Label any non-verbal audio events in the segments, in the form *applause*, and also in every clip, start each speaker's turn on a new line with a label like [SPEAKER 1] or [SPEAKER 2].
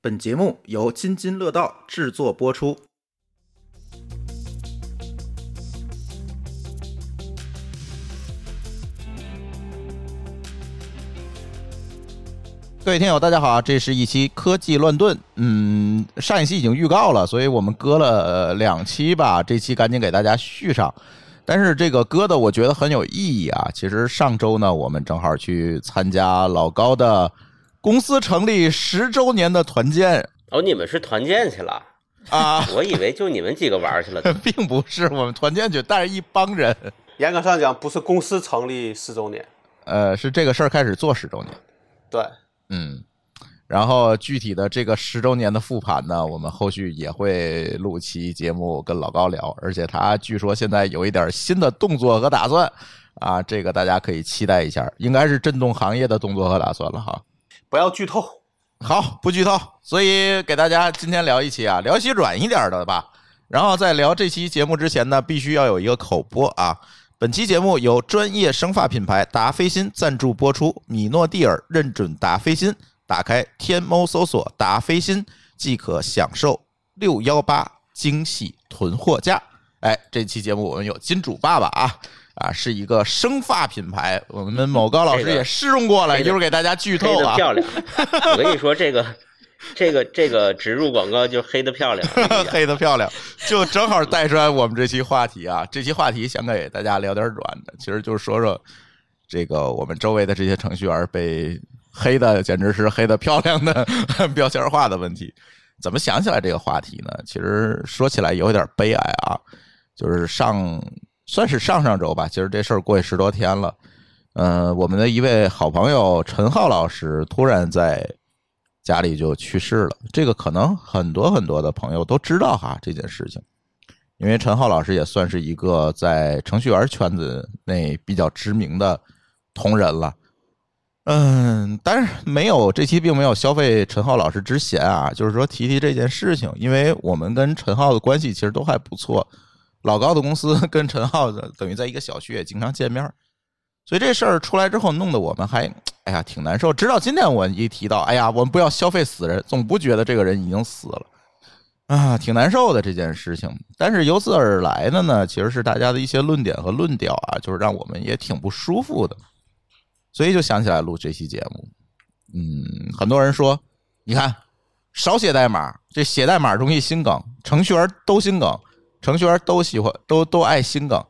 [SPEAKER 1] 本节目由津津乐道制作播出。各位听友，大家好，啊这是一期科技乱炖。嗯，上一期已经预告了，所以我们搁了呃两期吧，这期赶紧给大家续上。但是这个搁的我觉得很有意义啊。其实上周呢，我们正好去参加老高的公司成立十周年的团建
[SPEAKER 2] 哦，你们是团建去了？
[SPEAKER 1] 啊，
[SPEAKER 2] *laughs* 我以为就你们几个
[SPEAKER 1] *laughs*
[SPEAKER 2] 玩去了。
[SPEAKER 1] 并不是我们团建去，带着一帮人，
[SPEAKER 3] 严格上讲，不是公司成立十周年，
[SPEAKER 1] 呃，是这个事儿开始做十周年。
[SPEAKER 3] 对，
[SPEAKER 1] 嗯，然后具体的这个十周年的复盘呢，我们后续也会录期节目跟老高聊，而且他据说现在有一点新的动作和打算啊，这个大家可以期待一下，应该是震动行业的动作和打算了哈。
[SPEAKER 3] 不要剧透。
[SPEAKER 1] 好，不剧透，所以给大家今天聊一期啊，聊一期软一点的吧。然后在聊这期节目之前呢，必须要有一个口播啊。本期节目由专业生发品牌达霏欣赞助播出，米诺地尔认准达霏欣，打开天猫搜索达霏欣即可享受六幺八惊喜囤货价。哎，这期节目我们有金主爸爸啊啊，是一个生发品牌，我们某高老师
[SPEAKER 2] 这个
[SPEAKER 1] 也试用过了，
[SPEAKER 2] 这
[SPEAKER 1] 一
[SPEAKER 2] 个
[SPEAKER 1] 会儿给大家剧
[SPEAKER 2] 黑
[SPEAKER 1] 透
[SPEAKER 2] 的
[SPEAKER 1] 啊。
[SPEAKER 2] 漂
[SPEAKER 1] *laughs*
[SPEAKER 2] 亮，我跟你说，这个这个这个植入广告就黑的漂亮。我跟你讲
[SPEAKER 1] *laughs* 黑的漂亮，就正好带出来我们这期话题啊。这期话题想给大家聊点软的，其实就是说说这个我们周围的这些程序员被黑的，简直是黑的漂亮的 *laughs* 标签化的问题。怎么想起来这个话题呢？其实说起来有点悲哀啊，就是上算是上上周吧，其实这事儿过去十多天了。呃，我们的一位好朋友陈浩老师突然在家里就去世了。这个可能很多很多的朋友都知道哈这件事情，因为陈浩老师也算是一个在程序员圈子内比较知名的同仁了。嗯，但是没有这期并没有消费陈浩老师之嫌啊，就是说提提这件事情，因为我们跟陈浩的关系其实都还不错，老高的公司 *laughs* 跟陈浩的等于在一个小区也经常见面儿，所以这事儿出来之后，弄得我们还哎呀挺难受。直到今天我一提到，哎呀，我们不要消费死人，总不觉得这个人已经死了啊，挺难受的这件事情。但是由此而来的呢，其实是大家的一些论点和论调啊，就是让我们也挺不舒服的，所以就想起来录这期节目。嗯，很多人说，你看少写代码，这写代码容易心梗，程序员都心梗，程序员都喜欢都都爱心梗。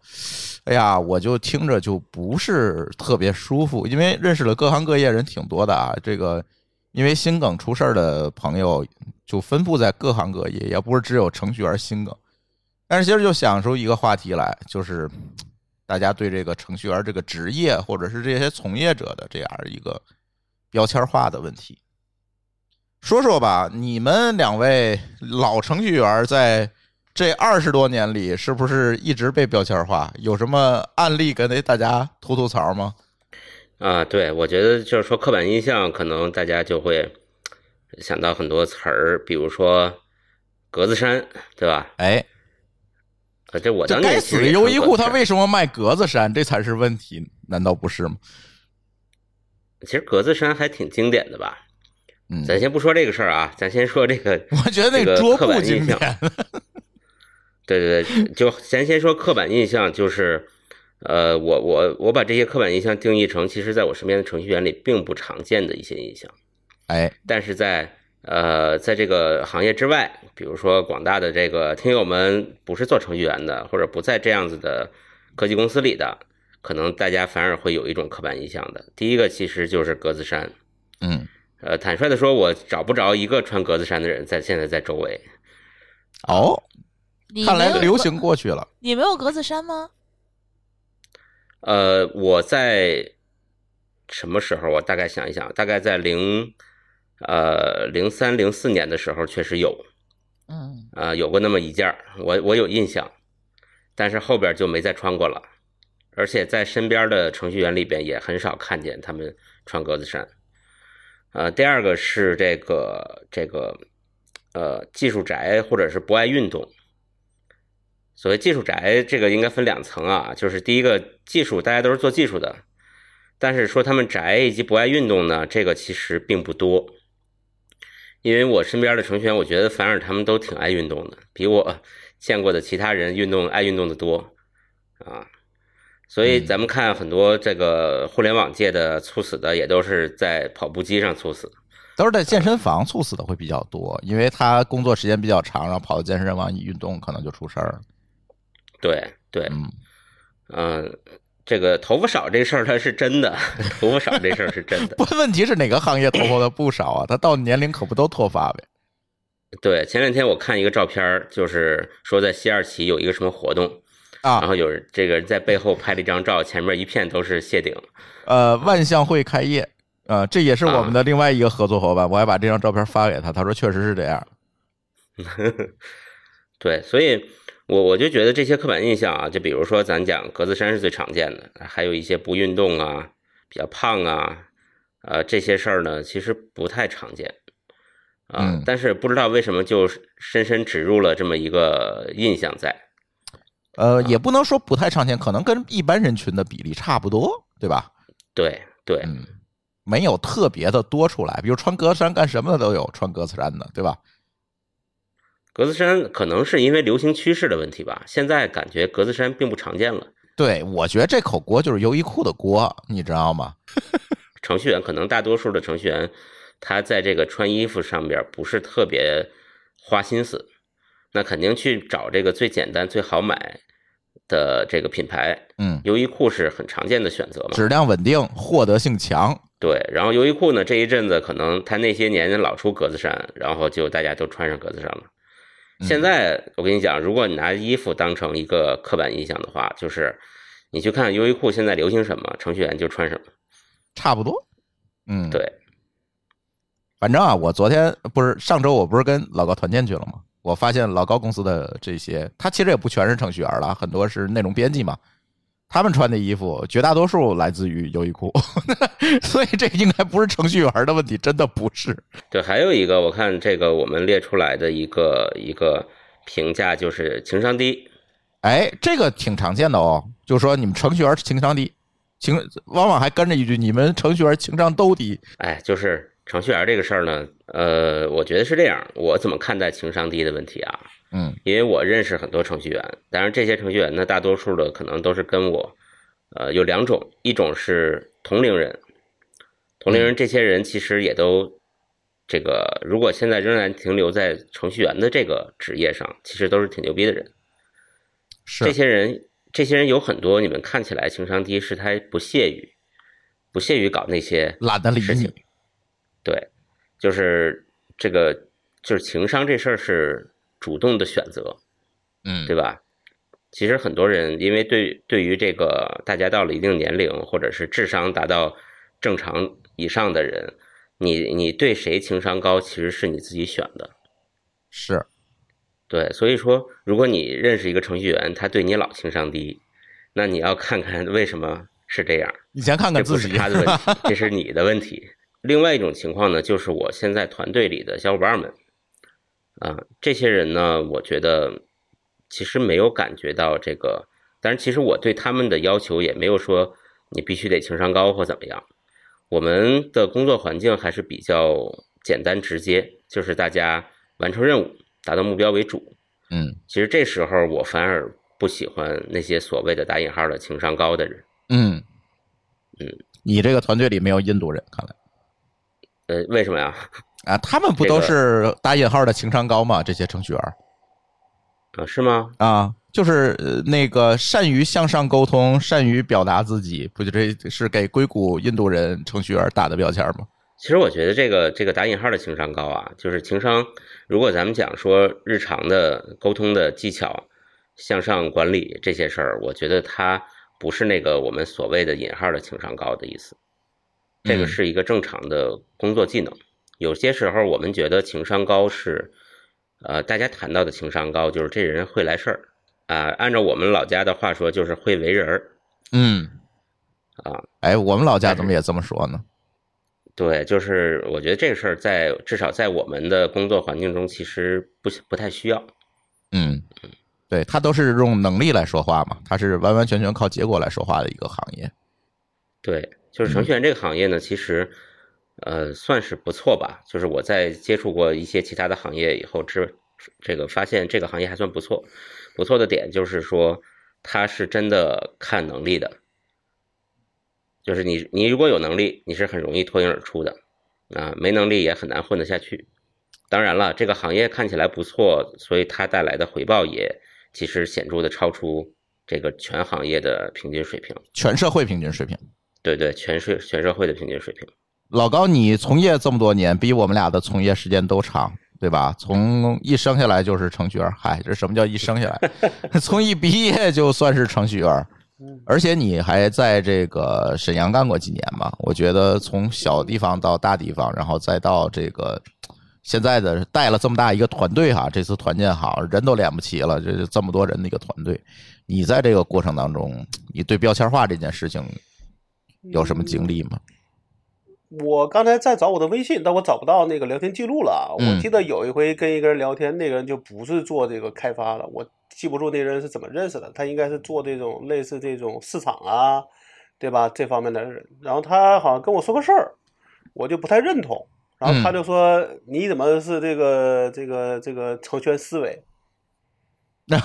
[SPEAKER 1] 哎呀，我就听着就不是特别舒服，因为认识了各行各业人挺多的啊。这个因为心梗出事儿的朋友就分布在各行各业，也不是只有程序员心梗。但是其实就想出一个话题来，就是大家对这个程序员这个职业，或者是这些从业者的这样一个标签化的问题。说说吧，你们两位老程序员在这二十多年里，是不是一直被标签化？有什么案例跟大家吐吐槽吗？
[SPEAKER 2] 啊，对，我觉得就是说刻板印象，可能大家就会想到很多词儿，比如说格子衫，对吧？
[SPEAKER 1] 哎，
[SPEAKER 2] 啊，这我
[SPEAKER 1] 这
[SPEAKER 2] 当
[SPEAKER 1] 该
[SPEAKER 2] 年其
[SPEAKER 1] 死
[SPEAKER 2] 实
[SPEAKER 1] 的
[SPEAKER 2] 也
[SPEAKER 1] 优
[SPEAKER 2] 穿
[SPEAKER 1] 衣
[SPEAKER 2] 过
[SPEAKER 1] 库，
[SPEAKER 2] 格
[SPEAKER 1] 它
[SPEAKER 2] 子衫
[SPEAKER 1] 为什么卖格子衫？这才是问题，难道不是吗？
[SPEAKER 2] 其实格子衫还挺经典的吧？
[SPEAKER 1] 嗯，，
[SPEAKER 2] 咱先不说这个事儿啊，咱先说这个
[SPEAKER 1] 我觉得那
[SPEAKER 2] 这
[SPEAKER 1] 个
[SPEAKER 2] 个
[SPEAKER 1] 桌
[SPEAKER 2] 刻
[SPEAKER 1] 布
[SPEAKER 2] 板
[SPEAKER 1] 经
[SPEAKER 2] 印象
[SPEAKER 1] 典，
[SPEAKER 2] 对对对，就咱先说刻板印象，就是，呃，我我我把这些刻板印象定义成，其实在我身边的程序员里并不常见的一些印象，
[SPEAKER 1] 哎，
[SPEAKER 2] 但是在呃在这个行业之外，比如说广大的这个听友们不是做程序员的，或者不在这样子的科技公司里的，可能大家反而会有一种刻板印象的。第一个其实就是格子衫，
[SPEAKER 1] 嗯，
[SPEAKER 2] 呃，坦率的说，我找不着一个穿格子衫的人在现在在周围，
[SPEAKER 1] 哦，
[SPEAKER 4] 你
[SPEAKER 1] 看来
[SPEAKER 4] 没有
[SPEAKER 1] 流
[SPEAKER 4] 格，
[SPEAKER 1] 行过去了。
[SPEAKER 4] 你没有格子衫吗？
[SPEAKER 2] 呃，我在什么时候？我大概想一想，大概在零呃零三零四年的时候，确实有
[SPEAKER 4] 嗯，
[SPEAKER 2] 啊、呃有过那么一件儿，我我有印象，但是后边就没再穿过了，而且在身边的程序员里边也很少看见他们穿格子衫。呃，第二个是这个这个呃技术宅或者是不爱运动，所谓技术宅，这个应该分两层啊，就是第一个技术，大家都是做技术的，但是说他们宅以及不爱运动呢，这个其实并不多，因为我身边的程序员，我觉得反而他们都挺爱运动的，比我见过的其他人运动爱运动的多啊。所以咱们看很多这个互联网界的猝死的，也都是在跑步机上猝死。
[SPEAKER 1] 都是在健身房猝死的会比较多，因为他工作时间比较长，然后跑到健身房一运动可能就出事儿了。
[SPEAKER 2] 对对，
[SPEAKER 1] 嗯，
[SPEAKER 2] 嗯，这个头发少这事儿它是真的，头发少这事儿是真
[SPEAKER 1] *laughs*
[SPEAKER 2] 的。
[SPEAKER 1] 不，问题是哪个行业脱发的不少啊？他到年龄可不都脱发呗？
[SPEAKER 2] 对，前两天我看一个照片儿，就是说在西二旗有一个什么活动，然
[SPEAKER 1] 啊，
[SPEAKER 2] 后有人这个人在背后拍了一张照，前面一片都是谢顶。
[SPEAKER 1] 呃，万象汇开业，呃，这也是我们的另外一个合作伙伴，我还把这张照片发给他，他说确实是这样。
[SPEAKER 2] 对，所以我我就觉得这些刻板印象啊，就比如说咱讲格子衫是最常见的，还有一些不运动啊、比较胖啊，呃这些事儿呢，其实不太常见啊、
[SPEAKER 1] 嗯
[SPEAKER 2] 但是不知道为什么就深深植入了这么一个印象在。
[SPEAKER 1] 呃，
[SPEAKER 2] 嗯
[SPEAKER 1] 也不能说不太常见，可能跟一般人群的比例差不多，对吧？
[SPEAKER 2] 对对，
[SPEAKER 1] 嗯，没有特别的多出来，比如穿格子衫干什么的都有穿格子衫的，对吧？
[SPEAKER 2] 格子衫可能是因为流行趋势的问题吧，现在感觉格子衫并不常见了。
[SPEAKER 1] 对，我觉得这口锅就是优衣库的锅，你知道吗？
[SPEAKER 2] 程序员可能大多数的程序员，他在这个穿衣服上面不是特别花心思，那肯定去找这个最简单、最好买的这个品牌。
[SPEAKER 1] 嗯，
[SPEAKER 2] 优衣库是很常见的选择嘛？
[SPEAKER 1] 质量稳定，获得性强。
[SPEAKER 2] 对，然后优衣库呢，这一阵子可能他那些年老出格子衫，然后就大家都穿上格子衫了。
[SPEAKER 1] 嗯
[SPEAKER 2] 现在我跟你讲，如果你拿衣服当成一个刻板印象的话，就是你去看优衣库现在流行什么，程序员就穿什么。
[SPEAKER 1] 差不多。嗯，
[SPEAKER 2] 对，
[SPEAKER 1] 反正啊，我昨天不是上周我不是跟老高团建去了吗？我发现老高公司的这些，他其实也不全是程序员了，很多是内容编辑嘛。他们穿的衣服绝大多数来自于优衣库， *laughs* 所以这应该不是程序员的问题，真的不是。
[SPEAKER 2] 对，还有一个，我看这个我们列出来的一个一个评价就是情商低，
[SPEAKER 1] 哎，这个挺常见的哦，就说你们程序员情商低，情往往还跟着一句你们程序员情商都低。
[SPEAKER 2] 哎，就是程序员这个事儿呢，呃，我觉得是这样，我怎么看待情商低的问题啊？
[SPEAKER 1] 嗯
[SPEAKER 2] 因为我认识很多程序员，当然这些程序员呢，大多数的可能都是跟我，呃，有两种，一种是同龄人，同龄人这些人其实也都，这个如果现在仍然停留在程序员的这个职业上，其实都是挺牛逼的人。
[SPEAKER 1] 是
[SPEAKER 2] 这些人，这些人有很多，你们看起来情商低，是他不屑于，不屑于搞那些，
[SPEAKER 1] 懒得理
[SPEAKER 2] 是
[SPEAKER 1] 你。
[SPEAKER 2] 对，就是这个，就是情商这事儿是主动的选择，
[SPEAKER 1] 嗯
[SPEAKER 2] 对吧？其实很多人因为对对于这个大家到了一定年龄，或者是智商达到正常以上的人，你你对谁情商高，其实是你自己选的。
[SPEAKER 1] 是，
[SPEAKER 2] 对，所以说，如果你认识一个程序员，他对你老情商低，那你要看看为什么是这样，
[SPEAKER 1] 你先看看
[SPEAKER 2] 这不
[SPEAKER 1] 自
[SPEAKER 2] 是
[SPEAKER 1] 己。
[SPEAKER 2] 他的问题，这是你的问题。另外一种情况呢，就是我现在团队里的小伙伴们，啊，这些人呢，我觉得其实没有感觉到这个，但是其实我对他们的要求也没有说你必须得情商高或怎么样。我们的工作环境还是比较简单直接，就是大家完成任务、达到目标为主。
[SPEAKER 1] 嗯
[SPEAKER 2] 其实这时候我反而不喜欢那些所谓的打引号的情商高的人。
[SPEAKER 1] 嗯
[SPEAKER 2] 嗯，
[SPEAKER 1] 你这个团队里没有印度人，看来
[SPEAKER 2] 呃，为什么呀？
[SPEAKER 1] 啊，他们不
[SPEAKER 2] 这
[SPEAKER 1] 都
[SPEAKER 2] 个
[SPEAKER 1] 是打引号的情商高吗？这些程序员
[SPEAKER 2] 啊，是吗？
[SPEAKER 1] 啊，就是呃那个善于向上沟通，善于表达自己，不就这是给硅谷印度人程序员打的标签吗？
[SPEAKER 2] 其实我觉得这个这个打引号的情商高啊，就是情商。如果咱们讲说日常的沟通的技巧、向上管理这些事儿，我觉得它不是那个我们所谓的引号的情商高的意思。这个
[SPEAKER 1] 嗯
[SPEAKER 2] 是一个正常的工作技能。有些时候我们觉得情商高是，呃，大家谈到的情商高就是这人会来事儿啊、按照我们老家的话说，就是会为人儿。
[SPEAKER 1] 嗯
[SPEAKER 2] 啊，
[SPEAKER 1] 哎，我们老家
[SPEAKER 2] 但
[SPEAKER 1] 怎么也这么说呢？
[SPEAKER 2] 对，就是我觉得这个事儿在至少在我们的工作环境中，其实不不太需要。
[SPEAKER 1] 嗯，对他都是用能力来说话嘛，他是完完全全靠结果来说话的一个行业。
[SPEAKER 2] 对，就是程序员这个行业呢，其实呃，算是不错吧。就是我在接触过一些其他的行业以后，之这个发现这个行业还算不错。不错的点就是说，它是真的看能力的，就是你你如果有能力，你是很容易脱颖而出的啊，没能力也很难混得下去。当然了，这个行业看起来不错，所以它带来的回报也其实显著的超出这个全行业的平均水平。
[SPEAKER 1] 全社会平均水平。
[SPEAKER 2] 对对，全社全社会的平均水平。
[SPEAKER 1] 老高，你从业这么多年，比我们俩的从业时间都长，对吧？从一生下来就是程序员，嗨，这什么叫一生下来？从一毕业就算是程序员，而且你还在这个沈阳干过几年嘛？我觉得从小地方到大地方，然后再到这个现在的带了这么大一个团队哈，这次团建好，人都敛不齐了，这这么多人的一个团队，你在这个过程当中，你对标签化这件事情有什么经历吗？
[SPEAKER 3] 我刚才在找我的微信，但我找不到那个聊天记录了啊。
[SPEAKER 1] 嗯
[SPEAKER 3] 我记得有一回跟一个人聊天，那个人就不是做这个开发的，我记不住那人是怎么认识的。他应该是做这种类似这种市场啊，对吧？这方面的人。然后他好像跟我说个事儿，我就不太认同。然
[SPEAKER 1] 嗯
[SPEAKER 3] 后他就说：“你怎么是这个这个这个成全思维？”
[SPEAKER 1] 那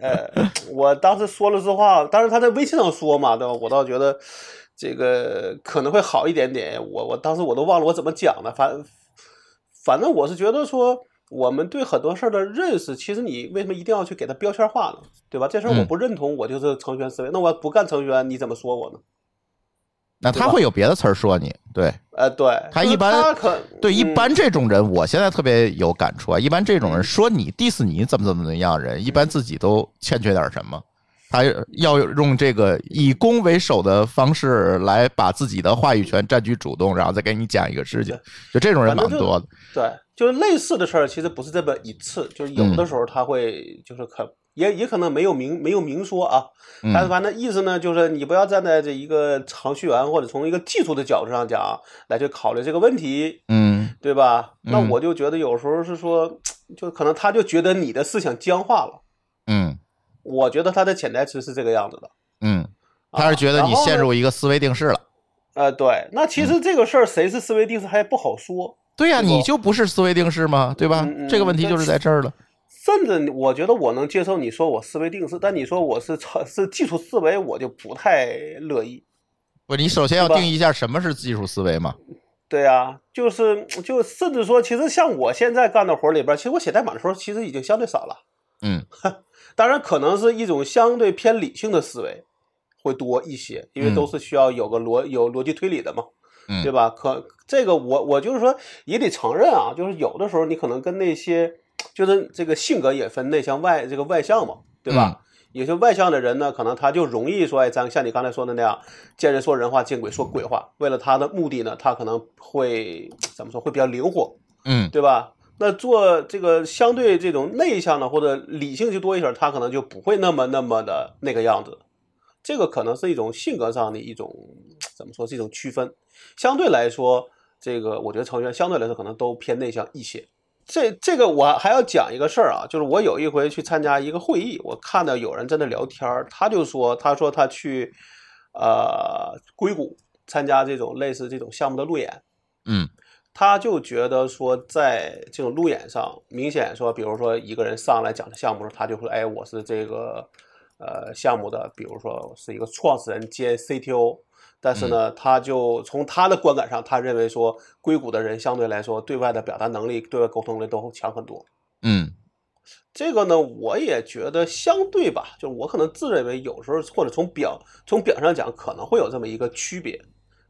[SPEAKER 3] 呃，我当时说了实话，当时他在微信上说嘛，对吧？我倒觉得这个可能会好一点点。我我当时我都忘了我怎么讲了，反反正我是觉得说，我们对很多事儿的认识，其实你为什么一定要去给它标签化呢？对吧？这事儿我
[SPEAKER 1] 嗯
[SPEAKER 3] 不认同，我就是程序员思维。那我不干程序员，你怎么说我呢？
[SPEAKER 1] 那
[SPEAKER 3] 对
[SPEAKER 1] 他
[SPEAKER 3] 吧
[SPEAKER 1] 会有别的词儿说你，对
[SPEAKER 3] 呃，对，
[SPEAKER 1] 他
[SPEAKER 3] 就是
[SPEAKER 1] 一般
[SPEAKER 3] 他可
[SPEAKER 1] 对，一
[SPEAKER 3] 嗯
[SPEAKER 1] 般这种人，我现在特别有感触啊。一般这种人说你 diss 你怎么怎么怎么样的
[SPEAKER 3] 嗯
[SPEAKER 1] 人，一般自己都欠缺点什么，他要用这个以攻为守的方式来把自己的话语权占据主动，然后再给你讲一个事情。就这种人蛮多的，
[SPEAKER 3] 对，就是类似的事儿，其实不是这么一次，就是有
[SPEAKER 1] 嗯
[SPEAKER 3] 的时候他会就是可、也也可能没有明没有明说啊，但是
[SPEAKER 1] 嗯
[SPEAKER 3] 反正意思呢，就是你不要站在这一个程序员或者从一个技术的角度上讲来去考虑这个问题，
[SPEAKER 1] 嗯
[SPEAKER 3] 对吧？那
[SPEAKER 1] 嗯
[SPEAKER 3] 我就觉得有时候是说，就可能他就觉得你的思想僵化了。
[SPEAKER 1] 嗯
[SPEAKER 3] 我觉得他的潜台词是这个样子的，
[SPEAKER 1] 嗯，他是觉得
[SPEAKER 3] 啊
[SPEAKER 1] 你陷。
[SPEAKER 3] 然后呢
[SPEAKER 1] 入一个思维定式了。
[SPEAKER 3] 呃，对，那其
[SPEAKER 1] 嗯
[SPEAKER 3] 实这个事儿谁是思维定式还不好说，
[SPEAKER 1] 对呀、
[SPEAKER 3] 这个
[SPEAKER 1] 你就不是思维定式吗？对吧
[SPEAKER 3] 嗯？嗯
[SPEAKER 1] 这个问题就是在这儿了。
[SPEAKER 3] 甚至我觉得我能接受你说我思维定式，但你说我是操是技术思维，我就不太乐意。
[SPEAKER 1] 不，你首先要
[SPEAKER 3] 对吧
[SPEAKER 1] 定义一下什么是技术思维嘛。
[SPEAKER 3] 对啊，就是就甚至说，其实像我现在干的活儿里边儿，其实我写代码的时候，其实已经相对少了。
[SPEAKER 1] 嗯，
[SPEAKER 3] 当然可能是一种相对偏理性的思维会多一些，因为
[SPEAKER 1] 嗯
[SPEAKER 3] 都是需要有个逻有逻辑推理的嘛，
[SPEAKER 1] 嗯
[SPEAKER 3] 对吧？可这个我我就是说也得承认啊，就是有的时候你可能跟那些就是这个性格也分内向外这个外向嘛，对吧？
[SPEAKER 1] 嗯
[SPEAKER 3] 有些外向的人呢，可能他就容易说，哎，咱像你刚才说的那样，见人说人话，见鬼说鬼话。为了他的目的呢，他可能会怎么说，会比较灵活，
[SPEAKER 1] 嗯
[SPEAKER 3] 对吧？那做这个相对这种内向的或者理性就多一些，他可能就不会那么那么的那个样子。这个可能是一种性格上的一种怎么说是一种区分。相对来说，这个我觉得成员相对来说可能都偏内向一些。这这个我还要讲一个事儿啊，就是我有一回去参加一个会议，我看到有人在那聊天儿，他就说他说他去呃硅谷参加这种类似这种项目的路演，
[SPEAKER 1] 嗯
[SPEAKER 3] 他就觉得说，在这种路演上，明显说，比如说一个人上来讲的项目的时候，他就说，哎，我是这个呃项目的，比如说是一个创始人兼 CTO，但是呢，他就从他的观感上，他认为说，硅谷的人相对来说对外的表达能力、对外沟通能力都强很多。
[SPEAKER 1] 嗯
[SPEAKER 3] 这个呢，我也觉得相对吧，就我可能自认为有时候或者从表从表上讲可能会有这么一个区别，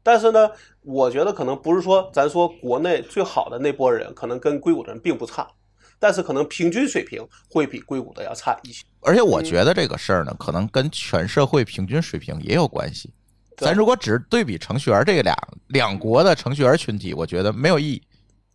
[SPEAKER 3] 但是呢，我觉得可能不是说咱说国内最好的那波人，可能跟硅谷的人并不差，但是可能平均水平会比硅谷的要差一些。
[SPEAKER 1] 而且我觉得这个事儿呢，可能跟全社会平均水平也有关系。
[SPEAKER 3] 对
[SPEAKER 1] 咱如果只对比程序员这个俩两国的程序员群体，我觉得没有意义。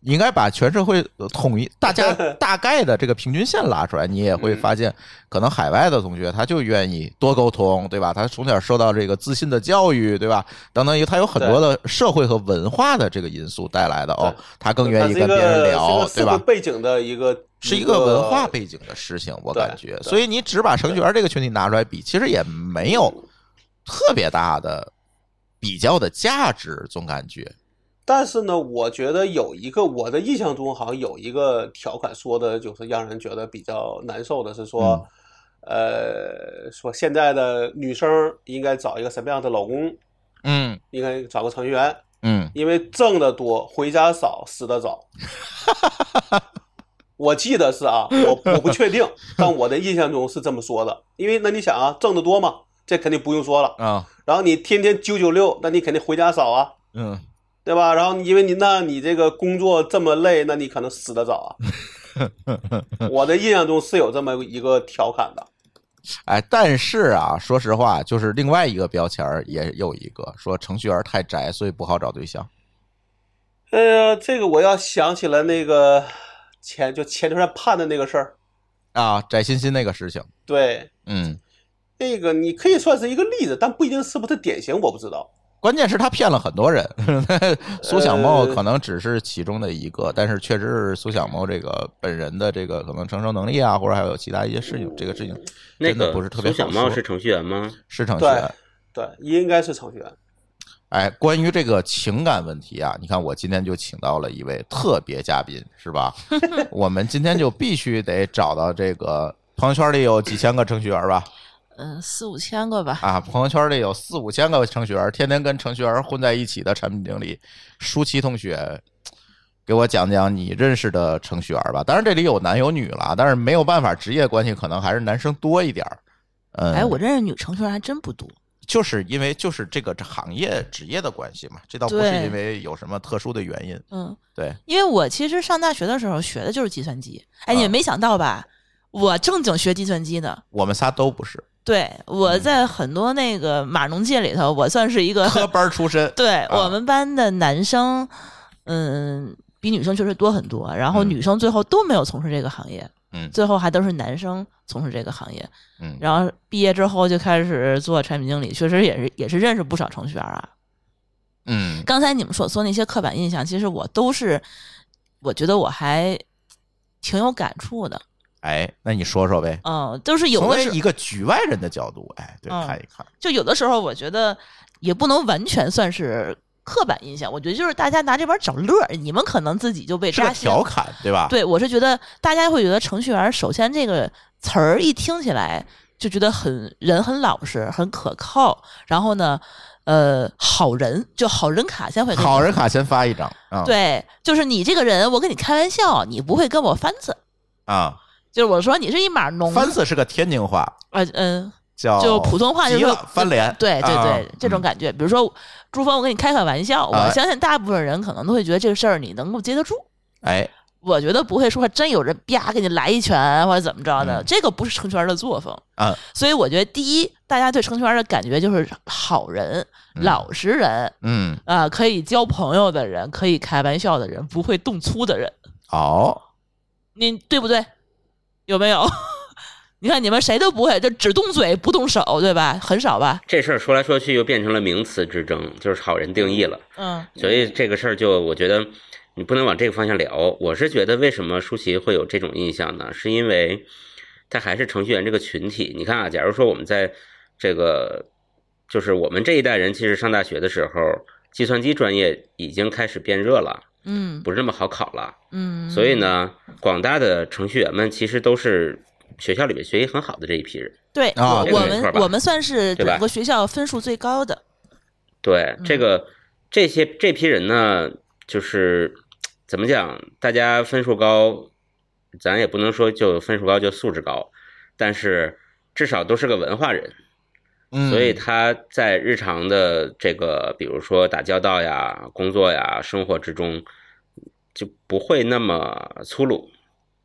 [SPEAKER 1] 你应该把全社会呃统一，大
[SPEAKER 3] *laughs*
[SPEAKER 1] 家大概的这个平均线拉出来，你也会发现，可能海外的同学他就愿意多沟通，对吧？他从小受到这个自信的教育，对吧？等等，他有很多的社会和文化的这个因素带来的哦
[SPEAKER 3] 对，
[SPEAKER 1] 他更
[SPEAKER 3] 它
[SPEAKER 1] 愿意
[SPEAKER 3] 是一
[SPEAKER 1] 跟别
[SPEAKER 3] 个
[SPEAKER 1] 人
[SPEAKER 3] 是一
[SPEAKER 1] 聊
[SPEAKER 3] 个，
[SPEAKER 1] 对
[SPEAKER 3] 社
[SPEAKER 1] 吧
[SPEAKER 3] 会？背景的一个
[SPEAKER 1] 是一
[SPEAKER 3] 一
[SPEAKER 1] 个文化背景的事情，我感觉。
[SPEAKER 3] 对
[SPEAKER 1] 所以你只把程序员这个群体拿出来比，其实也没有特别大的比较的价值，总感觉。
[SPEAKER 3] 但是呢，我觉得有一个我的印象中好像有一个条款说的，就是让人觉得比较难受的是说，呃，说现在的女生应该找一个什么样的老公，
[SPEAKER 1] 嗯
[SPEAKER 3] 应该找个程序员，
[SPEAKER 1] 嗯，
[SPEAKER 3] 因为挣得多，回家少，死得早。我记得是啊，我我不确定，但我的印象中是这么说的。因为那你想啊，挣得多嘛，这肯定不用说了。
[SPEAKER 1] 啊，
[SPEAKER 3] 然后你天天九九六，那你肯定回家少啊，
[SPEAKER 1] 嗯，
[SPEAKER 3] 对吧？然后因为你那你这个工作这么累，那你可能死得 *laughs* 早啊。我的印象中是有这么一个调侃的，
[SPEAKER 1] 哎，但是啊，说实话，就是另外一个标签儿也有一个说程序员太宅，所以不好找对象。
[SPEAKER 3] 哎呀，这个我要想起了那个前就前段时间判的那个事儿，
[SPEAKER 1] 啊，翟欣欣那个事情，
[SPEAKER 3] 对，
[SPEAKER 1] 嗯，
[SPEAKER 3] 那个你可以算是一个例子，但不一定是不是典型，我不知道。
[SPEAKER 1] 关键是他骗了很多
[SPEAKER 3] *laughs*
[SPEAKER 1] 人。苏小茂
[SPEAKER 3] 呃
[SPEAKER 1] 可能只是其中的一个，但是确实是苏小茂这个本人的这个可能承受能力啊，或者还有其他一些事情，这个事情
[SPEAKER 2] 那
[SPEAKER 1] 真的
[SPEAKER 2] 个
[SPEAKER 1] 不是特别
[SPEAKER 2] 苏
[SPEAKER 1] 好
[SPEAKER 2] 小茂
[SPEAKER 1] 说
[SPEAKER 2] 是程序员吗？
[SPEAKER 1] 是程序
[SPEAKER 3] 对
[SPEAKER 1] 员。
[SPEAKER 3] 对，应该是程序员。
[SPEAKER 1] 哎，关于这个情感问题啊，你看我今天就请到了一位特别嘉宾，是吧？我们今天就必须得找到这个朋友圈里有几千个程序员吧？
[SPEAKER 4] 嗯，四五千个吧。
[SPEAKER 1] 啊，朋友圈里有四五千个程序员，天天跟程序员混在一起的产品经理舒淇同学，给我讲讲你认识的程序员吧。当然这里有男有女了，啊但是没有办法，职业关系可能还是男生多一点儿。嗯，
[SPEAKER 4] 哎，我认识女程序员还真不多。
[SPEAKER 1] 就是因为就是这个行业职业的关系嘛，这倒不是
[SPEAKER 4] 对
[SPEAKER 1] 因为有什么特殊的原因。
[SPEAKER 4] 嗯，
[SPEAKER 1] 对，
[SPEAKER 4] 因为我其实上大学的时候学的就是计算机。哎，你
[SPEAKER 1] 啊
[SPEAKER 4] 们没想到吧？我正经学计算机的。
[SPEAKER 1] 我们仨都不是
[SPEAKER 4] 对，
[SPEAKER 1] 嗯
[SPEAKER 4] 我在很多那个码农界里头，我算是一个
[SPEAKER 1] 科班出身。
[SPEAKER 4] *laughs* 对、
[SPEAKER 1] 啊
[SPEAKER 4] 我们班的男生，嗯，比女生确实多很多。然后
[SPEAKER 1] 嗯
[SPEAKER 4] 女生最后都没有从事这个行业，
[SPEAKER 1] 嗯
[SPEAKER 4] 最后还都是男生从事这个行业。
[SPEAKER 1] 嗯，
[SPEAKER 4] 然后毕业之后就开始做产品经理，确实也是也是认识不少程序员啊。
[SPEAKER 1] 嗯
[SPEAKER 4] 刚才你们所说那些刻板印象，其实我都是，我觉得我还挺有感触的。
[SPEAKER 1] 哎，那你说说呗，
[SPEAKER 4] 嗯，都是有
[SPEAKER 1] 从
[SPEAKER 4] 的时
[SPEAKER 1] 一个局外人的角度，哎，对，
[SPEAKER 4] 嗯
[SPEAKER 1] 看一看，
[SPEAKER 4] 就有的时候，我觉得也不能完全算是刻板印象。我觉得就是大家拿这玩意儿找乐儿，你们可能自己就被
[SPEAKER 1] 是个
[SPEAKER 4] 扎心了
[SPEAKER 1] 调侃，对吧？
[SPEAKER 4] 对，我是觉得大家会觉得程序员，首先这个词儿一听起来就觉得很人很老实，很可靠，然后呢，呃，好人就好人卡先会给你
[SPEAKER 1] 好人卡先发一张啊，
[SPEAKER 4] 对，就是你这个人，我跟你开玩笑，你不会跟我翻子。
[SPEAKER 1] 啊，
[SPEAKER 4] 就是我说你是一码农，
[SPEAKER 1] 翻字是个天津话，
[SPEAKER 4] 呃嗯，
[SPEAKER 1] 叫
[SPEAKER 4] 就普通话就
[SPEAKER 1] 急
[SPEAKER 4] 是
[SPEAKER 1] 了翻脸，
[SPEAKER 4] 对对
[SPEAKER 1] 啊
[SPEAKER 4] 对，这种感觉。比如说朱峰，我跟你开个玩笑，
[SPEAKER 1] 哎
[SPEAKER 4] 我相信大部分人可能都会觉得这个事儿你能够接得住。
[SPEAKER 1] 哎，
[SPEAKER 4] 我觉得不会说还真有人啪给你来一拳或者怎么着的，
[SPEAKER 1] 嗯
[SPEAKER 4] 这个不是程序员的作风。
[SPEAKER 1] 嗯
[SPEAKER 4] 所以我觉得第一，大家对程序员的感觉就是好人、
[SPEAKER 1] 嗯
[SPEAKER 4] 老实人
[SPEAKER 1] 嗯，
[SPEAKER 4] 啊、可以交朋友的人，可以开玩笑的人，不会动粗的人。
[SPEAKER 1] 哦，
[SPEAKER 4] 你对不对？有 *laughs* 没有？你看你们谁都不会，就只动嘴不动手，对吧？很少吧？
[SPEAKER 2] 这事儿说来说去又变成了名词之争，就是好人定义了。
[SPEAKER 4] 嗯
[SPEAKER 2] 所以这个事儿就我觉得你不能往这个方向聊。我是觉得为什么舒淇会有这种印象呢？是因为他还是程序员这个群体。你看啊，假如说我们在这个就是我们这一代人，其实上大学的时候，计算机专业已经开始变热了，
[SPEAKER 4] 嗯
[SPEAKER 2] 不是那么好考了。
[SPEAKER 4] 嗯，
[SPEAKER 2] 所以呢，广大的程序员们其实都是学校里面学习很好的这一批人。
[SPEAKER 4] 对，
[SPEAKER 1] 啊
[SPEAKER 4] 我
[SPEAKER 1] 这个
[SPEAKER 4] 我
[SPEAKER 2] 没错
[SPEAKER 4] 们
[SPEAKER 2] 吧
[SPEAKER 4] 我们算是
[SPEAKER 2] 对吧
[SPEAKER 4] 整个学校分数最高的。
[SPEAKER 2] 对，这
[SPEAKER 4] 嗯
[SPEAKER 2] 个这些这批人呢，就是怎么讲，大家分数高，咱也不能说就分数高就素质高，但是至少都是个文化人，
[SPEAKER 1] 嗯，
[SPEAKER 2] 所以他在日常的这个，比如说打交道呀、工作呀、生活之中，就不会那么粗鲁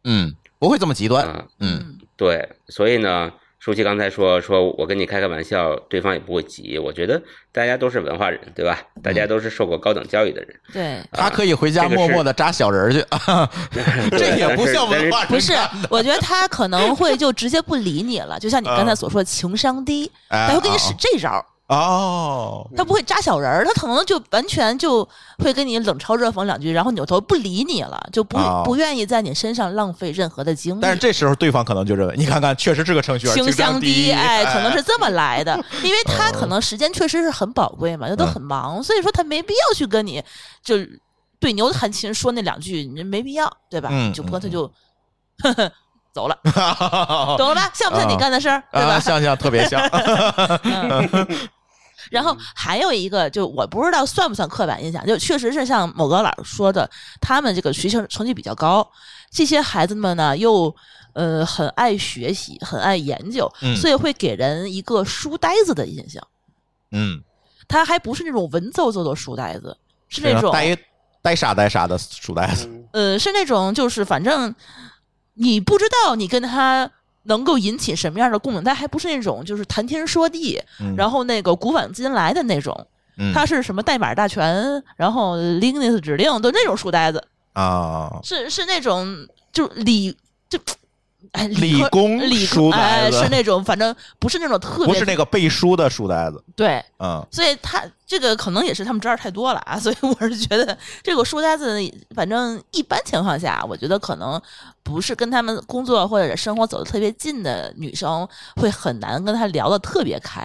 [SPEAKER 1] 嗯，不会这么极端，
[SPEAKER 2] 啊。
[SPEAKER 1] 嗯
[SPEAKER 2] 对，所以呢。舒淇刚才说，说我跟你开个玩笑，对方也不会急。我觉得大家都是文化人，对吧？大
[SPEAKER 4] 嗯
[SPEAKER 2] 家都是受过高等教育的人，
[SPEAKER 4] 对，
[SPEAKER 1] 他可以回家
[SPEAKER 2] 啊这个
[SPEAKER 1] 默
[SPEAKER 2] 是
[SPEAKER 1] 默的扎小人儿去， *laughs* 这也不像文化人
[SPEAKER 4] 不是
[SPEAKER 1] 干，
[SPEAKER 4] 我觉得
[SPEAKER 1] *laughs*
[SPEAKER 4] 他可能会就直接不理你了，就像你刚才所说，情商低，
[SPEAKER 1] 哎
[SPEAKER 4] 他会给你
[SPEAKER 1] 啊
[SPEAKER 4] 使这招儿。
[SPEAKER 1] 啊哦，
[SPEAKER 4] 他不会扎小人儿，他可能就完全就会跟你冷嘲热讽两句，然后扭头不理你了，就不、
[SPEAKER 1] 哦
[SPEAKER 4] 不愿意在你身上浪费任何的精力。
[SPEAKER 1] 但是这时候对方可能就认
[SPEAKER 4] 嗯
[SPEAKER 1] 为，你看看，确实是个程序员，
[SPEAKER 4] 清
[SPEAKER 1] 情
[SPEAKER 4] 香
[SPEAKER 1] 商
[SPEAKER 4] 第
[SPEAKER 1] 一，
[SPEAKER 4] 哎，可能是这么来的，因为他可能时间确实是很宝贵嘛，又都
[SPEAKER 1] 嗯
[SPEAKER 4] 很忙，所以说他没必要去跟你就对牛弹琴说那两句，你没必要，对吧？
[SPEAKER 1] 嗯
[SPEAKER 4] 你
[SPEAKER 1] 嗯
[SPEAKER 4] 就不干
[SPEAKER 1] 嗯
[SPEAKER 4] 脆就 *laughs* 走了，
[SPEAKER 1] 哎
[SPEAKER 4] 懂了吧？像不像
[SPEAKER 1] *laughs*
[SPEAKER 4] 你
[SPEAKER 1] 啊
[SPEAKER 4] 干的事儿，对
[SPEAKER 1] 啊，
[SPEAKER 4] 吧？
[SPEAKER 1] 像像特别
[SPEAKER 4] *laughs*
[SPEAKER 1] 像，
[SPEAKER 4] 嗯， *laughs* 然
[SPEAKER 1] 嗯
[SPEAKER 4] 后还有一个，就我不知道算不算刻板印象，就确实是像某个老师说的，他们这个学习成绩比较高，这些孩子们呢又呃很爱学习，很爱研究，
[SPEAKER 1] 嗯
[SPEAKER 4] 所以会给人一个书呆子的印象。
[SPEAKER 1] 嗯，
[SPEAKER 4] 他还不是那种文绉绉的书呆子，是那种
[SPEAKER 1] 啊呆呆傻呆傻的书呆子，
[SPEAKER 3] 嗯
[SPEAKER 4] 呃是那种就是反正你不知道你跟他。能够引起什么样的共鸣？他还不是那种就是谈天说地，
[SPEAKER 1] 嗯
[SPEAKER 4] 然后那个古往今来的那种，
[SPEAKER 1] 嗯
[SPEAKER 4] 他是什么代码大全，然后 Linux 指令，都那种书呆子，
[SPEAKER 1] 啊，
[SPEAKER 4] 是是那种就理就哎
[SPEAKER 1] 理
[SPEAKER 4] 科
[SPEAKER 1] 工
[SPEAKER 4] 理科
[SPEAKER 1] 书
[SPEAKER 4] 哎
[SPEAKER 1] 呆子
[SPEAKER 4] 是那种反正不是那种特别
[SPEAKER 1] 不是那个背书的书呆子，
[SPEAKER 4] 对，
[SPEAKER 1] 嗯
[SPEAKER 4] 所以他这个可能也是他们知道太多了啊，所以我是觉得这个书呆子，反正一般情况下，我觉得可能不是跟他们工作或者生活走得特别近的女生会很难跟他聊得特别开，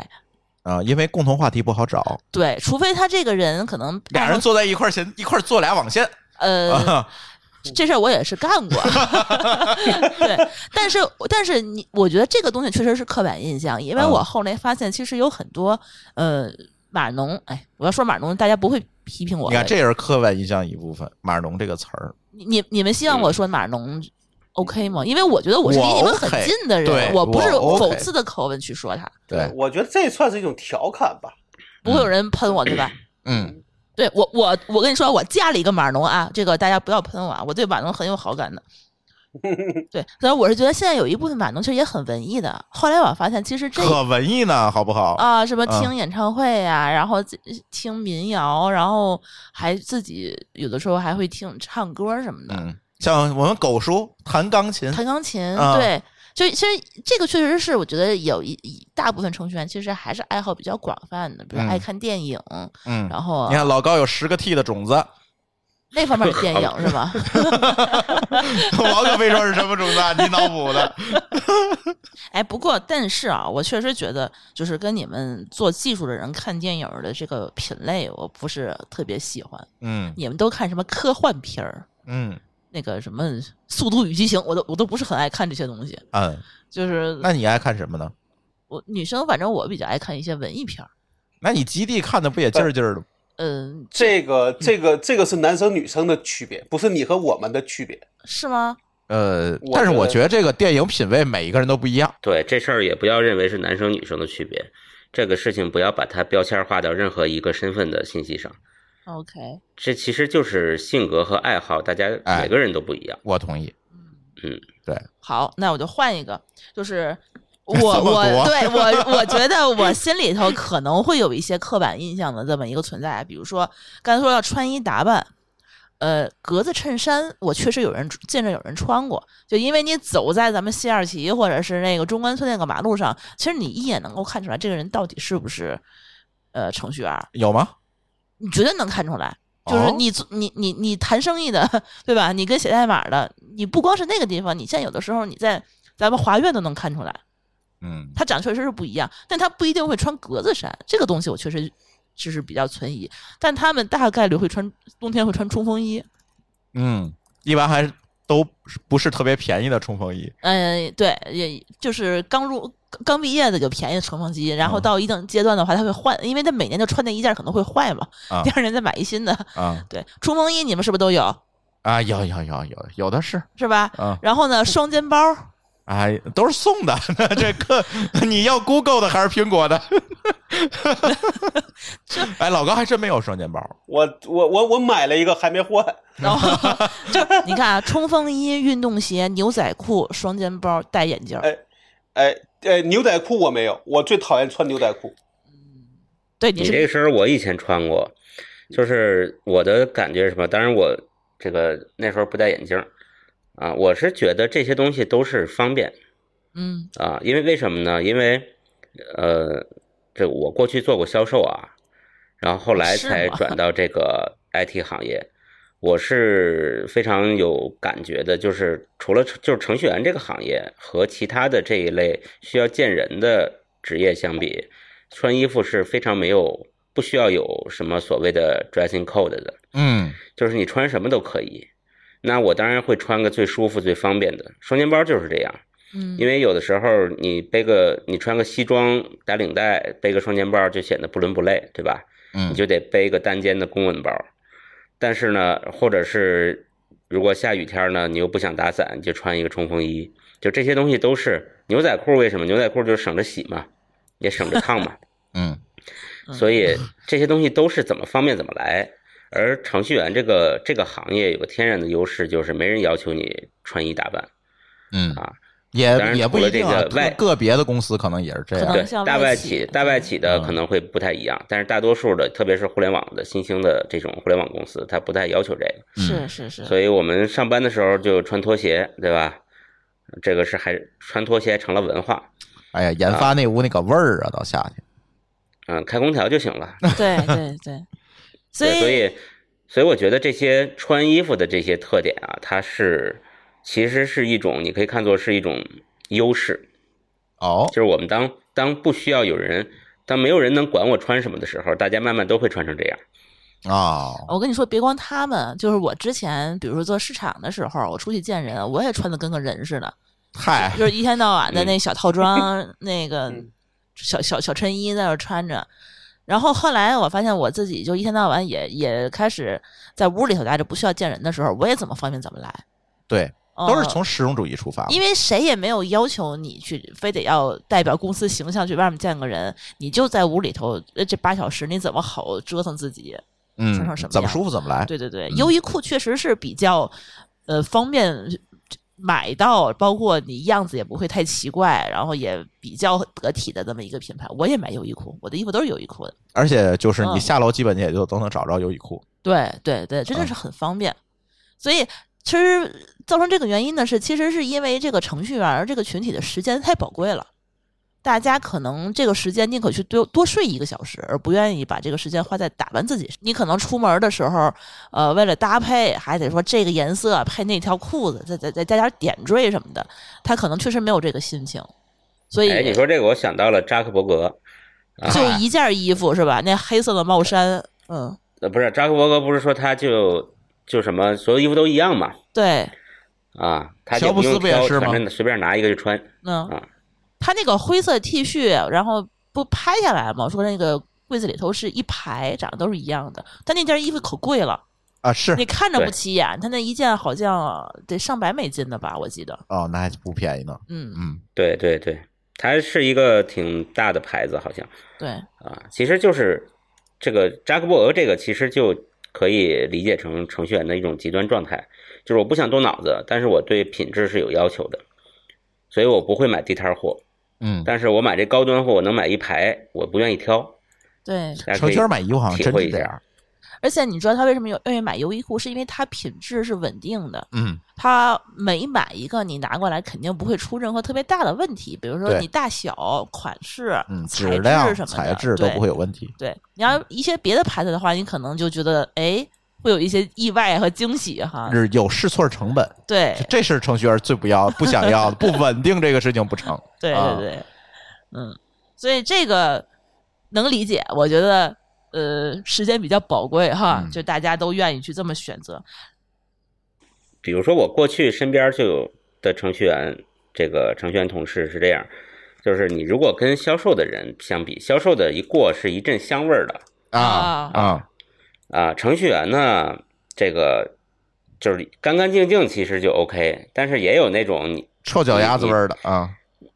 [SPEAKER 1] 啊，因为共同话题不好找，
[SPEAKER 4] 对，除非他这个人可能
[SPEAKER 1] 俩人坐在一块儿闲，一块儿做俩网线，
[SPEAKER 4] 呃。
[SPEAKER 1] 啊
[SPEAKER 4] 这事儿我也是干过， *laughs* 对，但是但是你，我觉得这个东西确实是刻板印象，因为
[SPEAKER 1] 嗯
[SPEAKER 4] 我后来发现，其实有很多呃码农，哎，我要说码农，大家不会批评我
[SPEAKER 1] 你
[SPEAKER 4] 的。
[SPEAKER 1] 看，这也是刻板印象一部分，“马尔农”这个词儿，
[SPEAKER 4] 你你你们希望我说码农 OK 吗？因为我觉得我是离
[SPEAKER 1] 嗯我
[SPEAKER 4] 你们很
[SPEAKER 1] OK，
[SPEAKER 4] 近的人，
[SPEAKER 1] 对
[SPEAKER 4] 我不是
[SPEAKER 1] 我 OK
[SPEAKER 4] 讽刺的口吻去说他，
[SPEAKER 1] 对，
[SPEAKER 3] 我觉得这算是一种调侃吧。
[SPEAKER 4] 不会有人喷我，对吧？
[SPEAKER 1] 嗯
[SPEAKER 4] 对我我我跟你说，我嫁了一个码农啊，这个大家不要喷我啊，我对码农很有好
[SPEAKER 1] *laughs*
[SPEAKER 4] 感的。对，所以我是觉得现在有一部分码农其实也很文艺的。后来我发现，其实这
[SPEAKER 1] 可文艺呢，好不好？
[SPEAKER 4] 啊、什么
[SPEAKER 1] 嗯
[SPEAKER 4] 听演唱会呀、然后自听民谣，然后还自己有的时候还会听唱歌什么的，
[SPEAKER 1] 嗯，像我们狗叔弹钢琴，
[SPEAKER 4] 弹钢琴，
[SPEAKER 1] 啊
[SPEAKER 4] 对。就其实这个确实是，我觉得有一一大部分程序员其实还是爱好比较广泛的，比如
[SPEAKER 1] 嗯
[SPEAKER 4] 爱看电影，
[SPEAKER 1] 嗯，
[SPEAKER 4] 然后
[SPEAKER 1] 你看老高有十个 T 的种子， *laughs*
[SPEAKER 4] 那方面的电影是吧？
[SPEAKER 1] 我可没说是什么种子啊，你脑补的。
[SPEAKER 4] 哎，不过但是啊，我确实觉得，就是跟你们做技术的人看电影儿的这个品类，我不是特别喜欢。
[SPEAKER 1] 嗯
[SPEAKER 4] 你们都看什么科幻片儿，
[SPEAKER 1] 嗯
[SPEAKER 4] 那个什么《速度与激情》，我都我都不是很爱看这些东西。
[SPEAKER 1] 嗯，
[SPEAKER 4] 就是
[SPEAKER 1] 那你爱看什么呢？
[SPEAKER 4] 我女生，反正我比较爱看一些文艺片儿。
[SPEAKER 1] 那你基地看的不也劲儿劲儿的吗？
[SPEAKER 4] 嗯，
[SPEAKER 3] 这个这个这个是男生女生的区别，不是你和我们的区别。
[SPEAKER 4] 是吗？
[SPEAKER 1] 呃，
[SPEAKER 3] 我
[SPEAKER 1] 但是我
[SPEAKER 3] 觉
[SPEAKER 1] 觉得这个电影品味每一个人都不一样。
[SPEAKER 2] 对这事儿也不要认为是男生女生的区别，这个事情不要把它标签化到任何一个身份的信息上。
[SPEAKER 4] OK，
[SPEAKER 2] 这其实就是性格和爱好，大家
[SPEAKER 1] 哎
[SPEAKER 2] 每个人都不一样。
[SPEAKER 1] 我同意，
[SPEAKER 4] 好，那我就换一个，
[SPEAKER 1] *laughs*
[SPEAKER 4] 就是我
[SPEAKER 1] 这么
[SPEAKER 4] 我
[SPEAKER 1] 多
[SPEAKER 4] 对
[SPEAKER 1] *laughs*
[SPEAKER 4] 我我觉得我心里头可能会有一些刻板印象的这么一个存在，啊比如说刚才说要穿衣打扮。呃，格子衬衫，我确实有人见着有人穿过，就因为你走在咱们西二旗或者是那个中关村那个马路上，其实你一眼能够看出来这个人到底是不是呃程序员儿，
[SPEAKER 1] 有吗？
[SPEAKER 4] 你绝对能看出来。就是
[SPEAKER 1] 哦
[SPEAKER 4] 你做、你你你谈生意的，对吧？你跟写代码的，你不光是那个地方，你现在有的时候你在咱们华苑都能看出来，
[SPEAKER 1] 嗯
[SPEAKER 4] 他长得确实是不一样，但他不一定会穿格子衫，这个东西我确实就是比较存疑。但他们大概率会穿冬天会穿冲锋衣，
[SPEAKER 1] 嗯，一般还都不是特别便宜的冲锋衣。
[SPEAKER 4] 嗯、对，也就是刚入刚毕业的有便宜的冲锋衣，然后
[SPEAKER 1] 嗯
[SPEAKER 4] 到一定阶段的话，他会换，因为他每年就穿那一件可能会坏嘛，
[SPEAKER 1] 啊
[SPEAKER 4] *laughs* 第二年再买一新的。
[SPEAKER 1] 啊
[SPEAKER 4] 对，冲锋衣你们是不是都有？
[SPEAKER 1] 啊，有有有有有的是
[SPEAKER 4] 是吧？
[SPEAKER 1] 啊，
[SPEAKER 4] 然后呢，双肩包。
[SPEAKER 1] 哎，都是送的。 *laughs* 这个你要 Google 的还是苹果的？ *laughs* 哎，老高还真没有双肩包。
[SPEAKER 3] 我我我我买了一个还没换，
[SPEAKER 4] 然后就你看啊，冲锋衣、运动鞋、牛仔裤、双肩包、戴眼镜儿，
[SPEAKER 3] 哎哎呃，牛仔裤我没有，我最讨厌穿牛仔裤。
[SPEAKER 4] 对，你
[SPEAKER 2] 你这
[SPEAKER 4] 是
[SPEAKER 2] 个身儿我以前穿过，就是我的感觉是什么？当然我这个那时候不戴眼镜儿啊，我是觉得这些东西都是方便
[SPEAKER 4] 嗯
[SPEAKER 2] 啊，因为为什么呢？因为呃，这我过去做过销售啊，然后后来
[SPEAKER 4] 是
[SPEAKER 2] 才
[SPEAKER 4] 吗
[SPEAKER 2] 转到这
[SPEAKER 4] *laughs*
[SPEAKER 2] 个 IT 行业。我是非常有感觉的，就是除了就是程序员这个行业和其他的这一类需要见人的职业相比，穿衣服是非常没有不需要有什么所谓的 dressing code 的。
[SPEAKER 1] 嗯
[SPEAKER 2] 就是你穿什么都可以。那我当然会穿个最舒服、最方便的双肩包，就是这样。
[SPEAKER 4] 嗯，
[SPEAKER 2] 因为有的时候你背个，你穿个西装打领带，背个双肩包就显得不伦不类，对吧？
[SPEAKER 1] 嗯，
[SPEAKER 2] 你就得背一个单肩的公文包。但是呢，或者是如果下雨天呢，你又不想打伞，你就穿一个冲锋衣。就这些东西都是牛仔裤，为什么牛仔裤就省着洗嘛，也省着烫嘛。
[SPEAKER 1] 嗯
[SPEAKER 2] 所以这些东西都是怎么方便怎么来。而程序员这个这个行业有个天然的优势，就是没人要求你穿衣打扮。
[SPEAKER 1] 嗯
[SPEAKER 2] 啊，
[SPEAKER 1] 也
[SPEAKER 2] 当然
[SPEAKER 1] 也不
[SPEAKER 2] 除了
[SPEAKER 1] 一定啊
[SPEAKER 2] 这个，外
[SPEAKER 1] 特个别的公司可能也是这
[SPEAKER 4] 可
[SPEAKER 1] 样
[SPEAKER 4] 能，
[SPEAKER 2] 对
[SPEAKER 4] 像，
[SPEAKER 2] 大
[SPEAKER 4] 外
[SPEAKER 2] 外
[SPEAKER 4] 企
[SPEAKER 2] 企大外企的
[SPEAKER 1] 嗯
[SPEAKER 2] 可能会不太一样，但是大多数的，特别是互联网的新兴的这种互联网公司，它不太要求这个。
[SPEAKER 4] 是是是，
[SPEAKER 2] 所以我们上班的时候就穿拖鞋，对吧？这个是还是穿拖鞋成了文化。
[SPEAKER 1] 哎呀，研发那屋那个味儿啊，到夏天，
[SPEAKER 2] 嗯，开空调就行
[SPEAKER 4] *laughs*
[SPEAKER 2] 了。
[SPEAKER 4] 对
[SPEAKER 2] *laughs*
[SPEAKER 4] 对对，所
[SPEAKER 2] 对，所
[SPEAKER 4] 以
[SPEAKER 2] 以所以我觉得这些穿衣服的这些特点啊，它是其实是一种你可以看作是一种优势，
[SPEAKER 1] 哦
[SPEAKER 2] 就是我们当当不需要有人，当没有人能管我穿什么的时候，大家慢慢都会穿成这样。
[SPEAKER 1] 哦，
[SPEAKER 4] 我跟你说，别光他们，就是我之前，比如说做市场的时候，我出去见人，我也穿的跟个人似的，
[SPEAKER 1] 嗨，
[SPEAKER 4] 就是一天到晚的
[SPEAKER 2] 嗯
[SPEAKER 4] 那小套装，
[SPEAKER 1] *laughs*
[SPEAKER 4] 那个
[SPEAKER 3] 嗯
[SPEAKER 4] 小小小衬衣在那儿穿着。然后后来我发现我自己就一天到晚也也开始在屋里头待着，不需要见人的时候，我也怎么方便怎么来，
[SPEAKER 1] 对，
[SPEAKER 4] 嗯
[SPEAKER 1] 都是从实用主义出发嘛，
[SPEAKER 4] 因为谁也没有要求你去非得要代表公司形象去外面见个人，你就在屋里头呃这八小时，你怎么好折腾自己？
[SPEAKER 1] 嗯
[SPEAKER 4] 想成什么，样
[SPEAKER 1] 怎么舒服怎么来，
[SPEAKER 4] 对对对，
[SPEAKER 1] 嗯
[SPEAKER 4] 优衣库确实是比较呃方便买到，包括你样子也不会太奇怪，然后也比较得体的这么一个品牌。我也买优衣库，我的衣服都是优衣库的。
[SPEAKER 1] 而且就是你
[SPEAKER 4] 嗯
[SPEAKER 1] 下楼基本也就都能找着优衣库，
[SPEAKER 4] 对对对，真的是
[SPEAKER 2] 嗯
[SPEAKER 4] 很方便。所以其实造成这个原因呢，是其实是因为这个程序员儿这个群体的时间太宝贵了。大家可能这个时间宁可去多多睡一个小时，而不愿意把这个时间花在打扮自己。你可能出门的时候，呃，为了搭配，还得说这个颜色配那条裤子，再再再加点点缀什么的，他可能确实没有这个心情。所以
[SPEAKER 2] 哎，你说这啊个，我想到了扎克伯格，
[SPEAKER 4] 就一件衣服是吧？那黑色的帽衫，嗯，
[SPEAKER 2] 呃，不是扎克伯格，不是说他就就什么所有衣服都一样嘛？
[SPEAKER 4] 对，
[SPEAKER 2] 啊，他
[SPEAKER 1] 乔
[SPEAKER 2] 就
[SPEAKER 1] 布斯
[SPEAKER 2] 用
[SPEAKER 1] 不也
[SPEAKER 2] 挑，
[SPEAKER 1] 是吗
[SPEAKER 2] 反正随便拿一个就穿。
[SPEAKER 4] 嗯
[SPEAKER 2] 啊，
[SPEAKER 4] 他那个灰色 T 恤，然后不拍下来吗？说那个柜子里头是一排，长得都是一样的。但那件衣服可贵了，
[SPEAKER 1] 啊，是
[SPEAKER 4] 你看着
[SPEAKER 2] 对
[SPEAKER 4] 不起眼。他那一件好像得上百美金的吧，我记得。
[SPEAKER 1] 哦，那还不便宜呢，
[SPEAKER 4] 嗯，
[SPEAKER 1] 嗯
[SPEAKER 2] 对对对，它是一个挺大的牌子，好像。
[SPEAKER 4] 对，
[SPEAKER 2] 啊，其实就是这个扎克伯格这个，其实就可以理解成程序员的一种极端状态，就是我不想动脑子，但是我对品质是有要求的，所以我不会买地摊货，
[SPEAKER 1] 嗯，
[SPEAKER 2] 但是我买这高端货，我能买一排，我不愿意挑。
[SPEAKER 4] 对。
[SPEAKER 2] 大家可
[SPEAKER 1] 程
[SPEAKER 2] 以
[SPEAKER 1] 序员买衣服好像真
[SPEAKER 2] 体会
[SPEAKER 1] 是
[SPEAKER 2] 一
[SPEAKER 1] 这
[SPEAKER 2] 下
[SPEAKER 1] 样，
[SPEAKER 4] 而且你知道他为什么有愿意买优衣库，是因为它品质是稳定的。
[SPEAKER 1] 嗯，
[SPEAKER 4] 他每买一个，你拿过来肯定不会出任何特别大的问题，比如说
[SPEAKER 1] 对
[SPEAKER 4] 你大小、款式、
[SPEAKER 1] 嗯，质
[SPEAKER 4] 材
[SPEAKER 1] 量、
[SPEAKER 4] 质什么的，
[SPEAKER 1] 材质都
[SPEAKER 4] 对
[SPEAKER 1] 不会有问题。
[SPEAKER 4] 对，你要一些别的牌子的话，你可能就觉得哎，会有一些意外和惊喜哈。
[SPEAKER 1] 是有试错成本，
[SPEAKER 4] 嗯对
[SPEAKER 1] 这是程序员最不要、不想要的，不稳定这个事情不
[SPEAKER 4] *laughs*
[SPEAKER 1] 成。
[SPEAKER 4] 对
[SPEAKER 1] 啊
[SPEAKER 4] 对对，嗯，所以这个能理解，我觉得呃，时间比较宝贵哈，
[SPEAKER 1] 嗯
[SPEAKER 4] 就大家都愿意去这么选择。
[SPEAKER 2] 比如说我过去身边就有的程序员，这个程序员同事是这样，就是你如果跟销售的人相比，销售的一过是一阵香味儿的，
[SPEAKER 1] 啊
[SPEAKER 4] 啊
[SPEAKER 1] 啊，
[SPEAKER 2] 啊，程序员呢，这个就是干干净净，其实就 OK。但是也有那种你
[SPEAKER 1] 臭脚丫子味儿的啊，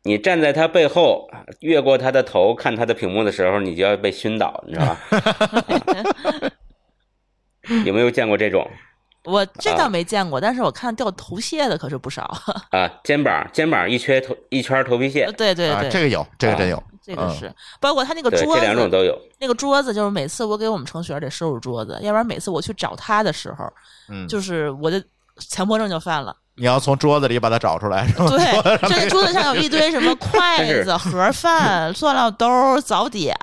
[SPEAKER 2] 你站在他背后，啊越过他的头看他的屏幕的时候，你就要被熏倒，你知道吧？
[SPEAKER 4] *laughs*
[SPEAKER 2] 有没有见过这种
[SPEAKER 4] 我这倒
[SPEAKER 2] 啊
[SPEAKER 4] 没见过，但是我看掉头屑的可是不少。
[SPEAKER 2] 啊？肩膀肩膀一圈头一圈头皮屑，
[SPEAKER 4] 呃 *laughs* 对对对，
[SPEAKER 1] 啊，这个有，这个真有，
[SPEAKER 4] 这个
[SPEAKER 1] 嗯
[SPEAKER 4] 是包括他那个
[SPEAKER 2] 对，
[SPEAKER 4] 桌
[SPEAKER 2] 这两种
[SPEAKER 4] 子，
[SPEAKER 2] 都有。
[SPEAKER 4] 那个桌子就是每次我给我们程序员得收拾桌子，要不然每次我去找他的时候，
[SPEAKER 1] 嗯，
[SPEAKER 4] 就是我的强迫症就犯了。
[SPEAKER 1] 你要从桌子里把它找出来，是吧？
[SPEAKER 4] *laughs*
[SPEAKER 1] *laughs*
[SPEAKER 4] 对，这个桌子上有一堆什么筷
[SPEAKER 2] 但
[SPEAKER 4] 子、
[SPEAKER 2] 是
[SPEAKER 4] 盒
[SPEAKER 1] 嗯
[SPEAKER 4] 饭、塑料兜、早点、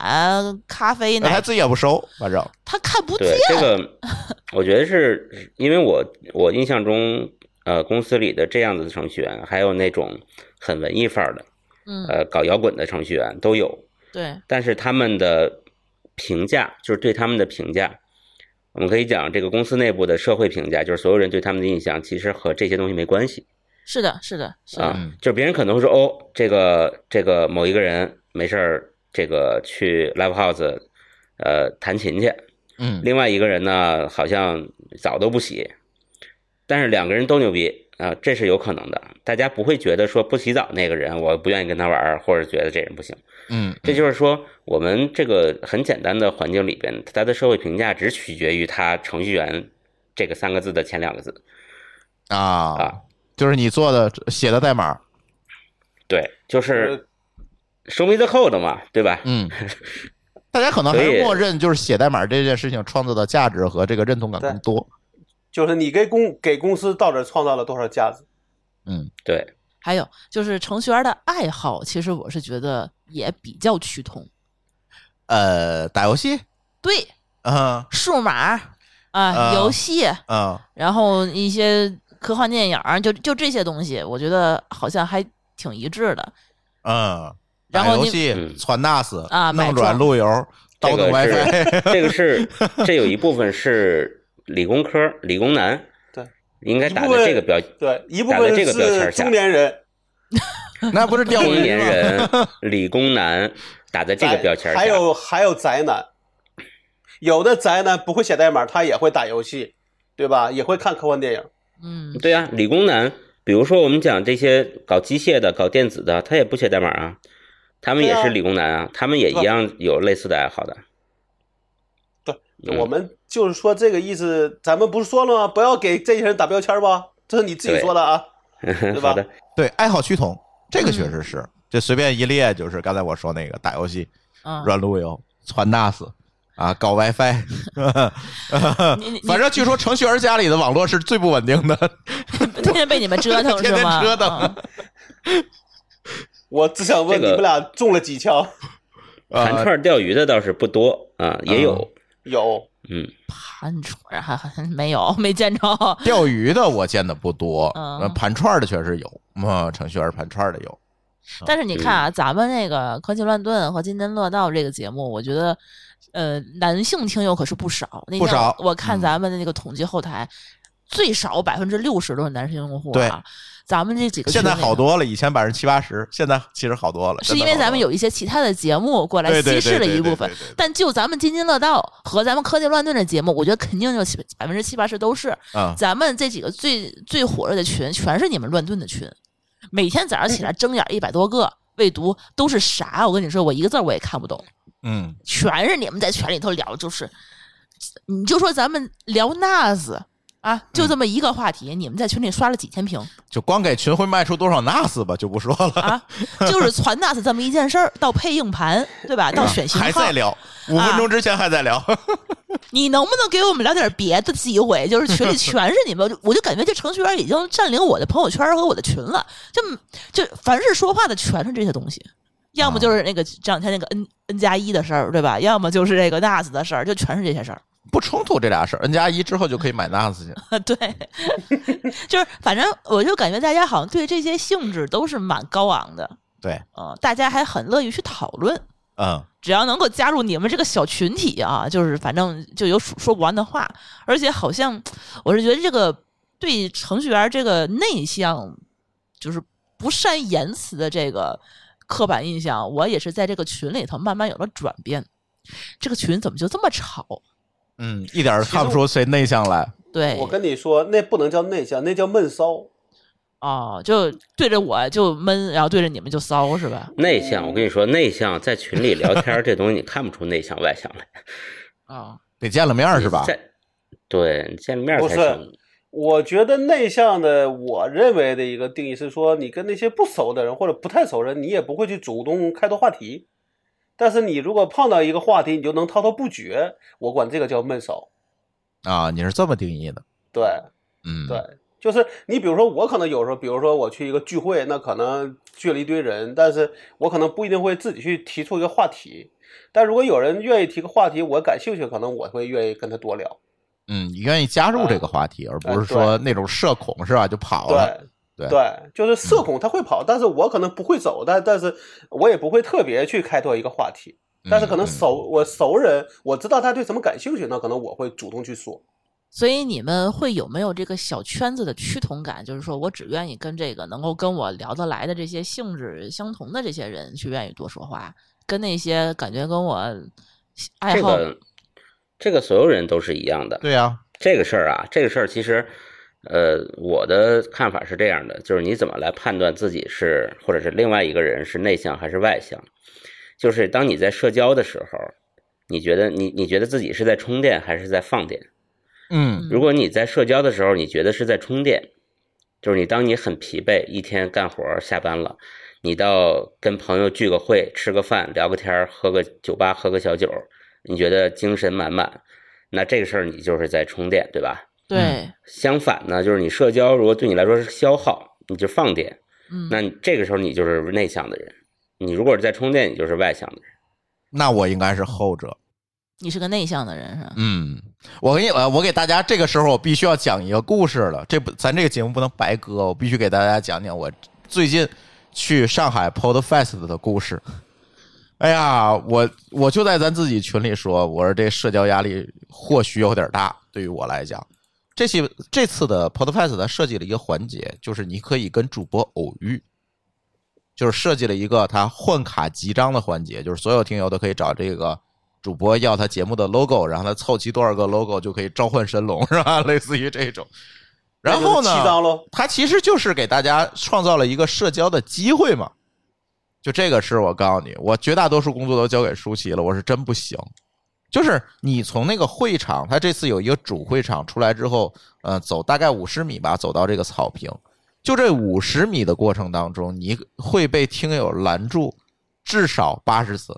[SPEAKER 4] 咖啡
[SPEAKER 1] 他
[SPEAKER 4] 奶，
[SPEAKER 1] 自己也不收，反正
[SPEAKER 4] 他看不见
[SPEAKER 2] 对。这
[SPEAKER 4] *laughs*
[SPEAKER 2] 个，我觉得是因为我我印象中，呃，公司里的这样子的程序员，还有那种很文艺范儿的，
[SPEAKER 4] 嗯，
[SPEAKER 2] 呃，搞摇滚的程序员都有，
[SPEAKER 4] 对，
[SPEAKER 2] 但是他们的评价，就是对他们的评价，我们可以讲这个公司内部的社会评价，就是所有人对他们的印象，其实和这些东西没关系
[SPEAKER 4] 是的，是的，是的，
[SPEAKER 2] 啊。就是别人可能会说，哦，这个这个某一个人没事儿，这个去 live house，呃，弹琴去。
[SPEAKER 1] 嗯
[SPEAKER 2] 另外一个人呢，好像澡都不洗，但是两个人都牛逼啊、这是有可能的。大家不会觉得说不洗澡那个人我不愿意跟他玩儿，或者觉得这人不行。
[SPEAKER 1] 嗯
[SPEAKER 2] 这就是说，我们这个很简单的环境里边，它的社会评价只取决于它程序员这个三个字的前两个字。
[SPEAKER 1] 啊
[SPEAKER 2] 啊，
[SPEAKER 1] 就是你做的写的代码，
[SPEAKER 2] 对，就是，show me the code 嘛，对吧？
[SPEAKER 1] 嗯， *laughs* 大家可能还
[SPEAKER 2] 所
[SPEAKER 1] 是
[SPEAKER 2] 以
[SPEAKER 1] 默认就是写代码这件事情创造的价值和这个认同感更多，
[SPEAKER 3] 就是你给公给公司到底创造了多少价值？
[SPEAKER 1] 嗯
[SPEAKER 2] 对，
[SPEAKER 4] 还有就是程序员的爱好，其实我是觉得也比较趋同。
[SPEAKER 1] 呃，打游戏，
[SPEAKER 4] 对，
[SPEAKER 1] 嗯
[SPEAKER 4] 数码啊，
[SPEAKER 1] 啊
[SPEAKER 4] 游戏，
[SPEAKER 1] 嗯
[SPEAKER 4] 然后一些科幻电影儿，就就这些东西，我觉得好像还挺一致的。
[SPEAKER 1] 嗯，打
[SPEAKER 4] 然后
[SPEAKER 1] 游
[SPEAKER 4] 你
[SPEAKER 1] 戏
[SPEAKER 2] 嗯
[SPEAKER 1] 传 NAS
[SPEAKER 4] 啊买
[SPEAKER 1] 弄软
[SPEAKER 4] 装
[SPEAKER 1] 路由，
[SPEAKER 2] 这
[SPEAKER 1] 盗弄
[SPEAKER 2] 个 *laughs*
[SPEAKER 1] WiFi，
[SPEAKER 2] 是这个是这有一部分是理工科理工男，
[SPEAKER 3] 对，
[SPEAKER 2] 应该打
[SPEAKER 3] 一部
[SPEAKER 2] 在
[SPEAKER 3] 分
[SPEAKER 2] 这个标
[SPEAKER 3] 对，一部
[SPEAKER 2] 打在
[SPEAKER 3] 分
[SPEAKER 2] 这个标签
[SPEAKER 3] 是
[SPEAKER 2] 儿下
[SPEAKER 3] 中年人，
[SPEAKER 1] 那不是钓
[SPEAKER 2] 中
[SPEAKER 1] 鱼
[SPEAKER 2] 年
[SPEAKER 1] 吗？
[SPEAKER 2] 人理工
[SPEAKER 3] *laughs*
[SPEAKER 2] 男打在这个
[SPEAKER 3] 宅
[SPEAKER 2] 标签儿下，
[SPEAKER 3] 哎还有还有宅男，有的宅男不会写代码，他也会打游戏，对吧？也会看科幻电影。
[SPEAKER 4] 嗯，
[SPEAKER 2] 对呀、理工男，比如说我们讲这些搞机械的、搞电子的，他也不写代码啊，他们也
[SPEAKER 3] 对啊
[SPEAKER 2] 是理工男啊，他们也一样有类似的爱好的。 *laughs*
[SPEAKER 3] 对
[SPEAKER 2] 嗯，
[SPEAKER 3] 我们就是说这个意思，咱们不是说了吗？不要给这些人打标签儿吧，这是你自己
[SPEAKER 2] 对
[SPEAKER 3] 说的啊。对吧
[SPEAKER 2] 好的，
[SPEAKER 1] 对，爱好趋同，这个
[SPEAKER 4] 嗯
[SPEAKER 1] 确实是，这随便一列就是刚才我说那个打游戏、
[SPEAKER 4] 嗯，
[SPEAKER 1] 软路由、传 NAS 啊，搞 WiFi，
[SPEAKER 4] *laughs*
[SPEAKER 1] *laughs*
[SPEAKER 4] 你你
[SPEAKER 1] 反正据说程序员家里的网络是最不稳定的。
[SPEAKER 4] 天天被你们折腾
[SPEAKER 1] *laughs* 天天
[SPEAKER 4] 是吗？
[SPEAKER 1] 折腾
[SPEAKER 4] 嗯
[SPEAKER 3] 我只想问
[SPEAKER 2] 这个
[SPEAKER 3] 你们俩中了几枪？
[SPEAKER 2] 盘
[SPEAKER 1] 呃，
[SPEAKER 2] 串儿钓鱼的倒是不多啊，也有，
[SPEAKER 3] 有，
[SPEAKER 2] 嗯，
[SPEAKER 4] 盘串还还 *laughs* 没有没见 *laughs* 着，
[SPEAKER 1] 钓鱼的我见的不多，
[SPEAKER 4] 嗯
[SPEAKER 1] 呃盘串儿的确实有，嗯，程序员盘串儿的有，
[SPEAKER 4] 但是你看啊，咱们那个《科技乱炖》和《津津乐道》这个节目，我觉得，呃，男性听友可是不少。那天
[SPEAKER 1] 不少
[SPEAKER 4] 我看
[SPEAKER 1] 嗯
[SPEAKER 4] 咱们的那个统计后台，最少百分之六十都是男性用户、啊。
[SPEAKER 1] 对，
[SPEAKER 4] 咱们这几个
[SPEAKER 1] 现在
[SPEAKER 4] 群里
[SPEAKER 1] 好多了，以前百分之七八十，现在其实好多了，
[SPEAKER 4] 是因为咱们有一些其他的节目过来稀释了一部分
[SPEAKER 1] 对对对对对对对。
[SPEAKER 4] 但就咱们津津乐道和咱们科技乱炖的节目，我觉得肯定就七百分之七八十都是。
[SPEAKER 1] 啊、嗯，
[SPEAKER 4] 咱们这几个最最火热的群，全是你们乱炖的群，每天早上起来睁眼一百多个，未读都是啥？我跟你说，我一个字儿我也看不懂，
[SPEAKER 1] 嗯，
[SPEAKER 4] 全是你们在群里头聊，就是你就说咱们聊 NAS
[SPEAKER 1] 嗯
[SPEAKER 4] 啊，就这么一个话题，你们在群里刷了几千屏 *laughs*
[SPEAKER 1] 就光给群会卖出多少 NAS 吧，就不说了，
[SPEAKER 4] 啊？就是传 NAS 这么一件事儿，到配硬盘对吧？到选型
[SPEAKER 1] *laughs* 啊还
[SPEAKER 4] 号
[SPEAKER 1] 在，聊，五分
[SPEAKER 4] 啊
[SPEAKER 1] 钟之前还在
[SPEAKER 4] *laughs*
[SPEAKER 1] 聊，
[SPEAKER 4] 你能不能给我们聊点别的机会？就是群里全是你们，我就我就感觉这程序员已经占领我的朋友圈和我的群了。就就凡是说话的全是这些东西，要么就是那个这两天那个 N N 加一的事儿，对吧？要么就是这个 NAS 的事儿，就全是这些事儿。 *laughs*
[SPEAKER 1] 不冲突这俩事儿，N 加一之后就可以买 NAS 去，
[SPEAKER 4] 对，就是反正我就感觉大家好像对这些性质都是蛮高昂的，
[SPEAKER 1] 对，
[SPEAKER 4] 嗯、大家还很乐于去讨论。
[SPEAKER 1] 嗯，
[SPEAKER 4] 只要能够加入你们这个小群体啊，就是反正就有说说不完的话，而且好像我是觉得这个对程序员这个内向，就是不善言辞的这个刻板印象，我也是在这个群里头慢慢有了转变。这个群怎么就这么吵？
[SPEAKER 1] 嗯，一点儿看不出谁内向来。
[SPEAKER 4] 对
[SPEAKER 3] 我，跟你说，那不能叫内向，那叫闷骚。
[SPEAKER 4] 哦，就对着我就闷，然后对着你们就骚，是吧？
[SPEAKER 2] 内向。我跟你说，内向在群里聊天儿这东西，你看不出内向外向来，
[SPEAKER 4] 啊、
[SPEAKER 1] 得见了面 *laughs* 儿是吧？
[SPEAKER 2] 在对，你见面儿
[SPEAKER 3] 不
[SPEAKER 2] 才
[SPEAKER 3] 是
[SPEAKER 2] 行。
[SPEAKER 3] 我觉得内向的，我认为的一个定义是说，你跟那些不熟的人或者不太熟人，你也不会去主动开拓话题。但是你如果碰到一个话题，你就能滔滔不绝，我管这个叫闷骚。
[SPEAKER 1] 啊，你是这么定义的？
[SPEAKER 3] 对
[SPEAKER 1] 嗯，
[SPEAKER 3] 对，就是你比如说我可能有时候，比如说我去一个聚会，那可能聚了一堆人，但是我可能不一定会自己去提出一个话题。但如果有人愿意提个话题，我感兴趣，可能我会愿意跟他多聊。
[SPEAKER 1] 嗯，你愿意加入这个话题，而不是说那种社恐是吧？就跑了。
[SPEAKER 3] 哎对
[SPEAKER 1] 对嗯
[SPEAKER 3] 就是社恐他会跑，但是我可能不会走，但但是我也不会特别去开拓一个话题。但是可能
[SPEAKER 1] 嗯嗯
[SPEAKER 3] 熟我熟人，我知道他对什么感兴趣，那可能我会主动去说。
[SPEAKER 4] 所以你们会有没有这个小圈子的趋同感？就是说我只愿意跟这个能够跟我聊得来的这些性质相同的这些人去愿意多说话，跟那些感觉跟我爱
[SPEAKER 2] 这
[SPEAKER 4] 好
[SPEAKER 2] 个这个所有人都是一样的。
[SPEAKER 1] 对呀，
[SPEAKER 2] 这个事儿啊，这个事儿其实，呃，我的看法是这样的，就是你怎么来判断自己是或者是另外一个人是内向还是外向？就是当你在社交的时候，你觉得你你觉得自己是在充电还是在放电？
[SPEAKER 1] 嗯
[SPEAKER 2] 如果你在社交的时候，你觉得是在充电，就是你当你很疲惫，一天干活儿下班了，你到跟朋友聚个会、吃个饭、聊个天儿、喝个酒吧、喝个小酒儿，你觉得精神满满，那这个事儿你就是在充电，对吧？
[SPEAKER 4] 对，
[SPEAKER 2] 相反呢，就是你社交如果对你来说是消耗，你就放电，
[SPEAKER 4] 嗯，
[SPEAKER 2] 那你这个时候你就是内向的人；你如果是在充电，你就是外向的人。
[SPEAKER 1] 那我应该是后者。
[SPEAKER 4] 你是个内向的人是吧？
[SPEAKER 2] *laughs*
[SPEAKER 1] 嗯，我给你，呃我给大家这个时候我必须要讲一个故事了。这不，咱这个节目不能白搁，我必须给大家讲讲我最近去上海 Podfest 的故事。哎呀，我我就在咱自己群里说，我说这社交压力或许有点大，对于我来讲，这些这次的 Podfest 它设计了一个环节，就是你可以跟主播偶遇。就是设计了一个它换卡集章的环节，就是所有听友都可以找这个主播要他节目的 logo，然后他凑齐多少个 logo 就可以召唤神龙， *laughs* 是吧？类似于这种。然后
[SPEAKER 3] 那就是七
[SPEAKER 1] 呢，
[SPEAKER 3] 张喽，
[SPEAKER 1] 它其实就是给大家创造了一个社交的机会嘛。就这个事，我告诉你，我绝大多数工作都交给舒淇了，我是真不行。就是你从那个会场，他这次有一个主会场出来之后，呃，走大概五十米吧，走到这个草坪，就这五十米的过程当中，你会被听友拦住至少八十次，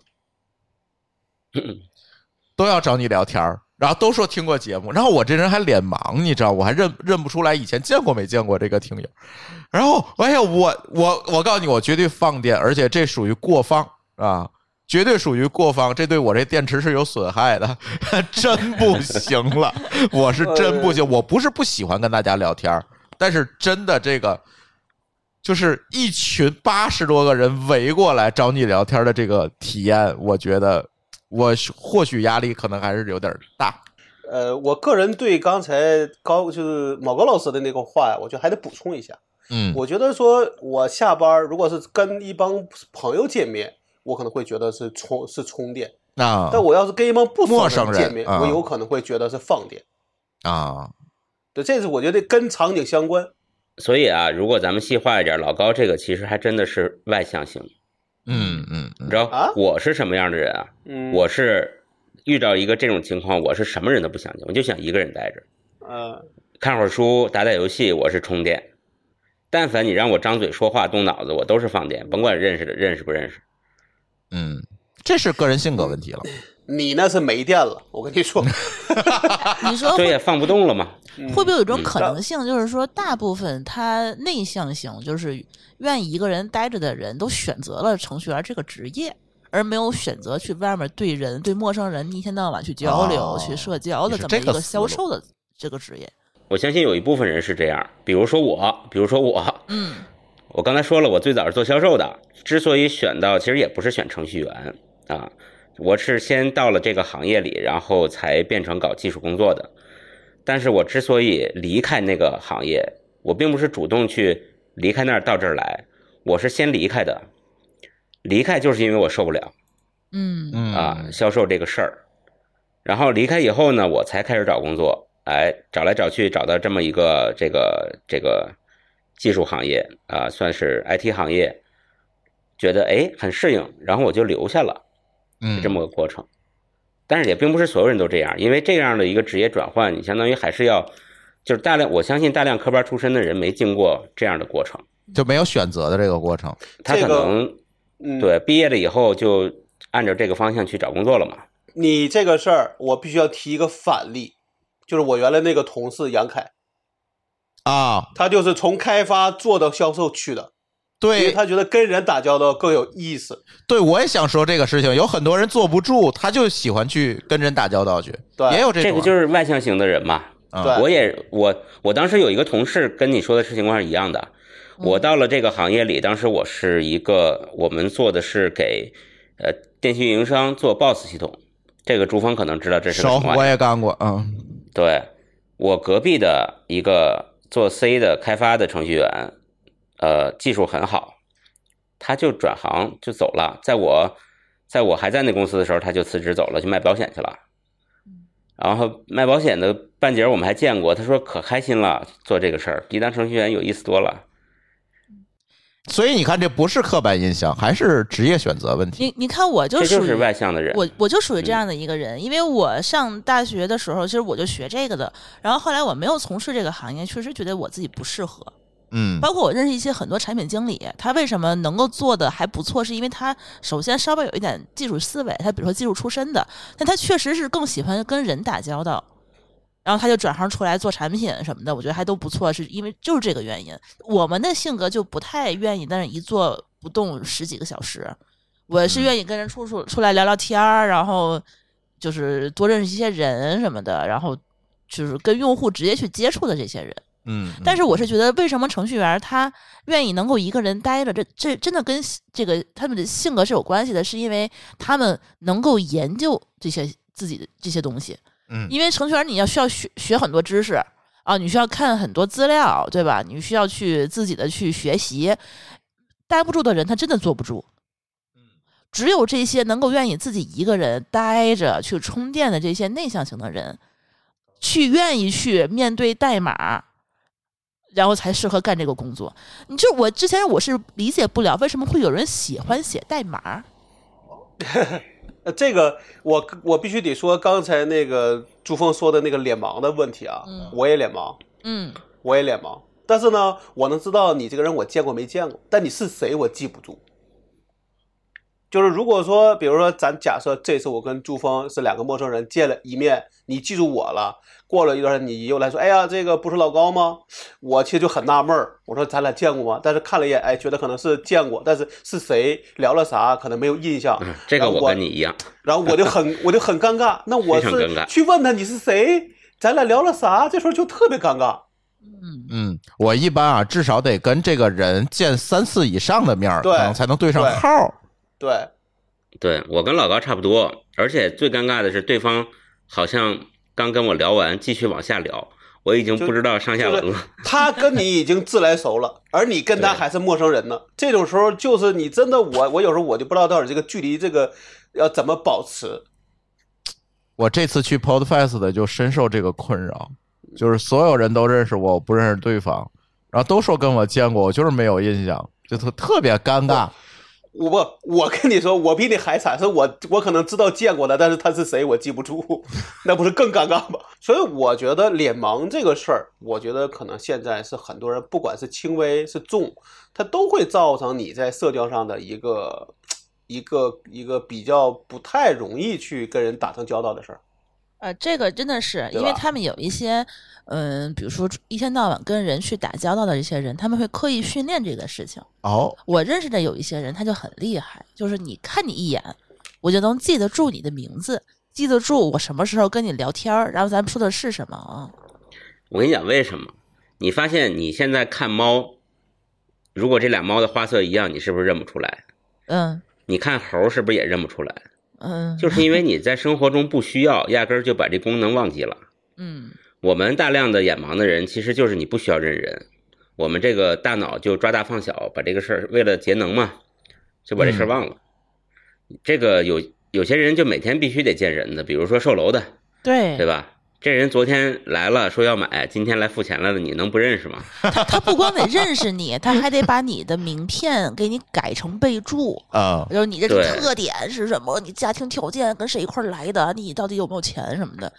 [SPEAKER 1] 都要找你聊天儿，然后都说听过节目，然后我这人还脸盲，你知道，我还认认不出来以前见过没见过这个听友，然后哎呀，我我我告诉你，我绝对放电，而且这属于过放啊。绝对属于过放，这对我这电池是有损害的， *laughs* 真不行了，我是真不行，我不是不喜欢跟大家聊天儿，但是真的这个就是一群八十多个人围过来找你聊天的这个体验，我觉得我或许压力可能还是有点大。
[SPEAKER 3] 呃，我个人对刚才高就是某高老师的那个话呀，我觉得还得补充一下。
[SPEAKER 1] 嗯
[SPEAKER 3] 我觉得说，我下班儿如果是跟一帮朋友见面，我可能会觉得是充是充电；
[SPEAKER 1] 啊
[SPEAKER 3] 但我要是跟一帮不
[SPEAKER 1] 陌
[SPEAKER 3] 熟
[SPEAKER 1] 生人
[SPEAKER 3] 见面，
[SPEAKER 1] 啊
[SPEAKER 3] 我有可能会觉得是放电。
[SPEAKER 1] 啊，
[SPEAKER 3] 对，这是我觉得跟场景相关。
[SPEAKER 2] 所以啊，如果咱们细化一点，老高这个其实还真的是外向型。
[SPEAKER 1] 嗯嗯嗯
[SPEAKER 2] 你知道
[SPEAKER 3] 啊
[SPEAKER 2] 我是什么样的人啊？
[SPEAKER 3] 嗯，
[SPEAKER 2] 我是遇到一个这种情况，我是什么人都不想见，我就想一个人待着，
[SPEAKER 3] 呃，
[SPEAKER 2] 看会儿书，打打游戏，我是充电。但凡你让我张嘴说话、动脑子，我都是放电，甭管认识的认识不认识。
[SPEAKER 1] 嗯，这是个人性格问题了。
[SPEAKER 3] 你那是没电了，我跟你说，
[SPEAKER 4] 你说
[SPEAKER 2] 对呀，放不动了嘛。
[SPEAKER 3] 嗯
[SPEAKER 4] 会不会有一种可
[SPEAKER 3] 嗯
[SPEAKER 4] 能性，就是说，大部分他内向型，就是愿意一个人待着的人，都选择了程序员这个职业，而没有选择去外面对人、对陌生人一天到晚去交流、
[SPEAKER 1] 哦
[SPEAKER 4] 去社交的
[SPEAKER 1] 你是这
[SPEAKER 4] 这么一
[SPEAKER 1] 个
[SPEAKER 4] 个
[SPEAKER 1] 思
[SPEAKER 4] 销
[SPEAKER 1] 路
[SPEAKER 4] 售的这个职业？
[SPEAKER 2] 我相信有一部分人是这样，比如说我，比如说我， *laughs*
[SPEAKER 4] 嗯，
[SPEAKER 2] 我刚才说了，我最早是做销售的，之所以选到，其实也不是选程序员啊，我是先到了这个行业里，然后才变成搞技术工作的。但是我之所以离开那个行业，我并不是主动去离开那儿到这儿来，我是先离开的。离开就是因为我受不了
[SPEAKER 4] 嗯
[SPEAKER 1] 嗯
[SPEAKER 2] 啊，销售这个事儿。然后离开以后呢，我才开始找工作，哎，找来找去找到这么一个这个这个技术行业啊，算是 IT 行业，觉得哎很适应，然后我就留下了，
[SPEAKER 1] 嗯
[SPEAKER 2] 是这么个过程。但是也并不是所有人都这样，因为这样的一个职业转换，你相当于还是要，就是大量，我相信大量科班出身的人没经过这样的过程，
[SPEAKER 1] 就没有选择的这个过程。
[SPEAKER 2] 他
[SPEAKER 3] 这
[SPEAKER 2] 可
[SPEAKER 3] 个
[SPEAKER 2] 能
[SPEAKER 3] 嗯，，
[SPEAKER 2] 对毕业了以后就按照这个方向去找工作了嘛。
[SPEAKER 3] 你这个事儿，我必须要提一个反例，就是我原来那个同事杨凯，
[SPEAKER 1] 啊，
[SPEAKER 3] 他就是从开发做到销售去的，因为
[SPEAKER 1] 对
[SPEAKER 3] 他觉得跟人打交道更有意思。
[SPEAKER 1] 对，我也想说这个事情，有很多人坐不住，他就喜欢去跟人打交道去，
[SPEAKER 3] 对
[SPEAKER 1] 也有这
[SPEAKER 2] 这
[SPEAKER 1] 种
[SPEAKER 2] 个就是外向型的人嘛。
[SPEAKER 1] 啊
[SPEAKER 3] 对
[SPEAKER 2] 我也我我当时有一个同事跟你说的事情况是一样的。
[SPEAKER 1] 嗯
[SPEAKER 2] 我到了这个行业里，当时我是一个我们做的是给呃电信运营商做 BOSS 系统，这个朱峰可能知道这是个
[SPEAKER 1] 熟
[SPEAKER 2] 什么，
[SPEAKER 1] 我
[SPEAKER 2] 玩意。
[SPEAKER 1] 也干过啊，
[SPEAKER 2] 对我隔壁的一个做 C 的开发的程序员，呃，技术很好，他就转行就走了。在我在我还在那公司的时候，他就辞职走了，去卖保险去了。
[SPEAKER 4] 嗯
[SPEAKER 2] 然后卖保险的半截儿我们还见过，他说可开心了，做这个事儿比当程序员有意思多了。
[SPEAKER 1] 所以你看，这不是刻板印象，还是职业选择问题。
[SPEAKER 4] 你你看，我就
[SPEAKER 2] 这
[SPEAKER 4] 属
[SPEAKER 2] 就
[SPEAKER 4] 于
[SPEAKER 2] 是外向的人，
[SPEAKER 4] 我我就属于这样的一个人，因为我上大学的时候，其实我就学这个的，然后后来我没有从事这个行业，确实觉得我自己不适合。
[SPEAKER 1] 嗯，
[SPEAKER 4] 包括我认识一些很多产品经理，他为什么能够做的还不错，是因为他首先稍微有一点技术思维，他比如说技术出身的，但他确实是更喜欢跟人打交道，然后他就转行出来做产品什么的，我觉得还都不错，是因为就是这个原因。我们的性格就不太愿意，但是一坐不动十几个小时，我是愿意跟人出出出来聊聊天儿，然后就是多认识一些人什么的，然后就是跟用户直接去接触的这些人。
[SPEAKER 1] 嗯，
[SPEAKER 4] 但是我是觉得，为什么程序员他愿意能够一个人待着，这这真的跟性这个他们的性格是有关系的，是因为他们能够研究这些自己的这些东西。
[SPEAKER 1] 嗯
[SPEAKER 4] 因为程序员你要需要学学很多知识啊，你需要看很多资料，对吧？你需要去自己的去学习。待不住的人，他真的坐不住。只有这些能够愿意自己一个人待着去充电的这些内向型的人，去愿意去面对代码，然后才适合干这个工作。你就我之前我是理解不了为什么会有人喜欢写代码，
[SPEAKER 3] 呃，这个我我必须得说，刚才那个朱峰说的那个脸盲的问题啊，
[SPEAKER 4] 嗯
[SPEAKER 3] 我也脸盲，
[SPEAKER 4] 嗯，
[SPEAKER 3] 我也脸盲。啊但是呢，我能知道你这个人我见过没见过，但你是谁我记不住。就是如果说，比如说咱假设这次我跟朱峰是两个陌生人见了一面，你记住我了，过了一段时间你又来说，哎呀，这个不是老高吗？我其实就很纳闷儿，我说咱俩见过吗？但是看了一眼，哎，觉得可能是见过，但是是谁聊了啥，可能没有印象。
[SPEAKER 2] 嗯这个
[SPEAKER 3] 然后
[SPEAKER 2] 我跟你一样，
[SPEAKER 3] 然后我就很我就很尴尬，那我
[SPEAKER 2] 非常尴
[SPEAKER 3] 是
[SPEAKER 2] 尬
[SPEAKER 3] 去问他你是谁，咱俩聊了啥，这时候就特别尴尬。
[SPEAKER 1] 嗯，我一般啊，至少得跟这个人见三次以上的面儿，
[SPEAKER 3] 对
[SPEAKER 1] 可能才能对上
[SPEAKER 3] 对
[SPEAKER 1] 号儿。
[SPEAKER 3] 对，
[SPEAKER 2] 对我跟老高差不多，而且最尴尬的是，对方好像刚跟我聊完，继续往下聊，我已经不知道上下文
[SPEAKER 3] 就
[SPEAKER 2] 了。 *laughs*
[SPEAKER 3] 他跟你已经自来熟了，而你跟他
[SPEAKER 2] 对
[SPEAKER 3] 还是陌生人呢。这种时候就是你真的我我有时候我就不知道到底这个距离这个要怎么保持。
[SPEAKER 1] 我这次去 Podfest 的就深受这个困扰，就是所有人都认识我，我不认识对方，然后都说跟我见过，我就是没有印象，就特特别尴尬。
[SPEAKER 3] 我不，我跟你说，我比你还惨，是我我可能知道见过他，但是他是谁我记不住， *laughs* 那不是更尴尬吗？所以我觉得脸盲这个事儿，我觉得可能现在是很多人，不管是轻微是重，它都会造成你在社交上的一个一个一个比较不太容易去跟人打成交道的事儿。
[SPEAKER 4] 呃，这个真的是，
[SPEAKER 3] 对
[SPEAKER 4] 因为
[SPEAKER 3] 吧
[SPEAKER 4] 他们有一些，嗯，比如说一天到晚跟人去打交道的这些人，他们会刻意训练这个事情。
[SPEAKER 1] 哦，
[SPEAKER 4] 我认识的有一些人，他就很厉害，就是你看你一眼，我就能记得住你的名字，记得住我什么时候跟你聊天儿，然后咱们说的是什么啊？
[SPEAKER 2] 我跟你讲为什么？你发现你现在看猫，如果这俩猫的花色一样，你是不是认不出来？
[SPEAKER 4] 嗯
[SPEAKER 2] 你看猴是不是也认不出来？
[SPEAKER 4] 嗯，
[SPEAKER 2] 就是因为你在生活中不需要，压根儿就把这功能忘记了。
[SPEAKER 4] 嗯
[SPEAKER 2] 我们大量的眼盲的人，其实就是你不需要认人，我们这个大脑就抓大放小，把这个事儿为了节能嘛，就把这
[SPEAKER 4] 嗯
[SPEAKER 2] 事儿忘了。这个有有些人就每天必须得见人的，比如说售楼的，
[SPEAKER 4] 对
[SPEAKER 2] 对吧？这人昨天来了说要买，今天来付钱来了，你能不认识吗？
[SPEAKER 4] 他不光得认识你，他还得把你的名片给你改成备注，
[SPEAKER 1] 啊、
[SPEAKER 4] 就是你这个
[SPEAKER 2] 对
[SPEAKER 4] 特点是什么，你家庭条件跟谁一块儿来的，你到底有没有钱什么的。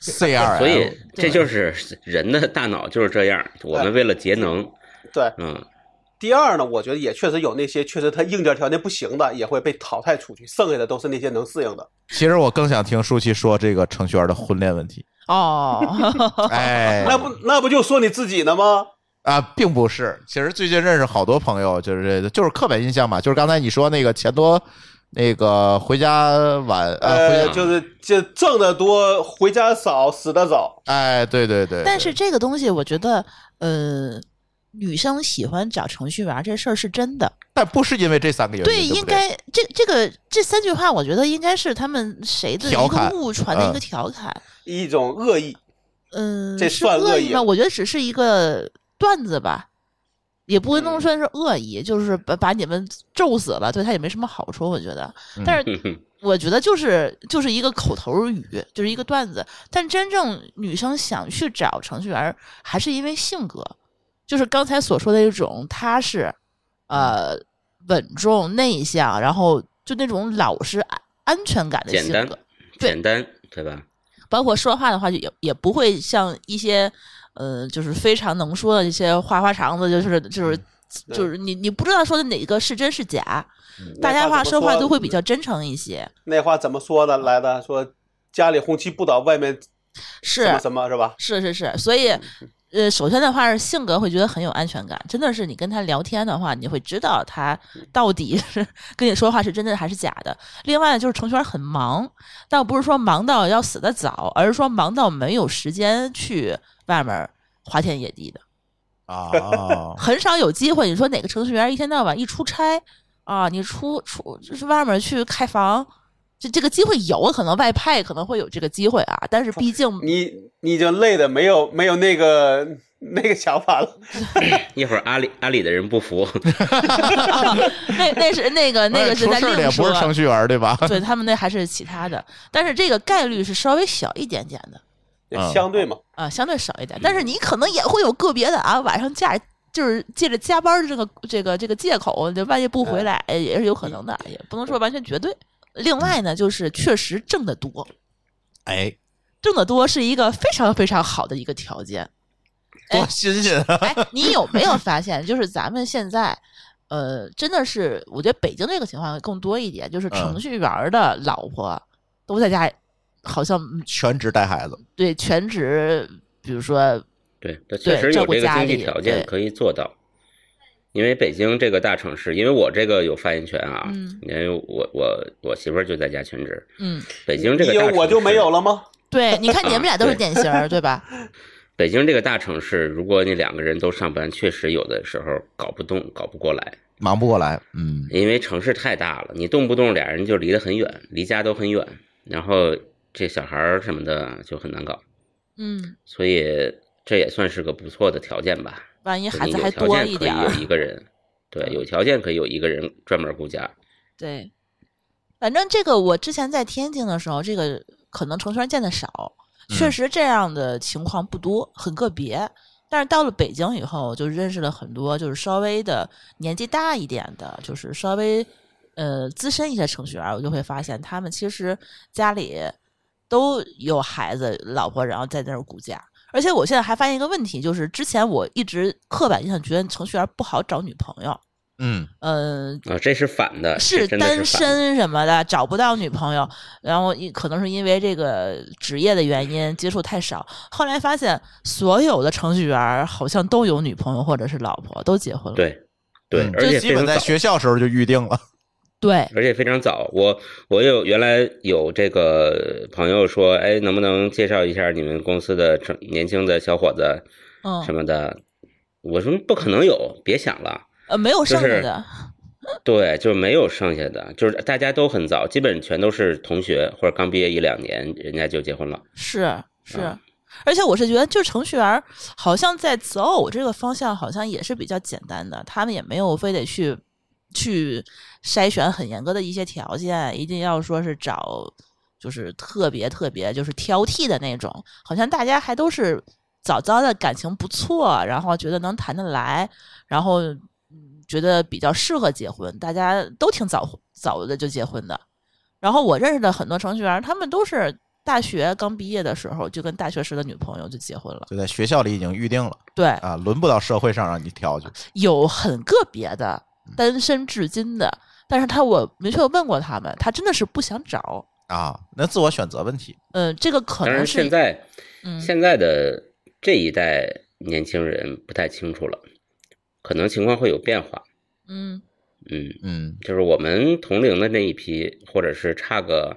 [SPEAKER 1] c R，
[SPEAKER 2] 所以
[SPEAKER 4] 啊对
[SPEAKER 2] 这就是人的大脑就是这样，我们为了节能，
[SPEAKER 3] 对，
[SPEAKER 2] 嗯，
[SPEAKER 3] 第二呢，我觉得也确实有那些确实他硬件条件不行的，也会被淘汰出去，剩下的都是那些能适应的。
[SPEAKER 1] 其实我更想听舒淇说这个程序员的婚恋问题。 *laughs*
[SPEAKER 4] 哦，
[SPEAKER 1] 哎，
[SPEAKER 3] 那不那不就说你自己呢吗？
[SPEAKER 1] 啊，并不是。其实最近认识好多朋友，就是就是刻板印象嘛，就是刚才你说那个钱多，那个回家晚，呃，回
[SPEAKER 3] 呃，
[SPEAKER 1] 家
[SPEAKER 3] 就是就挣得多，回家少，死得早。
[SPEAKER 1] 哎，对对对。
[SPEAKER 4] 但是这个东西，我觉得，呃，女生喜欢找程序员这事儿是真的。
[SPEAKER 1] 但不是因为这三个原因，对不对，
[SPEAKER 4] 应该这这个这三句话，我觉得应该是他们谁的一
[SPEAKER 1] 调侃
[SPEAKER 4] 个误传的一个
[SPEAKER 1] 嗯
[SPEAKER 4] 调侃。
[SPEAKER 3] 一种恶意，
[SPEAKER 4] 嗯，
[SPEAKER 3] 这
[SPEAKER 4] 是
[SPEAKER 3] 算恶
[SPEAKER 4] 恶
[SPEAKER 3] 意
[SPEAKER 4] 吗？
[SPEAKER 3] 啊
[SPEAKER 4] 我觉得只是一个段子吧，也不会
[SPEAKER 1] 嗯
[SPEAKER 4] 弄出来是恶意，就是把把你们咒死了，对他也没什么好处，我觉得。但
[SPEAKER 1] 嗯
[SPEAKER 4] 是
[SPEAKER 2] 哼哼
[SPEAKER 4] 我觉得就是就是一个口头语，就是一个段子。但真正女生想去找程序员儿，还是因为性格，就是刚才所说的一种踏实，呃，稳重、内向，然后就那种老实、安安全感的
[SPEAKER 2] 简
[SPEAKER 4] 性
[SPEAKER 2] 单
[SPEAKER 4] 格。对
[SPEAKER 2] 简单，对吧？
[SPEAKER 4] 包括说话的话，也也不会像一些，呃，就是非常能说的一些花花肠子，就是就是
[SPEAKER 3] 嗯对嗯
[SPEAKER 4] 就是你你不知道说的哪个是真是假，嗯大家
[SPEAKER 3] 那
[SPEAKER 4] 话
[SPEAKER 3] 怎么
[SPEAKER 4] 说话
[SPEAKER 3] 说嗯
[SPEAKER 4] 都会比较真诚一些。
[SPEAKER 3] 那话怎么说的来的？说家里红旗不倒，外面什
[SPEAKER 4] 是
[SPEAKER 3] 么什么是吧？
[SPEAKER 4] 是是是，所
[SPEAKER 1] 嗯
[SPEAKER 4] 以，呃，首先的话是性格会觉得很有安全感，真的是你跟他聊天的话，你会知道他
[SPEAKER 1] 嗯
[SPEAKER 4] 到底是跟你说话是真的还是假的。另外就是程序员很忙，倒不是说忙到要死的早，而是说忙到没有时间去外面花天野地的。，
[SPEAKER 1] *laughs* 啊
[SPEAKER 4] 很少有机会。你说哪个程序员一天到晚一出差啊，你出出就是外面去开房，这这个机会有可能外派可能会有这个机会啊，但是毕竟
[SPEAKER 3] 你你已经累的没有没有那个那个想法了，
[SPEAKER 2] 一会儿阿里阿里的人不服，
[SPEAKER 4] 那那是那个
[SPEAKER 1] *laughs*
[SPEAKER 4] 那
[SPEAKER 1] 哎
[SPEAKER 4] 个是
[SPEAKER 1] 出
[SPEAKER 4] 在
[SPEAKER 1] 事儿的
[SPEAKER 4] 另
[SPEAKER 1] 也不
[SPEAKER 4] 说
[SPEAKER 1] 是，程序员对吧？
[SPEAKER 4] 对他们那还是其他的，但是这个概率是稍微小一点点的
[SPEAKER 3] 也
[SPEAKER 1] 嗯
[SPEAKER 3] 相对嘛。
[SPEAKER 4] 啊，相对少一点，但是你可能也会有个别的啊，晚上假。就是借着加班的这个这个这个借口，就万一不回来、哎也是有可能的，也不能说完全绝对。另外呢，就是确实挣得多，
[SPEAKER 1] *laughs* 哎，
[SPEAKER 4] 挣得多是一个非常非常好的一个条件。哎
[SPEAKER 1] 多新鲜啊！
[SPEAKER 4] 哎，你有没有发现，就是咱们现在，呃，真的是，我觉得北京这个情况更多一点，就是程序员儿的老婆都在家，好像
[SPEAKER 1] 全职带孩子，
[SPEAKER 4] 对全职，比如说，
[SPEAKER 2] 对，这确实
[SPEAKER 4] 照
[SPEAKER 2] 有
[SPEAKER 4] 顾
[SPEAKER 2] 这个
[SPEAKER 4] 家
[SPEAKER 2] 经济
[SPEAKER 4] 里
[SPEAKER 2] 条件
[SPEAKER 4] 对
[SPEAKER 2] 可以做到。因为北京这个大城市，因为我这个有发言权啊，
[SPEAKER 4] 嗯
[SPEAKER 2] 因为我我我媳妇儿就在家全职。
[SPEAKER 4] 嗯，
[SPEAKER 2] 北京这个
[SPEAKER 3] 你
[SPEAKER 2] 大
[SPEAKER 3] 有
[SPEAKER 2] 城市，
[SPEAKER 3] 我就没有了吗？
[SPEAKER 4] 对，你看你们俩都是典型儿，对吧？
[SPEAKER 2] 北京这个大城市，如果你两个人都上班，确实有的时候搞不动、搞不过来，
[SPEAKER 1] 忙不过来。嗯，
[SPEAKER 2] 因为城市太大了，你动不动俩人就离得很远，离家都很远，然后这小孩儿什么的就很难搞，
[SPEAKER 4] 嗯，
[SPEAKER 2] 所以这也算是个不错的条件吧。
[SPEAKER 4] 万一
[SPEAKER 2] 就
[SPEAKER 4] 孩
[SPEAKER 2] 你
[SPEAKER 4] 子
[SPEAKER 2] 有
[SPEAKER 4] 还
[SPEAKER 2] 条
[SPEAKER 4] 多
[SPEAKER 2] 件
[SPEAKER 4] 一
[SPEAKER 2] 可
[SPEAKER 4] 点
[SPEAKER 2] 以
[SPEAKER 4] 儿，嗯
[SPEAKER 2] 有一个人，对，有条件可以有一个人专门顾家。
[SPEAKER 4] 对，反正这个我之前在天津的时候，这个可能程序员见的少，确
[SPEAKER 1] 嗯
[SPEAKER 4] 实这样的情况不多，很个别。但是到了北京以后，就认识了很多就是稍微的年纪大一点的，就是稍微呃资深一些程序员，我就会发现他们其实家里都有孩子、老婆，然后在那儿顾家。而且我现在还发现一个问题，就是之前我一直刻板印象觉得程序员不好找女朋友，
[SPEAKER 1] 嗯，
[SPEAKER 4] 嗯、
[SPEAKER 2] 啊，这是反的，
[SPEAKER 4] 是
[SPEAKER 2] 这真的
[SPEAKER 4] 单
[SPEAKER 2] 是反的。
[SPEAKER 4] 身什么的，找不到女朋友，然后一可能是因为这个职业的原因接触太少。后来发现，所有的程序员儿好像都有女朋友或者是老婆，都结婚了。
[SPEAKER 2] 对，对，
[SPEAKER 1] 嗯
[SPEAKER 2] 而
[SPEAKER 4] 就
[SPEAKER 2] 且
[SPEAKER 1] 基
[SPEAKER 2] 非
[SPEAKER 1] 本
[SPEAKER 2] 常
[SPEAKER 1] 在
[SPEAKER 2] 早，
[SPEAKER 1] 学校时候就预定了。
[SPEAKER 4] 对
[SPEAKER 2] 而且非常早。我我有原来有这个朋友说，哎，能不能介绍一下你们公司的成年轻的小伙子什
[SPEAKER 4] 嗯，
[SPEAKER 2] 么的？我说不可能有，别想了。
[SPEAKER 4] 呃，没有剩下
[SPEAKER 2] 是
[SPEAKER 4] 的，
[SPEAKER 2] 对，就是没有剩下的，就是大家都很早，基本全都是同学或者刚毕业一两年，人家就结婚了。
[SPEAKER 4] 是是。
[SPEAKER 2] 嗯
[SPEAKER 4] 而且我是觉得，就程序员儿好像在择偶这个方向，好像也是比较简单的，他们也没有非得去去筛选很严格的一些条件，一定要说是找就是特别特别就是挑剔的那种，好像大家还都是早早的感情不错，然后觉得能谈得来，然后嗯觉得比较适合结婚，大家都挺早早的就结婚的。然后我认识的很多程序员，他们都是大学刚毕业的时候就跟大学时的女朋友就结婚了。
[SPEAKER 1] 就在学校里已经预定了
[SPEAKER 4] 对，
[SPEAKER 1] 啊，轮不到社会上让你挑去。
[SPEAKER 4] 有很个别的
[SPEAKER 2] 嗯
[SPEAKER 4] 单身至今的，但是他我明确问过他们，他真的是不想找。
[SPEAKER 1] 啊，那自我选择问题，
[SPEAKER 4] 嗯，这个可
[SPEAKER 2] 当
[SPEAKER 4] 能
[SPEAKER 2] 然，
[SPEAKER 4] 是
[SPEAKER 2] 现在
[SPEAKER 4] 嗯
[SPEAKER 2] 现在的这一代年轻人不太清楚了，可能情况会有变化。
[SPEAKER 4] 嗯
[SPEAKER 2] 嗯，
[SPEAKER 1] 嗯
[SPEAKER 2] 就是我们同龄的那一批，或者是差个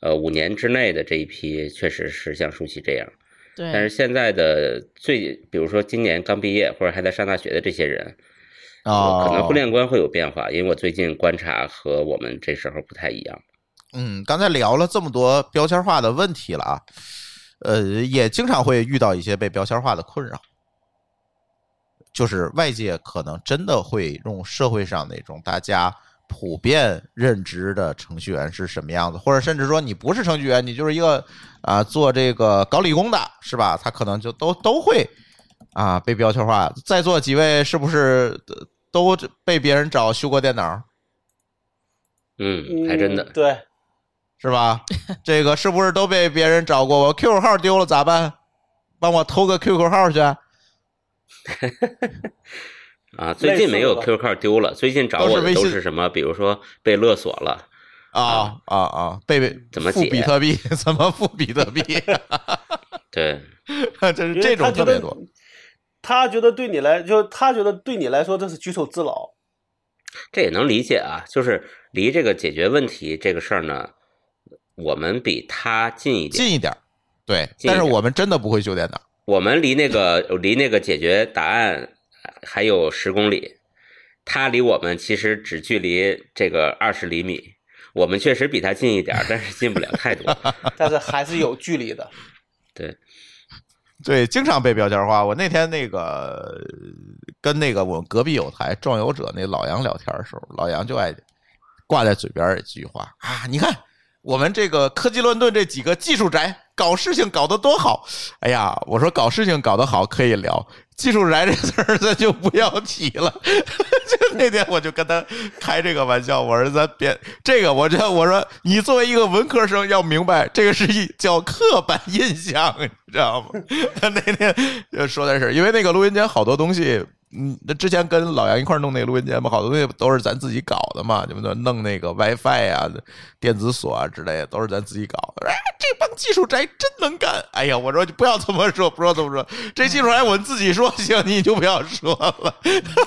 [SPEAKER 2] 呃五年之内的这一批，确实是像舒淇这样。
[SPEAKER 4] 对，
[SPEAKER 2] 但是现在的最，比如说今年刚毕业或者还在上大学的这些人，
[SPEAKER 1] 哦，
[SPEAKER 2] 可能婚恋观会有变化，因为我最近观察和我们这时候不太一样。
[SPEAKER 1] 嗯，刚才聊了这么多标签化的问题了啊，呃，也经常会遇到一些被标签化的困扰，就是外界可能真的会用社会上那种大家普遍认知的程序员是什么样子，或者甚至说你不是程序员，你就是一个啊、做这个搞理工的，是吧？他可能就都都会啊被标签化。在座几位是不是都都被别人找修过电脑？
[SPEAKER 2] 嗯，还真的
[SPEAKER 3] 嗯。对，
[SPEAKER 1] 是吧？这个是不是都被别人找过？我 QQ 号丢了咋办？帮我偷个 QQ 号去，
[SPEAKER 2] 啊，最近没有
[SPEAKER 3] 类似
[SPEAKER 2] QQ 号丢了，最近找
[SPEAKER 1] 都是
[SPEAKER 2] 我的
[SPEAKER 1] 微
[SPEAKER 2] 都
[SPEAKER 1] 信
[SPEAKER 2] 是什么？比如说被勒索了，
[SPEAKER 1] 啊啊啊！被
[SPEAKER 2] 怎么
[SPEAKER 1] 付
[SPEAKER 2] 解
[SPEAKER 1] 比特币？ *laughs* 怎么付比特币？ *laughs*
[SPEAKER 2] 对，
[SPEAKER 1] 这
[SPEAKER 3] 因为
[SPEAKER 1] 这
[SPEAKER 3] 他
[SPEAKER 1] 种
[SPEAKER 3] 觉
[SPEAKER 1] 特
[SPEAKER 3] 得
[SPEAKER 1] 别多。
[SPEAKER 3] 他觉得对你来，就他觉得对你来说这是举手之劳。
[SPEAKER 2] 这也能理解啊。就是离这个解决问题这个事儿呢，我们比他近一点，
[SPEAKER 1] 近一点，对。
[SPEAKER 2] 近一点
[SPEAKER 1] 但是我们真的不会修电脑，
[SPEAKER 2] 我们离那个离那个解决答案还有十公里，他离我们其实只距离这个二十厘米。我们确实比他近一点儿，但是近不了太
[SPEAKER 4] *laughs*
[SPEAKER 2] 多。
[SPEAKER 3] 但是还是有距离的。
[SPEAKER 2] 对，
[SPEAKER 1] 对，经常被标签化。我那天那个跟那个我们隔壁有台壮游者那老杨聊天的时候，老杨就爱挂在嘴边儿一句话啊，你看我们这个科技乱炖这几个技术宅搞事情搞得多好，哎呀，我说搞事情搞得好可以聊，技术宅这词儿咱就不要提了。 *laughs* 就那天我就跟他开这个玩笑，我说咱别这个，我觉得我说你作为一个文科生要明白，这个是一叫刻板印象，你知道吗？ *laughs* 那天就说的是，因为那个录音间好多东西。嗯，那之前跟老杨一块儿弄那个录音间嘛，好多东西都是咱自己搞的嘛，什么的弄那个 WiFi 啊、电子锁啊之类的，都是咱自己搞的。哎，这帮技术宅真能干！哎呀，我说就不要这么说，不要这么说，这技术宅我们自己说行，你就不要说了。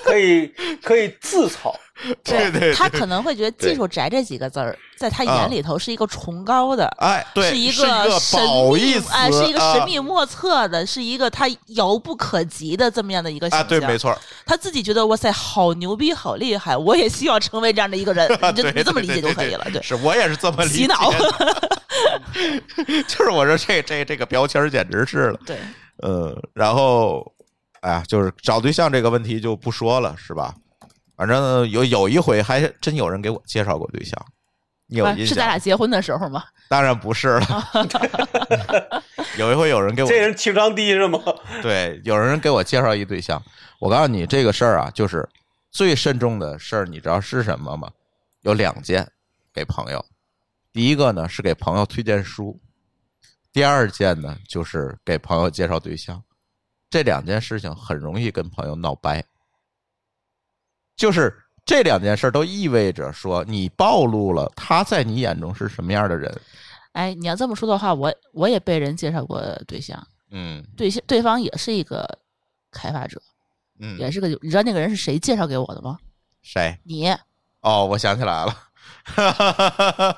[SPEAKER 3] 可以可以自嘲，
[SPEAKER 1] *laughs* 对对
[SPEAKER 4] 他可能会觉得“技术宅”这几个字儿，在他眼里头是一个崇高的，
[SPEAKER 1] 哎，对，
[SPEAKER 4] 是
[SPEAKER 1] 是
[SPEAKER 4] 一
[SPEAKER 1] 个
[SPEAKER 4] 神
[SPEAKER 1] 褒义
[SPEAKER 4] 秘
[SPEAKER 1] 词，
[SPEAKER 4] 哎，是一个神秘
[SPEAKER 1] 啊
[SPEAKER 4] 莫测的，是一个他遥不可及的这么样的一个形
[SPEAKER 1] 啊，
[SPEAKER 4] 象。
[SPEAKER 1] 对，没错，
[SPEAKER 4] 他自己觉得哇塞，好牛逼，好厉害，我也希望成为这样的一
[SPEAKER 1] *laughs*
[SPEAKER 4] 个人，你就
[SPEAKER 1] 啊对
[SPEAKER 4] 你这么理解就可以了。
[SPEAKER 1] 对对对
[SPEAKER 4] 对，
[SPEAKER 1] 是我也是这么理解 *laughs*
[SPEAKER 4] 洗脑， *laughs*
[SPEAKER 1] 就是我说这这这个标签儿简直是了，
[SPEAKER 4] 对，
[SPEAKER 1] 嗯，然后，哎呀，就是找对象这个问题就不说了，是吧？反正有有一回还真有人给我介绍过对象，你有
[SPEAKER 4] 啊
[SPEAKER 1] 印
[SPEAKER 4] 是咱
[SPEAKER 1] 象？
[SPEAKER 4] 俩结婚的时候吗？
[SPEAKER 1] 当然不是了，
[SPEAKER 4] 哦
[SPEAKER 1] *laughs* 有一回有人给我
[SPEAKER 3] 这人情商低是吗？ *laughs*
[SPEAKER 1] *laughs* 对，有人给我介绍一对象，我告诉你这个事儿啊，就是最慎重的事儿，你知道是什么吗？有两件给朋友，第一个呢是给朋友推荐书，第二件呢就是给朋友介绍对象，这两件事情很容易跟朋友闹掰，就是。这两件事儿都意味着说，你暴露了他在你眼中是什么样的人。
[SPEAKER 4] 哎，你要这么说的话，我我也被人介绍过对象，
[SPEAKER 1] 嗯
[SPEAKER 4] 对象对方也是一个开发者，
[SPEAKER 1] 嗯，
[SPEAKER 4] 也是个，你知道那个人是谁介绍给我的吗？
[SPEAKER 1] 谁？
[SPEAKER 4] 你
[SPEAKER 1] 哦，我想起来了，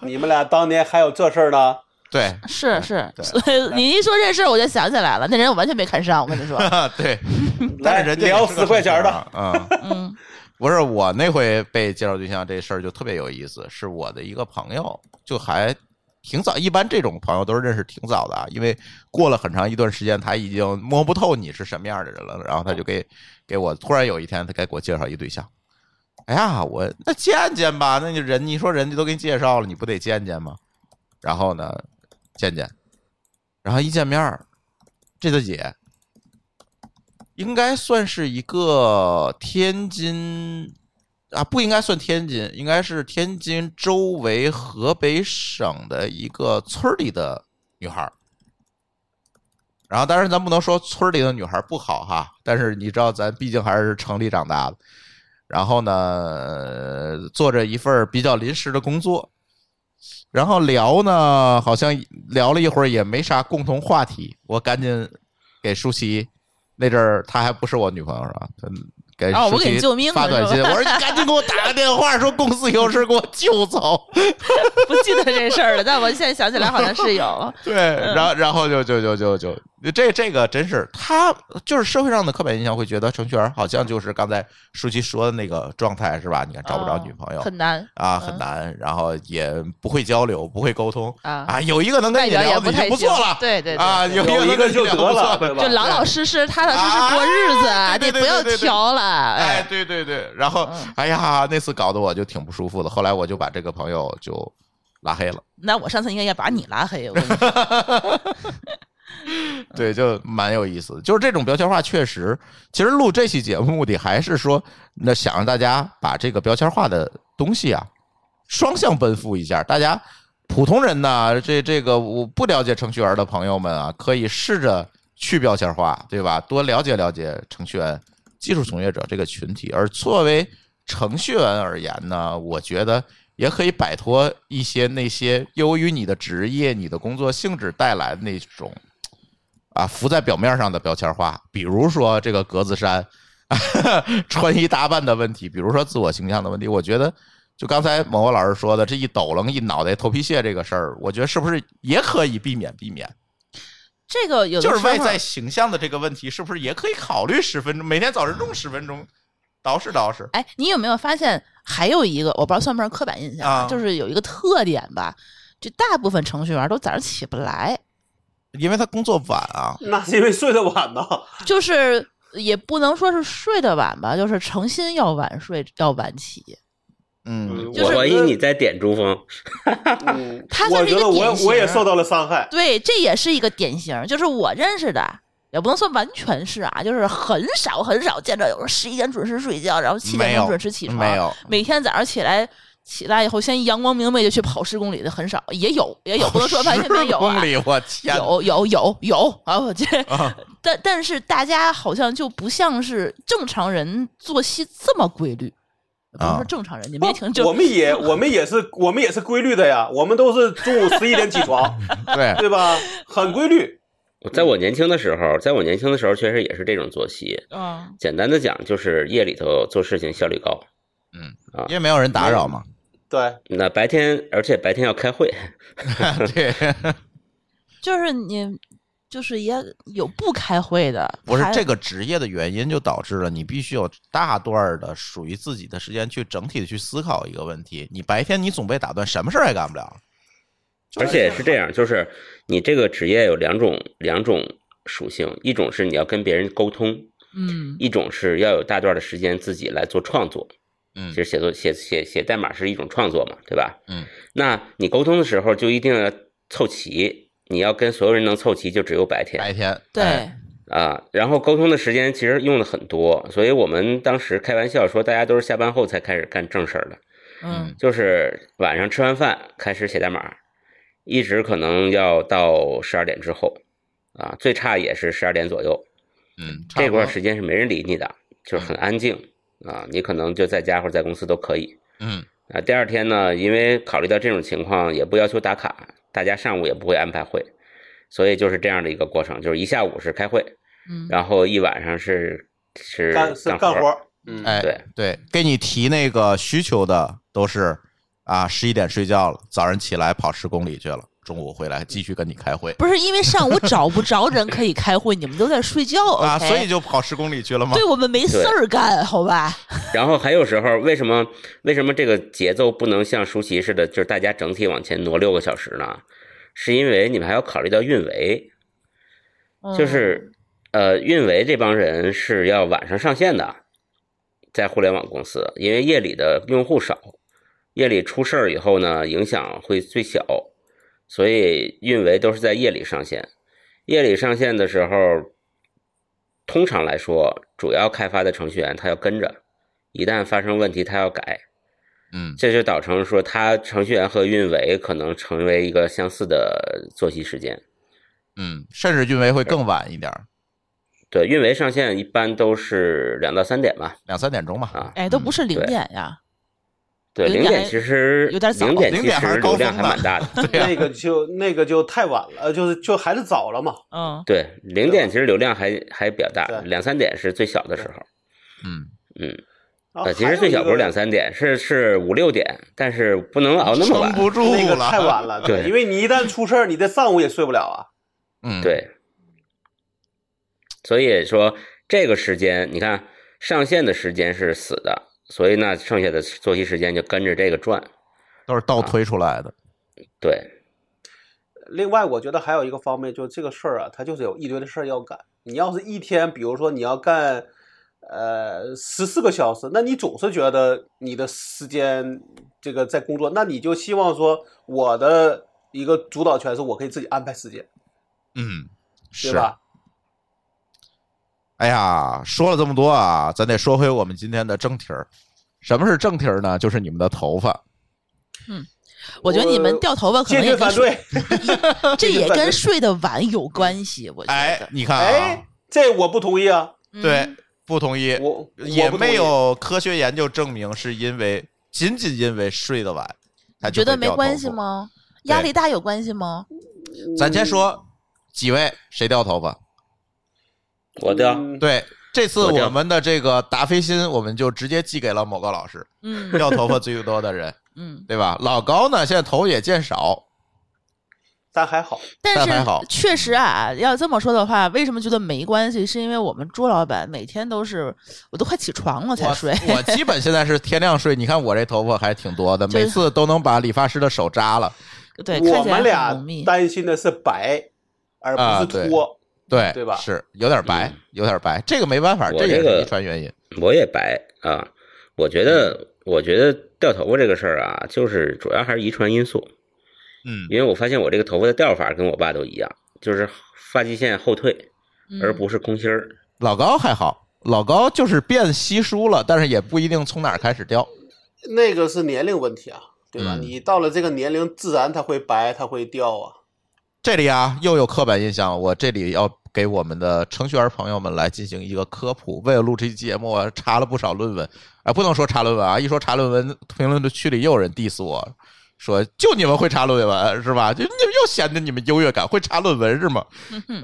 [SPEAKER 3] 你们俩当年还有这事儿呢？
[SPEAKER 1] 对， *laughs*
[SPEAKER 4] 是是，
[SPEAKER 1] 嗯对
[SPEAKER 4] 所以你一说这事儿，我就想起来了，那人我完全没看上，我跟 *laughs* 你说，
[SPEAKER 1] 啊，对，但
[SPEAKER 3] 来
[SPEAKER 1] 是人家
[SPEAKER 3] 聊十块钱的，
[SPEAKER 1] *laughs* 啊、嗯，
[SPEAKER 4] 嗯
[SPEAKER 1] 不是我那回被介绍对象这事儿就特别有意思，是我的一个朋友，就还挺早，一般这种朋友都是认识挺早的啊，因为过了很长一段时间，他已经摸不透你是什么样的人了，然后他就给给我突然有一天，他给我介绍一对象，哎呀，我那见见吧，那就人你说人家都给你介绍了，你不得见见吗？然后呢，见见，然后一见面儿，这大姐应该算是一个天津啊，不应该算天津，应该是天津周围河北省的一个村儿里的女孩儿。然后，当然咱不能说村儿里的女孩儿不好哈，但是你知道，咱毕竟还是城里长大的。然后呢，呃做着一份儿比较临时的工作，然后聊呢，好像聊了一会儿也没啥共同话题，我赶紧给舒淇那阵儿她还不是我女朋友是吧？她给
[SPEAKER 4] 哦我
[SPEAKER 1] 舒
[SPEAKER 4] 给你
[SPEAKER 1] 淇
[SPEAKER 4] 救命
[SPEAKER 1] 发
[SPEAKER 4] 了
[SPEAKER 1] 短
[SPEAKER 4] 是
[SPEAKER 1] 信，
[SPEAKER 4] 吧
[SPEAKER 1] 我说你赶紧给我打个电话，说公司有事给我救走。
[SPEAKER 4] 不记得这事儿了，但我现在想起来好像是有， *laughs*
[SPEAKER 1] 对，然
[SPEAKER 4] 嗯
[SPEAKER 1] 后然后就就就就就这这个真是他就是社会上的刻板印象会觉得程序员好像就是刚才舒淇说的那个状态是吧？你看 *laughs* 找不着
[SPEAKER 4] 哦
[SPEAKER 1] 女朋友、
[SPEAKER 4] 很难
[SPEAKER 1] 啊，很
[SPEAKER 4] 嗯
[SPEAKER 1] 难，然后也不会交流，不会沟通
[SPEAKER 4] 啊
[SPEAKER 1] 啊，有一个能跟
[SPEAKER 4] 外
[SPEAKER 1] 你
[SPEAKER 4] 表也
[SPEAKER 1] 聊的
[SPEAKER 4] 不
[SPEAKER 1] 已经
[SPEAKER 4] 太
[SPEAKER 1] 不
[SPEAKER 4] 行
[SPEAKER 1] 错了，
[SPEAKER 4] 对对对
[SPEAKER 1] 啊，
[SPEAKER 4] 对
[SPEAKER 1] 有
[SPEAKER 3] 有
[SPEAKER 1] 一
[SPEAKER 3] 一
[SPEAKER 1] 个
[SPEAKER 3] 个就得了，对吧
[SPEAKER 4] 就？老老实实、踏踏实实过日子，
[SPEAKER 1] 啊对
[SPEAKER 4] 得
[SPEAKER 1] 对
[SPEAKER 4] 不
[SPEAKER 1] 对
[SPEAKER 4] 要
[SPEAKER 1] 对对
[SPEAKER 4] 调了。
[SPEAKER 1] 哎，，对对对，然后、
[SPEAKER 4] 嗯
[SPEAKER 1] 哎呀，那次搞得我就挺不舒服的，后来我就把这个朋友就拉黑了，
[SPEAKER 4] 那我上次应该也把你拉黑，我跟你
[SPEAKER 1] *laughs*
[SPEAKER 4] 说
[SPEAKER 1] 对，就蛮有意思的。就是这种标签化，确实，其实录这期节目目的还是说，那想让大家把这个标签化的东西啊，双向奔赴一下。大家普通人呢，这这个我不了解程序员的朋友们啊，可以试着去标签化，对吧？多了解了解程序员、技术从业者这个群体。而作为程序员而言呢，我觉得也可以摆脱一些那些由于你的职业、你的工作性质带来的那种啊浮在表面上的标签化，比如说这个格子衫、 *laughs* 穿衣打扮的问题，比如说自我形象的问题。我觉得，就刚才某某老师说的，这一抖楞、一脑袋头皮屑这个事儿，我觉得是不是也可以避免避免？
[SPEAKER 4] 这个有的
[SPEAKER 1] 就是
[SPEAKER 4] 时候
[SPEAKER 1] 外在形象的这个问题，是不是也可以考虑十分钟？每天早晨用十分钟，捯饬捯饬。
[SPEAKER 4] 哎，你有没有发现还有一个，我不知道算不算刻板印象，
[SPEAKER 1] 啊
[SPEAKER 4] 就是有一个特点吧，就大部分程序员都早上起不来，
[SPEAKER 1] 因为他工作晚啊，
[SPEAKER 3] *laughs* 那是因为睡得晚呐。
[SPEAKER 4] 就是也不能说是睡得晚吧，就是诚心要晚睡要晚起。
[SPEAKER 1] 嗯，
[SPEAKER 4] 就是
[SPEAKER 2] 我怀疑你在点珠峰，
[SPEAKER 3] 嗯，
[SPEAKER 4] 他
[SPEAKER 3] 我
[SPEAKER 4] 算是一
[SPEAKER 3] 觉
[SPEAKER 4] 个
[SPEAKER 3] 得我
[SPEAKER 4] 典型
[SPEAKER 3] 我也受到了伤害。
[SPEAKER 4] 对，这也是一个典型，就是我认识的。也不能算完全是啊，就是很少很少见着有人十一点准时睡觉，然后七
[SPEAKER 1] 没
[SPEAKER 4] 点
[SPEAKER 1] 有
[SPEAKER 4] 钟准时起床，
[SPEAKER 1] 没有
[SPEAKER 4] 每天早上起来起来以后，先阳光明媚就去跑十公里的很少，也有也有，不能说完全没有、
[SPEAKER 1] 10公
[SPEAKER 4] 啊，
[SPEAKER 1] 里，我天哪，
[SPEAKER 4] 有有有有啊！我这， *laughs* 但但是大家好像就不像是正常人作息这么规律，不能
[SPEAKER 1] 啊
[SPEAKER 4] 说正常人，你们也挺正，
[SPEAKER 3] 我们也我们也是我们也是规律的呀，我们都是中午十一点起
[SPEAKER 1] *laughs*
[SPEAKER 3] 床，
[SPEAKER 4] *laughs*
[SPEAKER 1] 对，
[SPEAKER 3] 对吧？很规律。
[SPEAKER 2] 我在我年轻的时候，在我年轻的时候确实也是这种作息。
[SPEAKER 4] 嗯，
[SPEAKER 2] 简单的讲，就是夜里头做事情效率高，
[SPEAKER 1] 因为没有人打扰嘛，
[SPEAKER 3] 对，
[SPEAKER 2] 那白天而且白天要开会，
[SPEAKER 1] *laughs* 对，
[SPEAKER 4] 就是你就是也有不开会的，
[SPEAKER 1] 不是
[SPEAKER 4] 还
[SPEAKER 1] 这个职业的原因，就导致了你必须有大段儿的属于自己的时间去整体的去思考一个问题。你白天你总被打断，什么事儿也干不了。
[SPEAKER 2] 而且是这样，就是你这个职业有两种两种属性，一种是你要跟别人沟通，
[SPEAKER 4] 嗯
[SPEAKER 2] 一种是要有大段的时间自己来做创作。
[SPEAKER 1] 嗯
[SPEAKER 2] 其实写作写写写代码是一种创作嘛，对吧？
[SPEAKER 1] 嗯，
[SPEAKER 2] 那你沟通的时候就一定要凑齐，你要跟所有人能凑齐，就只有白天。
[SPEAKER 1] 白天
[SPEAKER 4] *laughs* 对、
[SPEAKER 1] 哎
[SPEAKER 2] 啊，然后沟通的时间其实用的很多，所以我们当时开玩笑说，大家都是下班后才开始干正事儿的，
[SPEAKER 4] 嗯
[SPEAKER 2] 就是晚上吃完饭开始写代码，一直可能要到十二点之后，啊，最差也是十二点左右，
[SPEAKER 1] 嗯，差
[SPEAKER 2] 这
[SPEAKER 1] 不多嗯
[SPEAKER 2] 段时间是没人理你的，就是很安静啊，你可能就在家或者在公司都可以
[SPEAKER 1] 嗯
[SPEAKER 2] 啊。第二天呢，因为考虑到这种情况，也不要求打卡，大家上午也不会安排会，所以就是这样的一个过程，就是一下午是开会。
[SPEAKER 4] 嗯，
[SPEAKER 2] 然后一晚上是是
[SPEAKER 3] 干是
[SPEAKER 2] 干
[SPEAKER 3] 干活
[SPEAKER 2] 儿
[SPEAKER 3] 儿。嗯，
[SPEAKER 1] 哎
[SPEAKER 2] 对
[SPEAKER 1] 对，给你提那个需求的都是啊，十一点睡觉了，早上起来跑十公里去了，中午回来继续跟你开会
[SPEAKER 4] 不是因为上午找不着人可以开会，你们都在睡觉
[SPEAKER 1] *laughs* 啊，
[SPEAKER 4] 嗯 OK
[SPEAKER 1] 所以就跑十公里去了吗
[SPEAKER 4] 对？我们没事儿干，好吧？
[SPEAKER 2] 然后还有时候为什么为什么这个节奏不能像舒淇似的，就是大家整体往前挪六个小时呢？是因为你们还要考虑到运维，
[SPEAKER 4] 嗯
[SPEAKER 2] 就是呃运维这帮人是要晚上上线的，在互联网公司，因为夜里的用户少，夜里出事儿以后呢，影响会最小，所以运维都是在夜里上线。夜里上线的时候，通常来说，主要开发的程序员他要跟着，一旦发生问题他要改，
[SPEAKER 1] 嗯
[SPEAKER 2] 这就导成说他程序员和运维可能成为一个相似的作息时间。
[SPEAKER 1] 嗯，甚至运维会更晚一点儿，
[SPEAKER 2] 对，运维上线一般都是两到三点吧，
[SPEAKER 1] 两三点钟吧。嗯
[SPEAKER 2] 啊，
[SPEAKER 4] 哎哎，都不是零
[SPEAKER 2] 对
[SPEAKER 4] 点呀，
[SPEAKER 2] 对，
[SPEAKER 4] 有
[SPEAKER 2] 零
[SPEAKER 4] 点
[SPEAKER 2] 点其实
[SPEAKER 4] 有点早
[SPEAKER 2] 零点
[SPEAKER 1] 零
[SPEAKER 2] 其
[SPEAKER 1] 点还
[SPEAKER 2] 实
[SPEAKER 1] 是高
[SPEAKER 2] 流量还
[SPEAKER 1] 峰的
[SPEAKER 2] 蛮大的。
[SPEAKER 1] *laughs* 对呀
[SPEAKER 3] 那个就那个就太晚了，呃就是就还是早了嘛。
[SPEAKER 4] 嗯，
[SPEAKER 2] 对，零点其实流量还还比较大
[SPEAKER 3] 对，
[SPEAKER 2] 两三点是最小的时候。
[SPEAKER 1] 嗯，
[SPEAKER 2] 嗯，
[SPEAKER 3] 然后
[SPEAKER 1] 啊
[SPEAKER 2] 呃，其实
[SPEAKER 3] 还有
[SPEAKER 2] 最
[SPEAKER 3] 一
[SPEAKER 2] 小不
[SPEAKER 3] 个
[SPEAKER 2] 是两三点，是是五六点，但是不能熬那么
[SPEAKER 1] 撑
[SPEAKER 2] 晚。
[SPEAKER 1] 不住
[SPEAKER 3] 那个
[SPEAKER 1] 了，
[SPEAKER 3] 太
[SPEAKER 2] *laughs*
[SPEAKER 3] 晚了，对，
[SPEAKER 2] 对
[SPEAKER 3] 因为你一旦出事儿，你的上午也睡不了啊。
[SPEAKER 1] 嗯，，
[SPEAKER 2] 对，所以说这个时间，你看上线的时间是死的，所以呢，剩下的作息时间就跟着这个转。
[SPEAKER 1] 都是倒推出来的。
[SPEAKER 2] 对，
[SPEAKER 3] 另外，我觉得还有一个方面，就是这个事儿啊，它就是有一堆的事儿要干。你要是一天，比如说你要干，呃，十四个小时，那你总是觉得你的时间这个在工作，那你就希望说我的一个主导权是我可以自己安排时间，
[SPEAKER 1] 嗯，
[SPEAKER 3] 对
[SPEAKER 1] 是
[SPEAKER 3] 吧？
[SPEAKER 1] 哎呀，说了这么多啊，咱得说回我们今天的正题儿。什么是正题儿呢？就是你们的头发。
[SPEAKER 4] 我觉得你们掉头发可
[SPEAKER 3] 坚
[SPEAKER 4] 能
[SPEAKER 3] 决
[SPEAKER 4] 也跟
[SPEAKER 3] 反
[SPEAKER 1] *laughs*
[SPEAKER 3] 对。
[SPEAKER 4] 这也
[SPEAKER 3] 反对
[SPEAKER 4] 跟睡得晚有关系，我觉
[SPEAKER 1] 哎
[SPEAKER 4] 得，。
[SPEAKER 1] 你看啊
[SPEAKER 3] 哎，，这我不同意啊，
[SPEAKER 4] 嗯
[SPEAKER 1] 对，，不同意，
[SPEAKER 3] 我
[SPEAKER 1] 也
[SPEAKER 3] 我不同
[SPEAKER 1] 没
[SPEAKER 3] 意
[SPEAKER 1] 有科学研究证明是因为仅仅因为睡得晚，他就
[SPEAKER 4] 觉得
[SPEAKER 1] 会
[SPEAKER 4] 没
[SPEAKER 1] 掉头
[SPEAKER 4] 关系
[SPEAKER 1] 发？
[SPEAKER 4] 吗？
[SPEAKER 1] 对
[SPEAKER 4] 压力大有关系吗？
[SPEAKER 1] 咱先说几位谁掉头发？
[SPEAKER 2] 我的
[SPEAKER 3] 嗯
[SPEAKER 1] 对，这次
[SPEAKER 2] 我掉
[SPEAKER 1] 我们的这个达菲心，我们就直接寄给了某个老师，
[SPEAKER 4] 嗯
[SPEAKER 1] 掉头发最多的人，
[SPEAKER 4] 嗯，
[SPEAKER 1] 对吧？老高呢，现在头发也见少，
[SPEAKER 3] 但还好，
[SPEAKER 4] 但
[SPEAKER 1] 但还好
[SPEAKER 4] 是确实啊，要这么说的话，为什么觉得没关系？是因为我们朱老板每天都是，我都快起床了才睡。
[SPEAKER 1] 我基本现在是天亮睡，你看我这头发还挺多的，
[SPEAKER 4] 就是
[SPEAKER 1] 每次都能把理发师的手扎了。
[SPEAKER 4] 对，
[SPEAKER 3] 我
[SPEAKER 4] 看起来
[SPEAKER 3] 们
[SPEAKER 4] 很
[SPEAKER 3] 俩
[SPEAKER 4] 浓密。
[SPEAKER 3] 担心的是白，而
[SPEAKER 1] 啊
[SPEAKER 3] 不
[SPEAKER 1] 对
[SPEAKER 3] 是脱。
[SPEAKER 1] 对，
[SPEAKER 3] 对吧
[SPEAKER 1] 是有点白
[SPEAKER 2] 嗯，
[SPEAKER 1] 有点白，这个没办法，
[SPEAKER 2] 我
[SPEAKER 1] 这也
[SPEAKER 2] 这
[SPEAKER 1] 是
[SPEAKER 2] 个
[SPEAKER 1] 遗传原因。
[SPEAKER 2] 我也白啊，我觉
[SPEAKER 1] 嗯
[SPEAKER 2] 得，我觉得掉头发这个事儿啊，就是主要还是遗传因素，
[SPEAKER 1] 嗯
[SPEAKER 2] 因为我发现我这个头发的掉法跟我爸都一样，就是发际线后退，
[SPEAKER 1] 嗯
[SPEAKER 4] 嗯
[SPEAKER 2] 而不是空心儿。
[SPEAKER 1] 老高还好，老高就是变稀疏了，但是也不一定从哪儿开始掉。
[SPEAKER 3] 那个是年龄问题啊，对吧？
[SPEAKER 1] 嗯
[SPEAKER 3] 你到了这个年龄，自然它会白，它会掉啊。
[SPEAKER 1] 这里啊，又有刻板印象，我这里要给我们的程序员朋友们来进行一个科普。为了录这期节目，我查了不少论文，啊、不能说查论文啊，一说查论文，评论区里又有人 diss 我。说就你们会查论文啊是吧？就你们又显得你们优越感，会查论文是吗？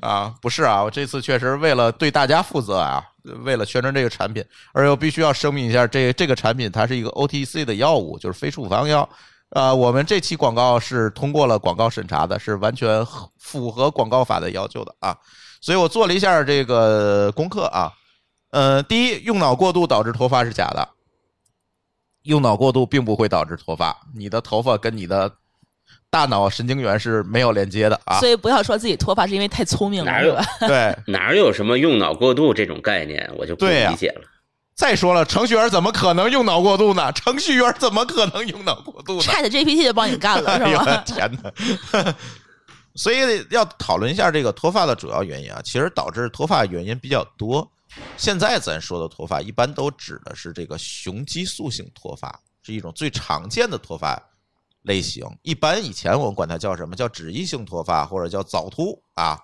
[SPEAKER 1] 啊，不是啊，我这次确实为了对大家负责啊，为了宣传这个产品，而又必须要声明一下，这这个产品它是一个 OTC 的药物，就是非处方药。呃，我们这期广告是通过了广告审查的，是完全合符合广告法的要求的啊。所以我做了一下这个功课啊，呃，第一，用脑过度导致脱发是假的，用脑过度并不会导致脱发，你的头发跟你的大脑神经元是没有连接的啊
[SPEAKER 4] 所。以不要说自己脱发是因为太聪明了，
[SPEAKER 2] 哪
[SPEAKER 4] 是
[SPEAKER 2] 有
[SPEAKER 4] 吧？
[SPEAKER 1] 对，
[SPEAKER 2] 哪有什么用脑过度这种概念，我就不
[SPEAKER 1] 对呀
[SPEAKER 2] 理解了。
[SPEAKER 1] 再说了，程序员怎么可能用脑过度呢？程序员怎么可能用脑过度呢？
[SPEAKER 4] Chat GPT 就帮你
[SPEAKER 2] *laughs*
[SPEAKER 4] 干
[SPEAKER 1] *laughs*
[SPEAKER 4] 了，
[SPEAKER 1] 哎
[SPEAKER 4] 是
[SPEAKER 1] 呦我的
[SPEAKER 4] 吧？
[SPEAKER 1] 天哪！ *laughs* 所以要讨论一下这个脱发的主要原因啊。其实导致脱发原因比较多。现在咱说的脱发，一般都指的是这个雄激素性脱发，是一种最常见的脱发类型。一般以前我们管它叫什么叫脂溢性脱发，或者叫早秃啊，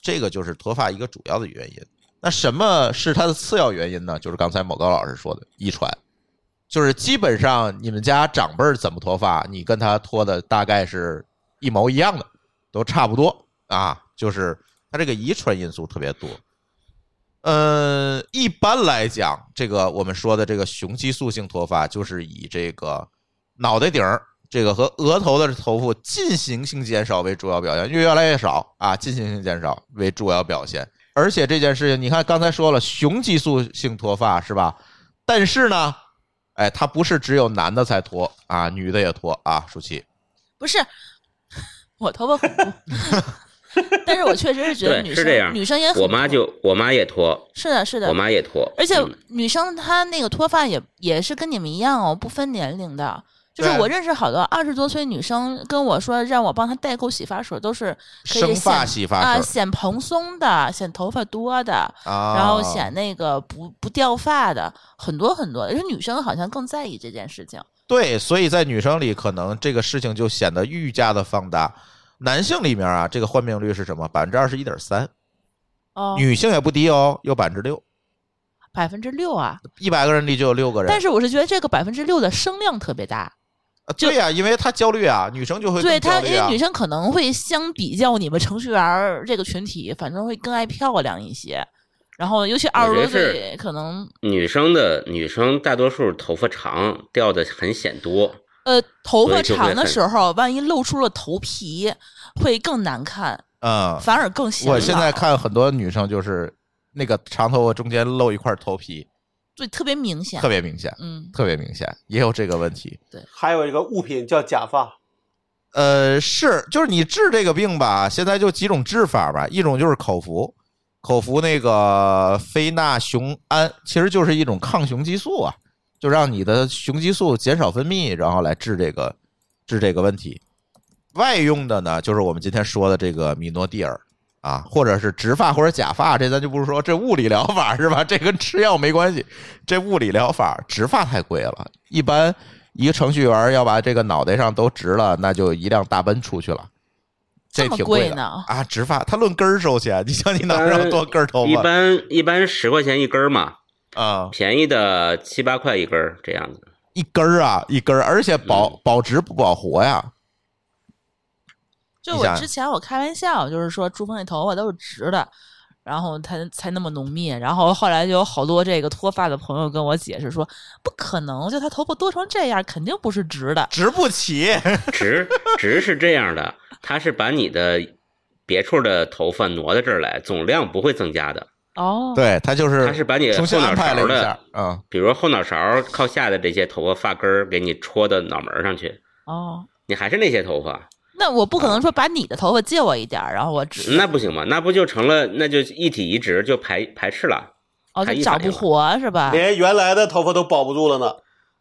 [SPEAKER 1] 这个就是脱发一个主要的原因。那什么是它的次要原因呢？就是刚才某高老师说的遗传。就是基本上你们家长辈儿怎么脱发，你跟他脱的大概是一毛一样的，都差不多啊。就是他这个遗传因素特别多。呃，一般来讲，这个我们说的这个雄激素性脱发，就是以这个脑袋顶儿这个和额头的头部进行性减少为主要表现，越越来越少啊，进行性减少为主要表现。而且这件事情，你看刚才说了，雄激素性脱发是吧？但是呢，哎，它不是只有男的才脱啊，女的也脱啊，舒淇。
[SPEAKER 4] 不是，我头发很多， *laughs* 但是我确实是觉得
[SPEAKER 2] 对，
[SPEAKER 4] 女
[SPEAKER 2] 是这
[SPEAKER 4] 生
[SPEAKER 2] 样。
[SPEAKER 4] 女生也很
[SPEAKER 2] 我妈
[SPEAKER 4] 多
[SPEAKER 2] 就我妈也脱，
[SPEAKER 4] 是的，是的
[SPEAKER 2] 我，妈也脱，
[SPEAKER 4] 而且
[SPEAKER 2] 嗯
[SPEAKER 4] 女生她那个脱发也也是跟你们一样哦，不分年龄的。就是
[SPEAKER 1] 对
[SPEAKER 4] 我认识好多二十多岁女生跟我说，让我帮她代购洗发水，都是可以
[SPEAKER 1] 生发
[SPEAKER 4] 显
[SPEAKER 1] 洗发
[SPEAKER 4] 啊、
[SPEAKER 1] 水
[SPEAKER 4] 显蓬松的，显头发多的，
[SPEAKER 1] 啊，
[SPEAKER 4] 然后显那个不不掉发的，很多很多。而且女生好像更在意这件事情。
[SPEAKER 1] 对，所以在女生里，可能这个事情就显得愈加的放大。男性里面啊，这个患病率是什么？百分之二十一点三，
[SPEAKER 4] 哦，
[SPEAKER 1] 女性也不低哦，有百分之六。
[SPEAKER 4] 百分之六啊。
[SPEAKER 1] 一百个人里就有六个人。
[SPEAKER 4] 但是我是觉得这个百分之六的声量特别大，
[SPEAKER 1] 啊对呀、因为他焦虑啊，女生就会
[SPEAKER 4] 对
[SPEAKER 1] 更焦
[SPEAKER 4] 她，
[SPEAKER 1] 虑
[SPEAKER 4] 因为
[SPEAKER 1] 啊
[SPEAKER 4] 女生可能会相比较你们程序员儿这个群体，反正会更爱漂亮一些。然后，尤其二十
[SPEAKER 2] 觉
[SPEAKER 4] 多
[SPEAKER 2] 得是
[SPEAKER 4] 岁，可能
[SPEAKER 2] 女生的女生大多数头发长，掉的很显多。
[SPEAKER 4] 呃头
[SPEAKER 2] 所
[SPEAKER 4] 发
[SPEAKER 2] 以就会
[SPEAKER 4] 长的
[SPEAKER 2] 很
[SPEAKER 4] 时候，万一露出了头皮，会更难看，
[SPEAKER 1] 嗯，
[SPEAKER 4] 反而更显老。
[SPEAKER 1] 我现在看很多女生就是那个长头发中间露一块头皮，
[SPEAKER 4] 对特别明显
[SPEAKER 1] 特，别明显，
[SPEAKER 4] 嗯，
[SPEAKER 1] 特别明显，也有这个问题。
[SPEAKER 3] 还有一个物品叫假发，
[SPEAKER 1] 呃，是，就是你治这个病吧，现在就几种治法吧，一种就是口服，口服那个非那雄胺，其实就是一种抗雄激素啊，就让你的雄激素减少分泌，然后来治这个治这个问题。外用的呢，就是我们今天说的这个米诺地尔啊，或者是植发或者假发，这咱就不是说，这物理疗法是吧？这跟吃药没关系，这物理疗法植发太贵了，一般一个程序员要把这个脑袋上都植了，那就一辆大奔出去了，这
[SPEAKER 4] 么
[SPEAKER 1] 挺
[SPEAKER 4] 贵
[SPEAKER 1] 的 *laughs*
[SPEAKER 4] 呢
[SPEAKER 1] 啊！植发他论根儿收钱，你像你脑袋上多根儿头
[SPEAKER 2] 呃一
[SPEAKER 1] 发
[SPEAKER 2] 般一般十块钱一根儿嘛，
[SPEAKER 1] 啊，
[SPEAKER 2] 便宜的七八块一根儿这样子。
[SPEAKER 1] 一根儿啊一根儿，而且保
[SPEAKER 2] 嗯
[SPEAKER 1] 保值不保活呀，
[SPEAKER 4] 就
[SPEAKER 1] 你
[SPEAKER 4] 我
[SPEAKER 1] 想
[SPEAKER 4] 之前我开玩笑，就是说朱峰那头发都是直的，然后他才那么浓密。然后后来就有好多这个脱发的朋友跟我解释说，不可能，就他头发多成这样，肯定不是直的。
[SPEAKER 1] 植不起。
[SPEAKER 2] 直直是这样的，它是把你的别处的头发挪到这儿来，总量不会增加的。
[SPEAKER 4] 哦，
[SPEAKER 1] *laughs* 对他就是
[SPEAKER 2] 它是把你
[SPEAKER 1] 重新
[SPEAKER 2] 后
[SPEAKER 1] 安
[SPEAKER 2] 脑
[SPEAKER 1] 排了
[SPEAKER 2] 勺
[SPEAKER 1] 一
[SPEAKER 2] 的
[SPEAKER 1] 下，，嗯，
[SPEAKER 2] 比如后脑勺靠下的这些头发发根儿，给你戳到脑门儿上去，
[SPEAKER 4] 哦，
[SPEAKER 2] 你还是那些头发，
[SPEAKER 4] 那我不可能说把你的头发借我一点儿，然后我直
[SPEAKER 2] 嗯那不行吗？那不就成了，那就一体移植就排排斥了。
[SPEAKER 4] 哦，
[SPEAKER 2] 还
[SPEAKER 4] 就
[SPEAKER 2] 一
[SPEAKER 4] 找
[SPEAKER 2] 反
[SPEAKER 4] 不
[SPEAKER 2] 应了
[SPEAKER 4] 活是吧？
[SPEAKER 3] 连原来的头发都保不住了呢。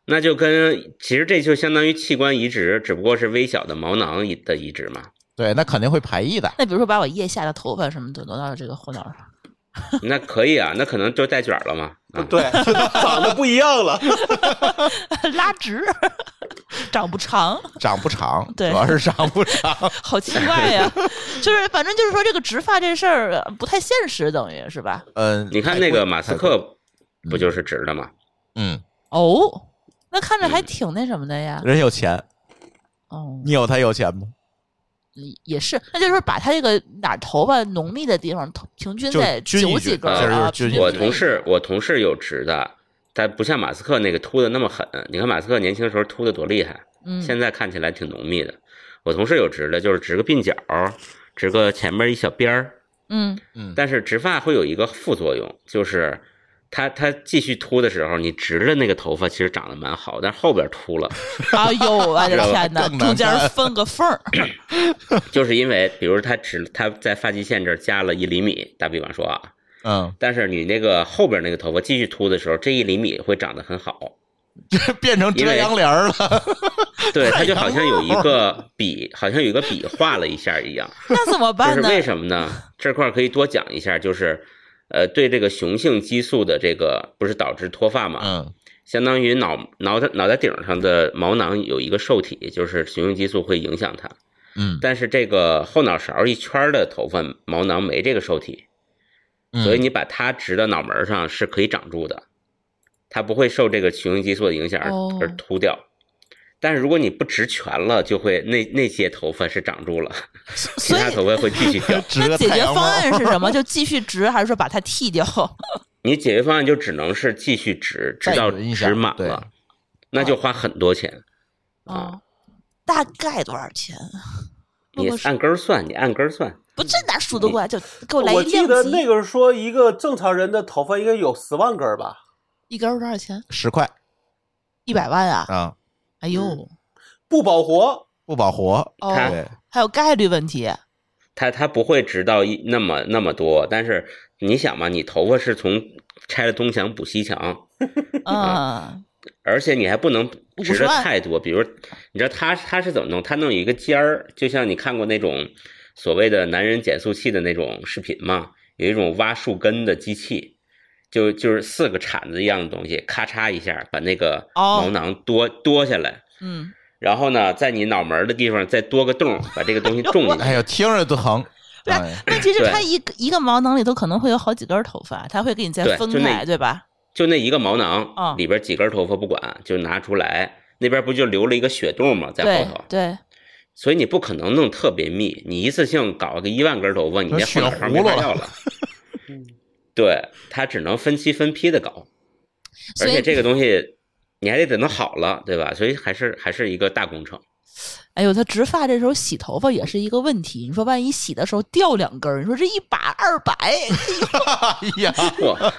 [SPEAKER 2] 那就跟其实这就相当于器官移植，只不过是微小的毛囊移的移
[SPEAKER 1] *laughs*
[SPEAKER 2] 植嘛。
[SPEAKER 1] 对，那肯定会排异的。
[SPEAKER 4] 那比如说把我腋下的头发什么的挪到这个后脑上，
[SPEAKER 2] 那可以啊，那可能就带卷儿了嘛。啊，
[SPEAKER 3] 对， *laughs* 长得不一样
[SPEAKER 4] *laughs*
[SPEAKER 3] 了。
[SPEAKER 4] 拉直， *laughs* 长不长，
[SPEAKER 1] 长不长，
[SPEAKER 4] *laughs* 对
[SPEAKER 1] 主要是长不
[SPEAKER 4] *laughs*
[SPEAKER 1] 长。
[SPEAKER 4] 好奇怪
[SPEAKER 2] *laughs*
[SPEAKER 4] 呀、就是反正就是说这个植发这事儿呃不太现实，等于是吧？
[SPEAKER 1] 嗯，
[SPEAKER 2] *laughs* 你看那个马斯
[SPEAKER 1] 太贵，太贵
[SPEAKER 2] 克不就是直的吗？
[SPEAKER 1] 嗯，
[SPEAKER 4] 哦，那看着还挺那什么的呀。
[SPEAKER 1] 人有钱，
[SPEAKER 4] 哦，
[SPEAKER 1] 你有他有钱吗？
[SPEAKER 4] 也是，那就是说把他这个哪儿头发浓密的地方，头平均
[SPEAKER 1] 就
[SPEAKER 4] 在
[SPEAKER 1] 均一
[SPEAKER 4] 九
[SPEAKER 1] 均
[SPEAKER 4] 几根
[SPEAKER 2] 其实
[SPEAKER 1] 就
[SPEAKER 4] 儿
[SPEAKER 1] 是
[SPEAKER 4] 啊。
[SPEAKER 1] 均
[SPEAKER 4] 平
[SPEAKER 1] 一均
[SPEAKER 4] 均
[SPEAKER 2] 我
[SPEAKER 4] 几
[SPEAKER 2] 同
[SPEAKER 4] 根
[SPEAKER 2] 事我同事有直的，但不像马斯克那个秃的那么狠。你看马斯克年轻的时候秃的多厉害，
[SPEAKER 4] 嗯，
[SPEAKER 2] 现在看起来挺浓密的。我同事有直的，就是直个鬓角，直个前面一小边儿。
[SPEAKER 4] 嗯，
[SPEAKER 2] 但是植发会有一个副作用，就是它它继续秃的时候，你直着那个头发其实长得蛮好，但是后边秃
[SPEAKER 4] *laughs*
[SPEAKER 2] 了，
[SPEAKER 4] 哎呦，我
[SPEAKER 1] *laughs*
[SPEAKER 4] 的
[SPEAKER 2] 然后
[SPEAKER 4] 天哪，
[SPEAKER 1] 更难
[SPEAKER 4] 中间
[SPEAKER 1] 看
[SPEAKER 4] 分个
[SPEAKER 1] *laughs*
[SPEAKER 4] 缝儿，
[SPEAKER 2] 就是因为比如它直它在发际线这儿加了一厘米，打比方说啊，
[SPEAKER 1] 嗯，
[SPEAKER 2] 但是你那个后边那个头发继续秃的时候，这一厘米会长得很好。
[SPEAKER 1] 这 *laughs* 变成遮阳帘儿了。
[SPEAKER 2] *laughs* 对，它就好像有一个笔，好像有一个笔画了一下一样。
[SPEAKER 4] 那怎么
[SPEAKER 2] 这
[SPEAKER 4] 办
[SPEAKER 2] 是
[SPEAKER 4] 呢？
[SPEAKER 2] 为什么呢？这块儿可以多讲一下，就是，呃，对这个雄性激素的这个不是导致脱发嘛？
[SPEAKER 1] 嗯
[SPEAKER 2] 相当于脑脑袋脑袋顶上的毛囊有一个受体，就是雄性激素会影响它。
[SPEAKER 1] 嗯，。
[SPEAKER 2] 但是这个后脑勺一圈儿的头发毛囊没这个受体，
[SPEAKER 4] 嗯
[SPEAKER 2] 所以你把它植到脑门儿上是可以长住的，它不会受这个雄性激素的影响而
[SPEAKER 4] 哦
[SPEAKER 2] 而秃掉。但是如果你不植全了，就会那那些头发是长住了，其
[SPEAKER 4] 所
[SPEAKER 2] 他头
[SPEAKER 4] 以
[SPEAKER 2] 发会继续
[SPEAKER 4] *laughs*
[SPEAKER 2] 掉
[SPEAKER 1] 植
[SPEAKER 4] 那
[SPEAKER 1] 个
[SPEAKER 4] 解
[SPEAKER 1] 太
[SPEAKER 4] 决
[SPEAKER 1] 阳
[SPEAKER 4] 方
[SPEAKER 1] 帽。
[SPEAKER 4] 案是什么？就继续植，还是说把它
[SPEAKER 1] *laughs*
[SPEAKER 4] 剃掉？
[SPEAKER 2] 你解决方案就只能是继续植，直
[SPEAKER 1] 再
[SPEAKER 2] 到
[SPEAKER 1] 植一下
[SPEAKER 2] 植满
[SPEAKER 1] 对
[SPEAKER 2] 了，那就花很多钱。啊
[SPEAKER 4] 哦，大概多少钱？如
[SPEAKER 2] 你
[SPEAKER 4] 果是
[SPEAKER 2] 按根儿算，你按根儿算，
[SPEAKER 4] 不，
[SPEAKER 1] 嗯
[SPEAKER 4] 这哪数得过来？啊就给我来
[SPEAKER 3] 我
[SPEAKER 4] 一
[SPEAKER 3] 记
[SPEAKER 4] 量
[SPEAKER 3] 得
[SPEAKER 4] 级，
[SPEAKER 3] 那个是说一个正常人的头发应该有十万根儿吧，
[SPEAKER 4] 一根儿多少钱？
[SPEAKER 1] *laughs* 十块
[SPEAKER 4] 一百万啊！
[SPEAKER 1] 啊，
[SPEAKER 4] 哎呦
[SPEAKER 3] 嗯，不保活。 *laughs*
[SPEAKER 1] 不保活。
[SPEAKER 4] 哦，
[SPEAKER 2] 看
[SPEAKER 1] 对，
[SPEAKER 4] 还有概率问
[SPEAKER 1] *laughs*
[SPEAKER 4] 题。嗯
[SPEAKER 2] 它它不会直到一那么那么多，但是你想嘛，你头发是从拆了东墙补西墙，
[SPEAKER 4] 嗯，
[SPEAKER 2] 而且你还不能直
[SPEAKER 4] 50
[SPEAKER 2] 的
[SPEAKER 4] 万
[SPEAKER 2] 太多，比如你知道它它是怎么弄？它弄有一个尖儿，就像你看过那种所谓的男人减速器的那种视频嘛，有一种挖树根的机器，就就是四个铲子一样的东西，咔嚓一下把那个
[SPEAKER 4] 哦
[SPEAKER 2] 毛囊多、多下来。
[SPEAKER 4] 嗯，
[SPEAKER 2] 然后呢，在你脑门儿的地方再多个洞，把这个东西种进去。
[SPEAKER 1] 哎呦，听着都
[SPEAKER 4] *laughs*
[SPEAKER 1] 疼。
[SPEAKER 4] 对
[SPEAKER 1] 哎
[SPEAKER 4] 问题是
[SPEAKER 2] 对
[SPEAKER 4] 它一个一个毛囊里头可能会有好几根头发，它会给你再
[SPEAKER 2] 对
[SPEAKER 4] 分
[SPEAKER 2] 就那
[SPEAKER 4] 开，对吧？
[SPEAKER 2] 就那一个毛
[SPEAKER 4] 啊
[SPEAKER 2] 囊里边几根头发不管，就拿出来，那边不就留了一个血洞吗？在
[SPEAKER 4] 对
[SPEAKER 2] 后头，
[SPEAKER 4] 对，
[SPEAKER 2] 所以你不可能弄特别密，你一次性搞个一万根头发，你那后脑勺没法要了。对，它只能分期分批的搞，而
[SPEAKER 4] 所
[SPEAKER 2] 且
[SPEAKER 4] 以
[SPEAKER 2] 这个东西你还得等它好了，对吧？所以还是还是一个大工程。
[SPEAKER 4] 哎呦，他植发这时候洗头发也是一个问题。你说万一洗的时候掉两根儿，你说这一把二百， *laughs*
[SPEAKER 1] 哎呀，
[SPEAKER 2] 哇，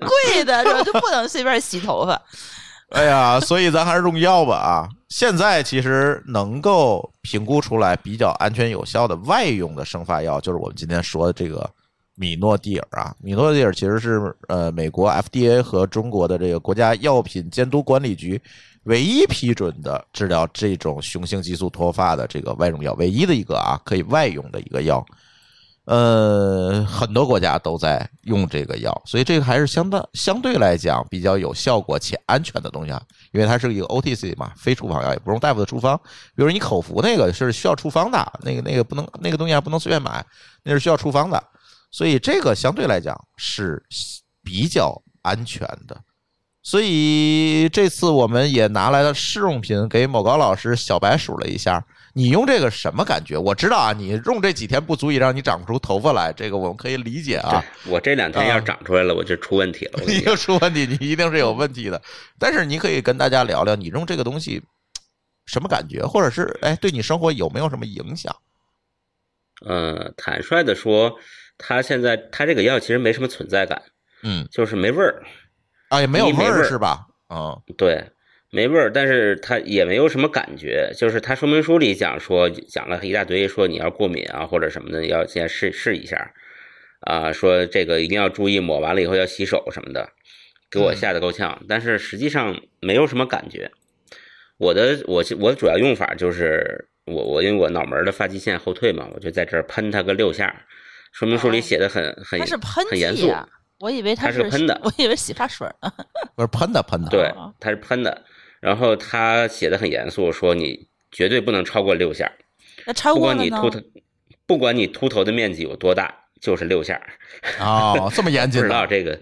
[SPEAKER 4] 贵的，是吧？就不能随便洗头发。
[SPEAKER 1] 哎呀，所以咱还是用药吧啊！现在其实能够评估出来比较安全有效的外用的生发药，就是我们今天说的这个米诺地尔啊。米诺地尔其实是呃美国 FDA 和中国的这个国家药品监督管理局唯一批准的治疗这种雄性激素脱发的这个外用药，唯一的一个啊可以外用的一个药。呃，很多国家都在用这个药，所以这个还是相当相对来讲比较有效果且安全的东西啊，因为它是一个 OTC 嘛，非处方药，也不用大夫的处方。比如你口服那个是需要处方的，那个那个不能那个东西还不能随便买，那是需要处方的，所以这个相对来讲是比较安全的。所以这次我们也拿来了试用品给某高老师小白数了一下，你用这个什么感觉？我知道啊，你用这几天不足以让你长出头发来，这个我们可以理解啊。
[SPEAKER 2] 对我这两天要长出来了，我就出问题了。我跟
[SPEAKER 1] *laughs* 你
[SPEAKER 2] 你讲
[SPEAKER 1] 又出问题，你一定是有问题的。但是你可以跟大家聊聊，你用这个东西什么感觉，或者是哎，对你生活有没有什么影响？
[SPEAKER 2] 呃，坦率的说，它现在它这个药其实没什么存在感，
[SPEAKER 1] 嗯，
[SPEAKER 2] 就是没味儿，
[SPEAKER 1] 啊，也没有
[SPEAKER 2] 一没
[SPEAKER 1] 味
[SPEAKER 2] 味
[SPEAKER 1] 儿
[SPEAKER 2] 儿
[SPEAKER 1] 是吧？
[SPEAKER 2] *laughs*
[SPEAKER 1] 嗯，
[SPEAKER 2] 对，没味儿，但是它也没有什么感觉。就是它说明书里讲说讲了一大堆，说你要过敏啊或者什么的，要先试试一下啊，说这个一定要注意，抹完了以后要洗手什么的，给我
[SPEAKER 1] 嗯
[SPEAKER 2] 吓得够呛。但是实际上没有什么感觉。我的我我主要用法就是我我因为我脑门儿的发际线后退嘛，我就在这儿喷它个六下。说明书里
[SPEAKER 4] 哦
[SPEAKER 2] 写的很很
[SPEAKER 4] 它是喷
[SPEAKER 2] 很严
[SPEAKER 4] 剂
[SPEAKER 2] 肃，
[SPEAKER 4] 啊，我以为它
[SPEAKER 2] 它是喷的
[SPEAKER 4] 我以为洗 *laughs* 发水呢。
[SPEAKER 1] 不是喷的喷的，
[SPEAKER 2] 对
[SPEAKER 4] 啊，
[SPEAKER 2] 它是喷的。然后他写的很严肃，说你绝对不能超过六下，
[SPEAKER 4] 那超
[SPEAKER 2] 不
[SPEAKER 4] 过
[SPEAKER 2] 管
[SPEAKER 4] 了
[SPEAKER 2] 你
[SPEAKER 4] 呢
[SPEAKER 2] 秃？头，不管你秃头的面积有多大，就是六下。
[SPEAKER 1] 哦，这么严
[SPEAKER 2] 不
[SPEAKER 1] 谨
[SPEAKER 2] 知
[SPEAKER 1] 的，
[SPEAKER 2] 道这个，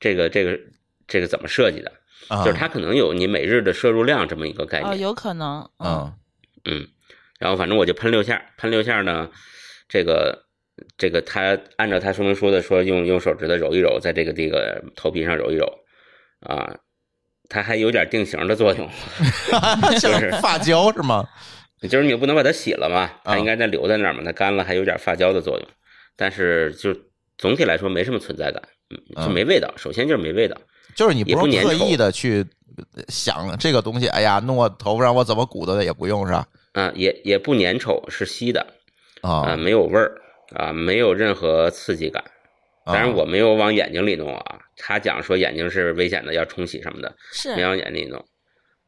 [SPEAKER 2] 这个，这个，这个怎么设计的？
[SPEAKER 1] 啊
[SPEAKER 2] 就是它可能有你每日的摄入量这么一个概
[SPEAKER 4] 哦，
[SPEAKER 2] 念。
[SPEAKER 4] 有可能。
[SPEAKER 1] 嗯，
[SPEAKER 2] 嗯，然后反正我就喷六下，喷六下呢，这个。这个他按照他说明书的说，用用手指头揉一揉，在这个这个头皮上揉一揉，啊，它还有点定型的作用， *laughs*
[SPEAKER 1] 像
[SPEAKER 2] 嗯是
[SPEAKER 1] 发胶是吗？
[SPEAKER 2] 就是你不能把它洗了嘛，
[SPEAKER 1] 啊
[SPEAKER 2] 它应该再留在那儿嘛，它干了还有点发胶的作用，但是就总体来说没什么存在感，嗯，就
[SPEAKER 1] 嗯
[SPEAKER 2] 没味道。首先就是没味道，
[SPEAKER 1] 就是你不
[SPEAKER 2] 也不
[SPEAKER 1] 用
[SPEAKER 2] 粘
[SPEAKER 1] 特
[SPEAKER 2] 稠
[SPEAKER 1] 意的去想这个东西，哎呀，弄我头发上我怎么鼓捣的也不用是吧？
[SPEAKER 2] 啊，也也不粘稠，是稀的，啊，
[SPEAKER 1] 啊，
[SPEAKER 2] 没有味儿，啊，没有任何刺激感。当然我没有往眼睛里弄啊，他讲说眼睛是危险的，要冲洗什么的，
[SPEAKER 4] 是
[SPEAKER 2] 没往眼睛里弄。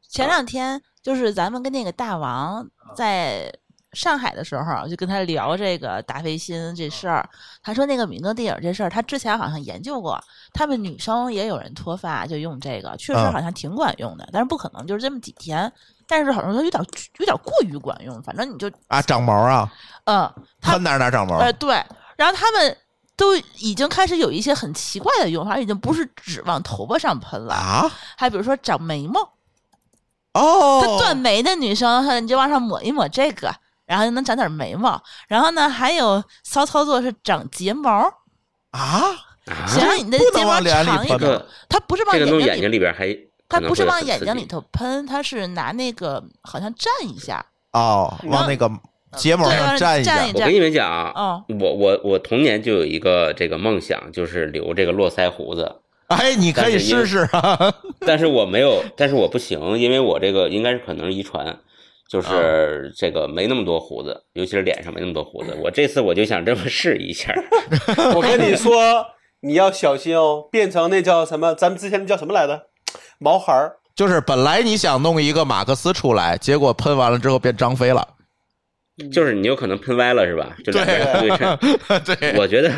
[SPEAKER 4] 前
[SPEAKER 1] 啊
[SPEAKER 4] 两天就是咱们跟那个大王在上海的时候，就跟他聊这个达霏欣
[SPEAKER 1] 啊
[SPEAKER 4] 这事儿。他说那个米诺地尔这事儿，他之前好像研究过，他们女生也有人脱发就用这个，确实
[SPEAKER 1] 嗯
[SPEAKER 4] 好像挺管用的，但是不可能就是这么几天。但是好像说有点有点过于管用，反正你就
[SPEAKER 1] 啊长毛啊，
[SPEAKER 4] 嗯，他
[SPEAKER 1] 喷哪儿哪儿长毛，
[SPEAKER 4] 呃，对，然后他们都已经开始有一些很奇怪的用法，已经不是只往头发上喷了，
[SPEAKER 1] 啊，
[SPEAKER 4] 还比如说长眉毛，她
[SPEAKER 1] 哦，
[SPEAKER 4] 断眉的女生，她你就往上抹一抹这个，然后就能长点眉毛。然后呢，还有骚操作是长睫毛，
[SPEAKER 1] 啊，
[SPEAKER 2] 啊，
[SPEAKER 4] 想让你的
[SPEAKER 1] 不能
[SPEAKER 4] 睫毛
[SPEAKER 1] 往脸里
[SPEAKER 4] 长一
[SPEAKER 1] 喷
[SPEAKER 2] 这
[SPEAKER 1] 这
[SPEAKER 4] 点
[SPEAKER 1] 个
[SPEAKER 4] 儿。
[SPEAKER 2] 个
[SPEAKER 4] 它不是往
[SPEAKER 2] 这个
[SPEAKER 4] 眼
[SPEAKER 2] 弄
[SPEAKER 4] 睛
[SPEAKER 2] 眼
[SPEAKER 4] 里，
[SPEAKER 2] 睛里边还
[SPEAKER 4] 它
[SPEAKER 2] 可能
[SPEAKER 4] 不是
[SPEAKER 2] 会
[SPEAKER 4] 往
[SPEAKER 2] 很
[SPEAKER 4] 眼
[SPEAKER 2] 刺
[SPEAKER 4] 睛
[SPEAKER 2] 激
[SPEAKER 4] 里头喷，它是拿那个好像蘸一下，
[SPEAKER 1] 哦，
[SPEAKER 3] 嗯
[SPEAKER 1] 往那个睫毛
[SPEAKER 4] 对
[SPEAKER 1] 上
[SPEAKER 4] 让
[SPEAKER 1] 蘸一下
[SPEAKER 4] 蘸一，
[SPEAKER 2] 我跟你们讲啊，
[SPEAKER 4] 哦
[SPEAKER 2] 我我我童年就有一个这个梦想，就是留这个络腮胡子，
[SPEAKER 1] 哎，你可以试试啊， *laughs*
[SPEAKER 2] 但是我没有，但是我不行，因为我这个应该是可能是遗传，
[SPEAKER 1] 啊
[SPEAKER 2] 就是这个没那么多胡子，尤其是脸上没那么多胡
[SPEAKER 1] 哎
[SPEAKER 2] 子。我这次我就想这么试
[SPEAKER 1] *laughs*
[SPEAKER 2] 一下，
[SPEAKER 3] 我跟你说，你要小心哦，变成那叫什么？咱们之前那叫什么来着？毛孩儿。
[SPEAKER 1] 就是本来你想弄一个马克思出来，结果喷完了之后变张飞了，嗯
[SPEAKER 2] 就是你有可能喷歪了是吧？就两边不对
[SPEAKER 1] *laughs*
[SPEAKER 2] 称。
[SPEAKER 1] 对，
[SPEAKER 2] 我觉得，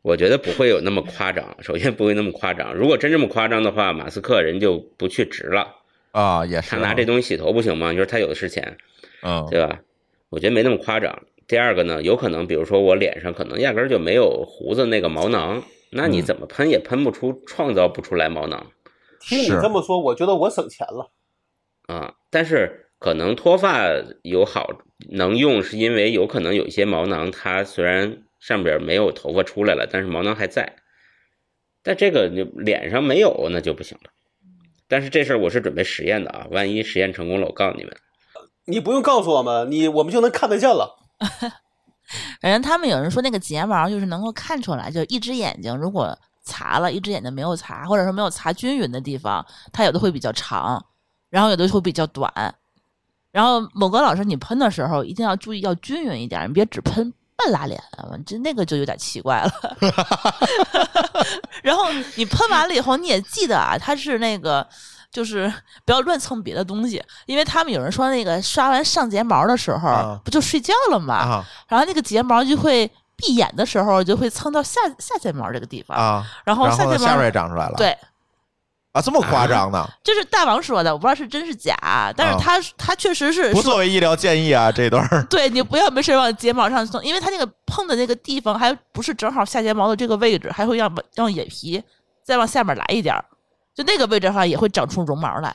[SPEAKER 2] 我觉得不会有那么夸张。首先不会那么夸张，如果真这么夸张的话，马斯克人就不去植了。
[SPEAKER 1] 啊，也是
[SPEAKER 2] 他
[SPEAKER 1] 啊，
[SPEAKER 2] 拿这东西洗头不行吗？你说他有的是钱，
[SPEAKER 1] 嗯
[SPEAKER 2] 对吧？我觉得没那么夸张。第二个呢，有可能，比如说我脸上可能压根儿就没有胡子那个毛囊，那你怎么喷也喷不出，创造不出来毛囊
[SPEAKER 3] 听你
[SPEAKER 5] 是
[SPEAKER 3] 这么说，我觉得我省钱了。
[SPEAKER 2] 啊。但是可能脱发有好能用，是因为有可能有一些毛囊，它虽然上边没有头发出来了，但是毛囊还在。但这个就脸上没有，那就不行了。但是这事儿我是准备实验的啊，万一实验成功了，我告诉你们，
[SPEAKER 3] 你不用告诉我们，你我们就能看得见了。
[SPEAKER 4] 反正他们有人说那个睫毛就是能够看出来，就是一只眼睛如果擦了，一只眼睛没有擦，或者说没有擦均匀的地方，它有的会比较长，然后有的会比较短。然后某个老师，你喷的时候一定要注意要均匀一点，你别只喷半拉脸，啊这那个就有点奇怪了。 *laughs* 然后你喷完了以后，你也记得啊，它是那个。就是不要乱蹭别的东西，因为他们有人说那个刷完上睫毛的时候，
[SPEAKER 1] 啊
[SPEAKER 4] 不就睡觉了吗？
[SPEAKER 1] 啊
[SPEAKER 4] 然后那个睫毛就会闭眼的时候就会蹭到下下睫毛这个地方，
[SPEAKER 1] 啊，
[SPEAKER 4] 然后
[SPEAKER 1] 然后
[SPEAKER 4] 睫
[SPEAKER 1] 呢，
[SPEAKER 4] 毛
[SPEAKER 1] 下边也长出来了，
[SPEAKER 4] 对，
[SPEAKER 1] 啊，这么夸张呢？
[SPEAKER 4] 这是大王说的，我不知道是真是假，但
[SPEAKER 1] 啊
[SPEAKER 4] 是他、他确实是
[SPEAKER 1] 不
[SPEAKER 4] 说，
[SPEAKER 1] 作为医疗建议啊，这段儿 *laughs*
[SPEAKER 4] 对你不要没事往睫毛上蹭，因为他那个碰的那个地方还不是正好下睫毛的这个位置，还会让让眼皮再往下面来一点儿，就那个位置的话也会长出绒毛来。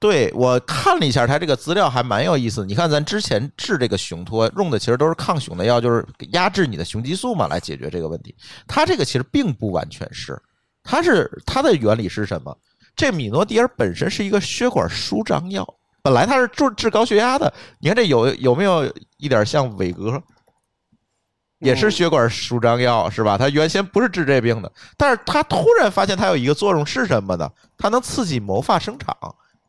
[SPEAKER 1] 对我看了一下他这个资料，还蛮有意思。你看咱之前治这个雄脱用的其实都是抗雄的药，就是压制你的雄激素嘛，来解决这个问题。它这个其实并不完全是，它是它的原理是什么？这米诺地尔本身是一个血管舒张药，本来它是治治高血压的。你看这有有没有一点像伟哥？也是血管舒张药是吧？它原先不是治这病的，但是它突然发现它有一个作用是什么呢？它能刺激毛发生长，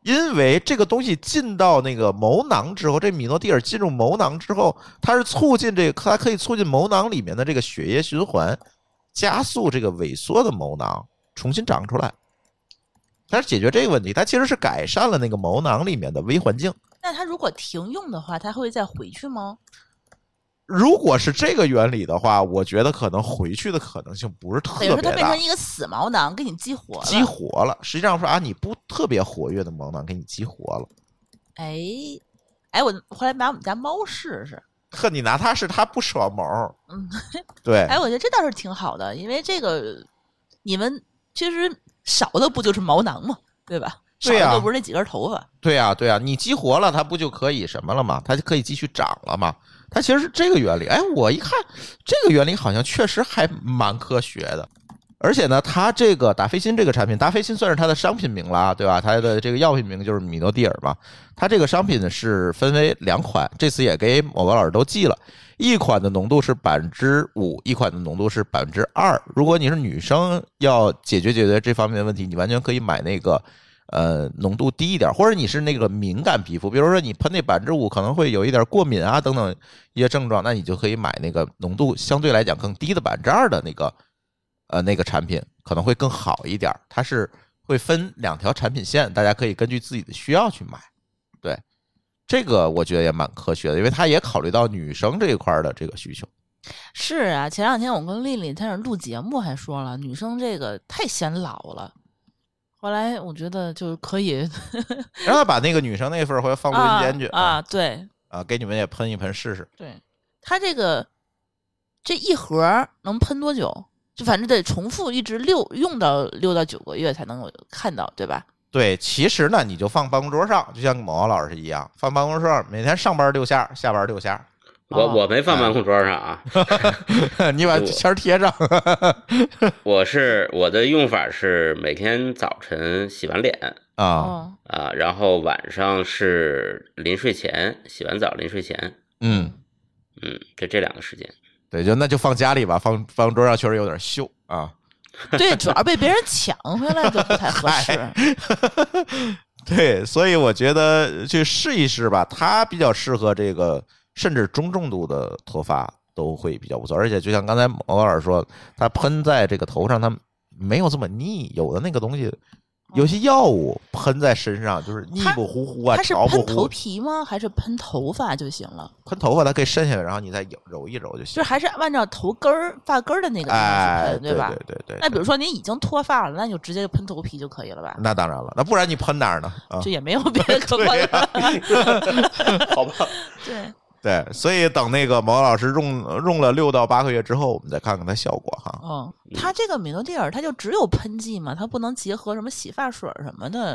[SPEAKER 1] 因为这个东西进到那个毛囊之后，这米诺地尔进入毛囊之后，它是促进这个，它可以促进毛囊里面的这个血液循环，加速这个萎缩的毛囊重新长出来。它是解决这个问题，它其实是改善了那个毛囊里面的微环境。
[SPEAKER 4] 那他如果停用的话，他会再回去吗？
[SPEAKER 1] 如果是这个原理的话，我觉觉得可能回去的可能性不是特
[SPEAKER 4] 等于
[SPEAKER 1] 别大。
[SPEAKER 4] 说他变成一个死毛囊，给你激活了。
[SPEAKER 1] 激活了，实际上说啊，你不特别活跃的毛囊给你激活了。
[SPEAKER 4] 哎，哎，我回来拿我们家猫试试。
[SPEAKER 1] 呵，你拿它是它不甩毛儿，
[SPEAKER 4] 嗯， *laughs*
[SPEAKER 1] 对，
[SPEAKER 4] 哎，我觉得这倒是挺好的，因为这个你们其实少的不就是毛囊嘛，对吧？
[SPEAKER 1] 对呀
[SPEAKER 4] 少的就不是那几根头发。
[SPEAKER 1] 对呀、对呀、啊你激活了它不就可以什么了吗？它就可以继续长了嘛。它其实是这个原理。哎，我一看这个原理好像确实还蛮科学的。而且呢，它这个达霏欣这个产品，达霏欣算是它的商品名了啊，对吧？它的这个药品名就是米诺地尔嘛。它这个商品是分为两款，这次也给某个老师都寄了。一款的浓度是百分之五，一款的浓度是百分之二。如果你是女生，要解决解决这方面的问题，你完全可以买那个呃浓度低一点，或者你是那个敏感皮肤，比如说你喷那百分之五可能会有一点过敏啊等等一些症状，那你就可以买那个浓度相对来讲更低的百分之二的那个呃那个产品，可能会更好一点。它是会分两条产品线，大家可以根据自己的需要去买。对，这个我觉得也蛮科学的，因为它也考虑到女生这一块儿的这个需求。
[SPEAKER 4] 是啊，前两天我跟丽丽在那儿录节目，还说了女生这个太显老了。后来我觉得就是可以
[SPEAKER 1] 让他把那个女生那份儿回来放录音间去
[SPEAKER 4] 啊啊，对
[SPEAKER 1] 啊，给你们也喷一喷试试。
[SPEAKER 4] 对，它这个这一盒儿能喷多久？就反正得重复一直六用到六到九个月才能有看到，对吧？
[SPEAKER 1] 对，其实呢，你就放办公桌上，就像某王老师一样，放办公桌上，每天上班六下，下班六下，
[SPEAKER 2] 我
[SPEAKER 4] 哦
[SPEAKER 2] 我没放办公桌上啊，
[SPEAKER 1] *laughs* 你把
[SPEAKER 2] 我
[SPEAKER 1] 签儿贴上。 *laughs*
[SPEAKER 2] 我是我的用法是每天早晨洗完脸
[SPEAKER 1] 啊，
[SPEAKER 4] 哦，
[SPEAKER 2] 啊，然后晚上是临睡前洗完澡临睡前，
[SPEAKER 1] 嗯，
[SPEAKER 2] 嗯，就这两个时间。
[SPEAKER 1] 对，就那就放家里吧，放办公桌上确实有点秀啊。
[SPEAKER 4] 对，主要被别人抢回来就不太合适。
[SPEAKER 1] *laughs* 对，所以我觉得去试一试吧，它比较适合这个，甚至中重度的脱发都会比较不错。而且就像刚才某老师说，它喷在这个头上，它没有这么腻，有的那个东西。有些药物喷在身上就是腻
[SPEAKER 4] 它
[SPEAKER 1] 不乎乎啊，
[SPEAKER 4] 它是
[SPEAKER 1] 潮不
[SPEAKER 4] 喷
[SPEAKER 1] 乎
[SPEAKER 4] 头，皮吗？还是喷头发就行了？
[SPEAKER 1] 喷头发它可以伸下来，然后你再揉一揉就
[SPEAKER 4] 就
[SPEAKER 1] 行
[SPEAKER 4] 是。还是按照头根儿、发根儿的那个方式
[SPEAKER 1] 哎，
[SPEAKER 4] 喷，
[SPEAKER 1] 对
[SPEAKER 4] 吧？
[SPEAKER 1] 对对对，
[SPEAKER 4] 那比如说您已经脱发了，那你就直接喷头皮就可以了吧？
[SPEAKER 1] 那当然了，那不然 *laughs* 你喷哪儿呢？啊
[SPEAKER 4] 就，也没有别的可喷
[SPEAKER 1] 对 *laughs*
[SPEAKER 4] 了。
[SPEAKER 3] 好吧，
[SPEAKER 4] *laughs* 对，嗯
[SPEAKER 1] 对，所以等那个毛老师用用了六到八个月之后，我们再看看它效果哈。
[SPEAKER 4] 嗯，它这个米诺地尔它就只有喷剂嘛，它不能结合什么洗发水儿什么的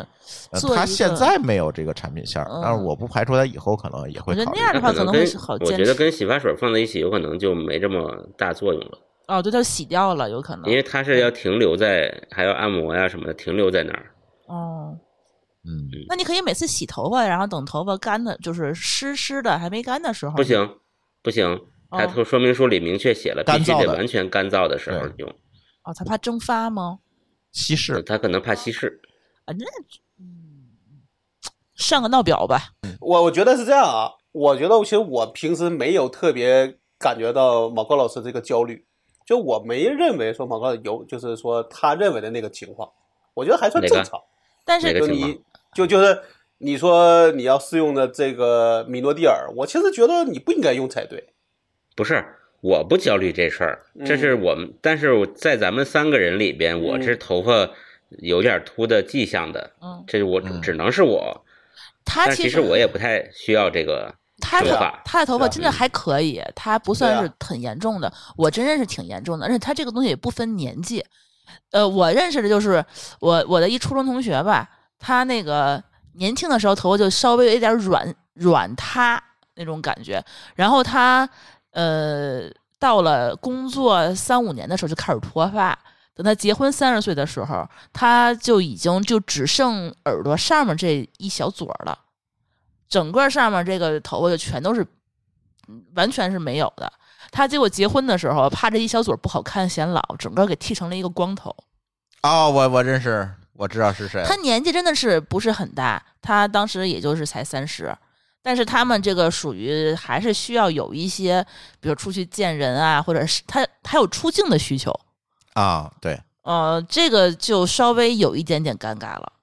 [SPEAKER 1] 呃
[SPEAKER 4] 做一个。
[SPEAKER 1] 它现在没有这个产品线儿，
[SPEAKER 4] 嗯
[SPEAKER 1] 但是我不排除它以后可能也会
[SPEAKER 4] 我
[SPEAKER 1] 考
[SPEAKER 4] 觉得
[SPEAKER 1] 虑。
[SPEAKER 4] 那样的话
[SPEAKER 2] 可
[SPEAKER 4] 可能
[SPEAKER 2] 跟
[SPEAKER 4] 会好
[SPEAKER 2] 我
[SPEAKER 4] 坚
[SPEAKER 2] 觉得
[SPEAKER 4] 持
[SPEAKER 2] 跟洗发水放在一起，有可能就没这么大作用了，
[SPEAKER 4] 哦，对，它就洗掉了，有可能
[SPEAKER 2] 因。为它是要停留在，还要按摩呀、什么的，停留在那儿。
[SPEAKER 4] 哦，
[SPEAKER 1] 嗯，
[SPEAKER 4] 那你可以每次洗头发，然后等头发干的，就是湿湿的还没干的时候。
[SPEAKER 2] 不，行，不行，它
[SPEAKER 4] 哦
[SPEAKER 2] 说说明书里明确写了，必须
[SPEAKER 1] 干燥
[SPEAKER 2] 得
[SPEAKER 1] 的
[SPEAKER 2] 完全干燥的时候用，
[SPEAKER 4] 哦，它怕蒸发吗？
[SPEAKER 1] 稀释
[SPEAKER 2] 它可能怕稀释。
[SPEAKER 4] 啊，那嗯，上个闹表吧。
[SPEAKER 3] 我我觉得是这样啊，我觉得其实我平时没有特别感觉到马高老师这个焦虑，就我没认为说马高有，就是说他认为的那个情况，我觉得还算正常。
[SPEAKER 4] 但
[SPEAKER 2] 哪
[SPEAKER 4] 是
[SPEAKER 2] 个
[SPEAKER 3] 就
[SPEAKER 2] 情况
[SPEAKER 3] 你就就是你说你要试用的这个米诺地尔，我其实觉得你不应该用才对。
[SPEAKER 2] 不是，我不焦虑这事儿，
[SPEAKER 4] 嗯
[SPEAKER 2] 这是我们，但是我在咱们三个人里边，我是头发有点秃的迹象的，
[SPEAKER 4] 嗯，
[SPEAKER 2] 这是我只能是我，
[SPEAKER 4] 它
[SPEAKER 2] 但
[SPEAKER 4] 其
[SPEAKER 2] 其
[SPEAKER 4] 实
[SPEAKER 2] 实我也不太需要这个
[SPEAKER 4] 他
[SPEAKER 2] 头
[SPEAKER 4] 的
[SPEAKER 2] 发
[SPEAKER 4] 他的头发
[SPEAKER 3] 对啊
[SPEAKER 4] 真的还可以，他不算
[SPEAKER 3] 对
[SPEAKER 4] 是很严重的，我真认识挺严重的，而且他这个东西也不分年纪。呃，我认识的就是我我的一初中同学吧，他那个年轻的时候头发就稍微有一点软软塌那种感觉，然后他呃到了工作三五年的时候就开始脱发，等他结婚三十岁的时候，他就已经就只剩耳朵上面这一小撮儿了，整个上面这个头发就全都是嗯完全是没有的。他结果结婚的时候，怕这一小撮儿不好看显老，整个给剃成了一个光头。
[SPEAKER 1] 哦，我我认识，我知道是谁了
[SPEAKER 4] 他年纪真的是不是很大，他当时也就是才三十，但是他们这个属于还是需要有一些，比如出去见人啊，或者是他他有出镜的需求，
[SPEAKER 1] 啊，对，
[SPEAKER 4] 呃，这个就稍微有一点点尴尬了。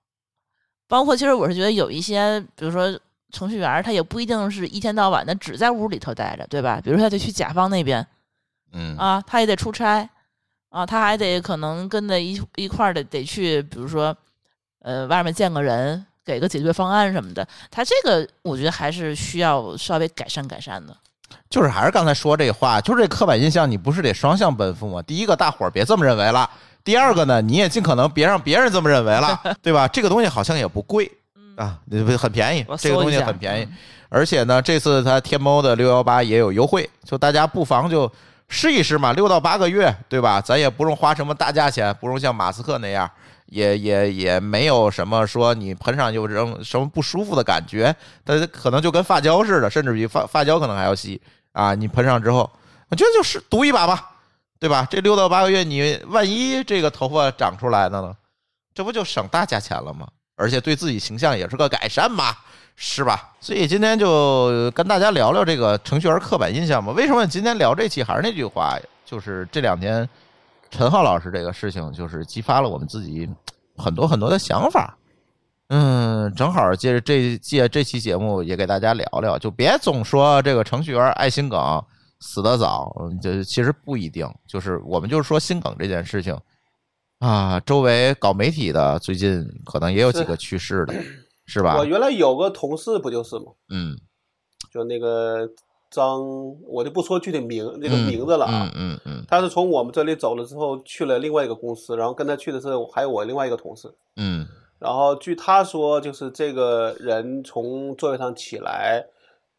[SPEAKER 4] 包括其实我是觉得有一些，比如说程序员儿，他也不一定是一天到晚的只在屋里头待着，对吧？比如说他得去甲方那边
[SPEAKER 1] 嗯
[SPEAKER 4] 啊，他也得出差啊，他还得可能跟着一一块儿的得去，比如说呃外面见个人，给个解决方案什么的。他这个我觉得还是需要稍微改善改善的。
[SPEAKER 1] 就是还是刚才说这话，就是这刻板印象，你不是得双向奔赴吗？第一个，大伙儿别这么认为了；第二个呢，你也尽可能别让别人这么认为
[SPEAKER 4] *laughs*
[SPEAKER 1] 了，对吧？这个东西好像也不贵啊，很便宜
[SPEAKER 4] 嗯我，
[SPEAKER 1] 这个
[SPEAKER 4] 搜
[SPEAKER 1] 东
[SPEAKER 4] 一
[SPEAKER 1] 西
[SPEAKER 4] 下
[SPEAKER 1] 很便宜
[SPEAKER 4] 嗯。
[SPEAKER 1] 而且呢，这次它天猫的六幺八也有优惠，就大家不妨就试一试嘛，六到八个月，对吧？咱也不用花什么大价钱，不用像马斯克那样，也也也没有什么说你喷上有扔什么不舒服的感觉，它可能就跟发胶似的，甚至比发发胶可能还要稀啊！你喷上之后，我觉得就是赌一把吧，对吧？这六到八个月，你万一这个头发长出来了呢，这不就省大价钱了吗？而且对自己形象也是个改善嘛，是吧？所以今天就跟大家聊聊这个程序员刻板印象吧。为什么今天聊这期还是那句话，就是这两天陈浩老师这个事情，就是激发了我们自己很多很多的想法。嗯，正好借着这借这期节目也给大家聊聊，就别总说这个程序员爱心梗死得早，嗯这其实不一定。就是我们就是说心梗这件事情啊，周围搞媒体的最近可能也有几个去世的，是吧
[SPEAKER 3] 我？原来有个同事不就是吗？
[SPEAKER 1] 嗯，
[SPEAKER 3] 就那个张，我就不说具体名那个
[SPEAKER 1] 嗯
[SPEAKER 3] 名字了啊。
[SPEAKER 1] 嗯嗯嗯
[SPEAKER 3] 他是从我们这里走了之后，去了另外一个公司，然后跟他去的是还有我另外一个同事。
[SPEAKER 1] 嗯
[SPEAKER 3] 然后据他说，就是这个人从座位上起来，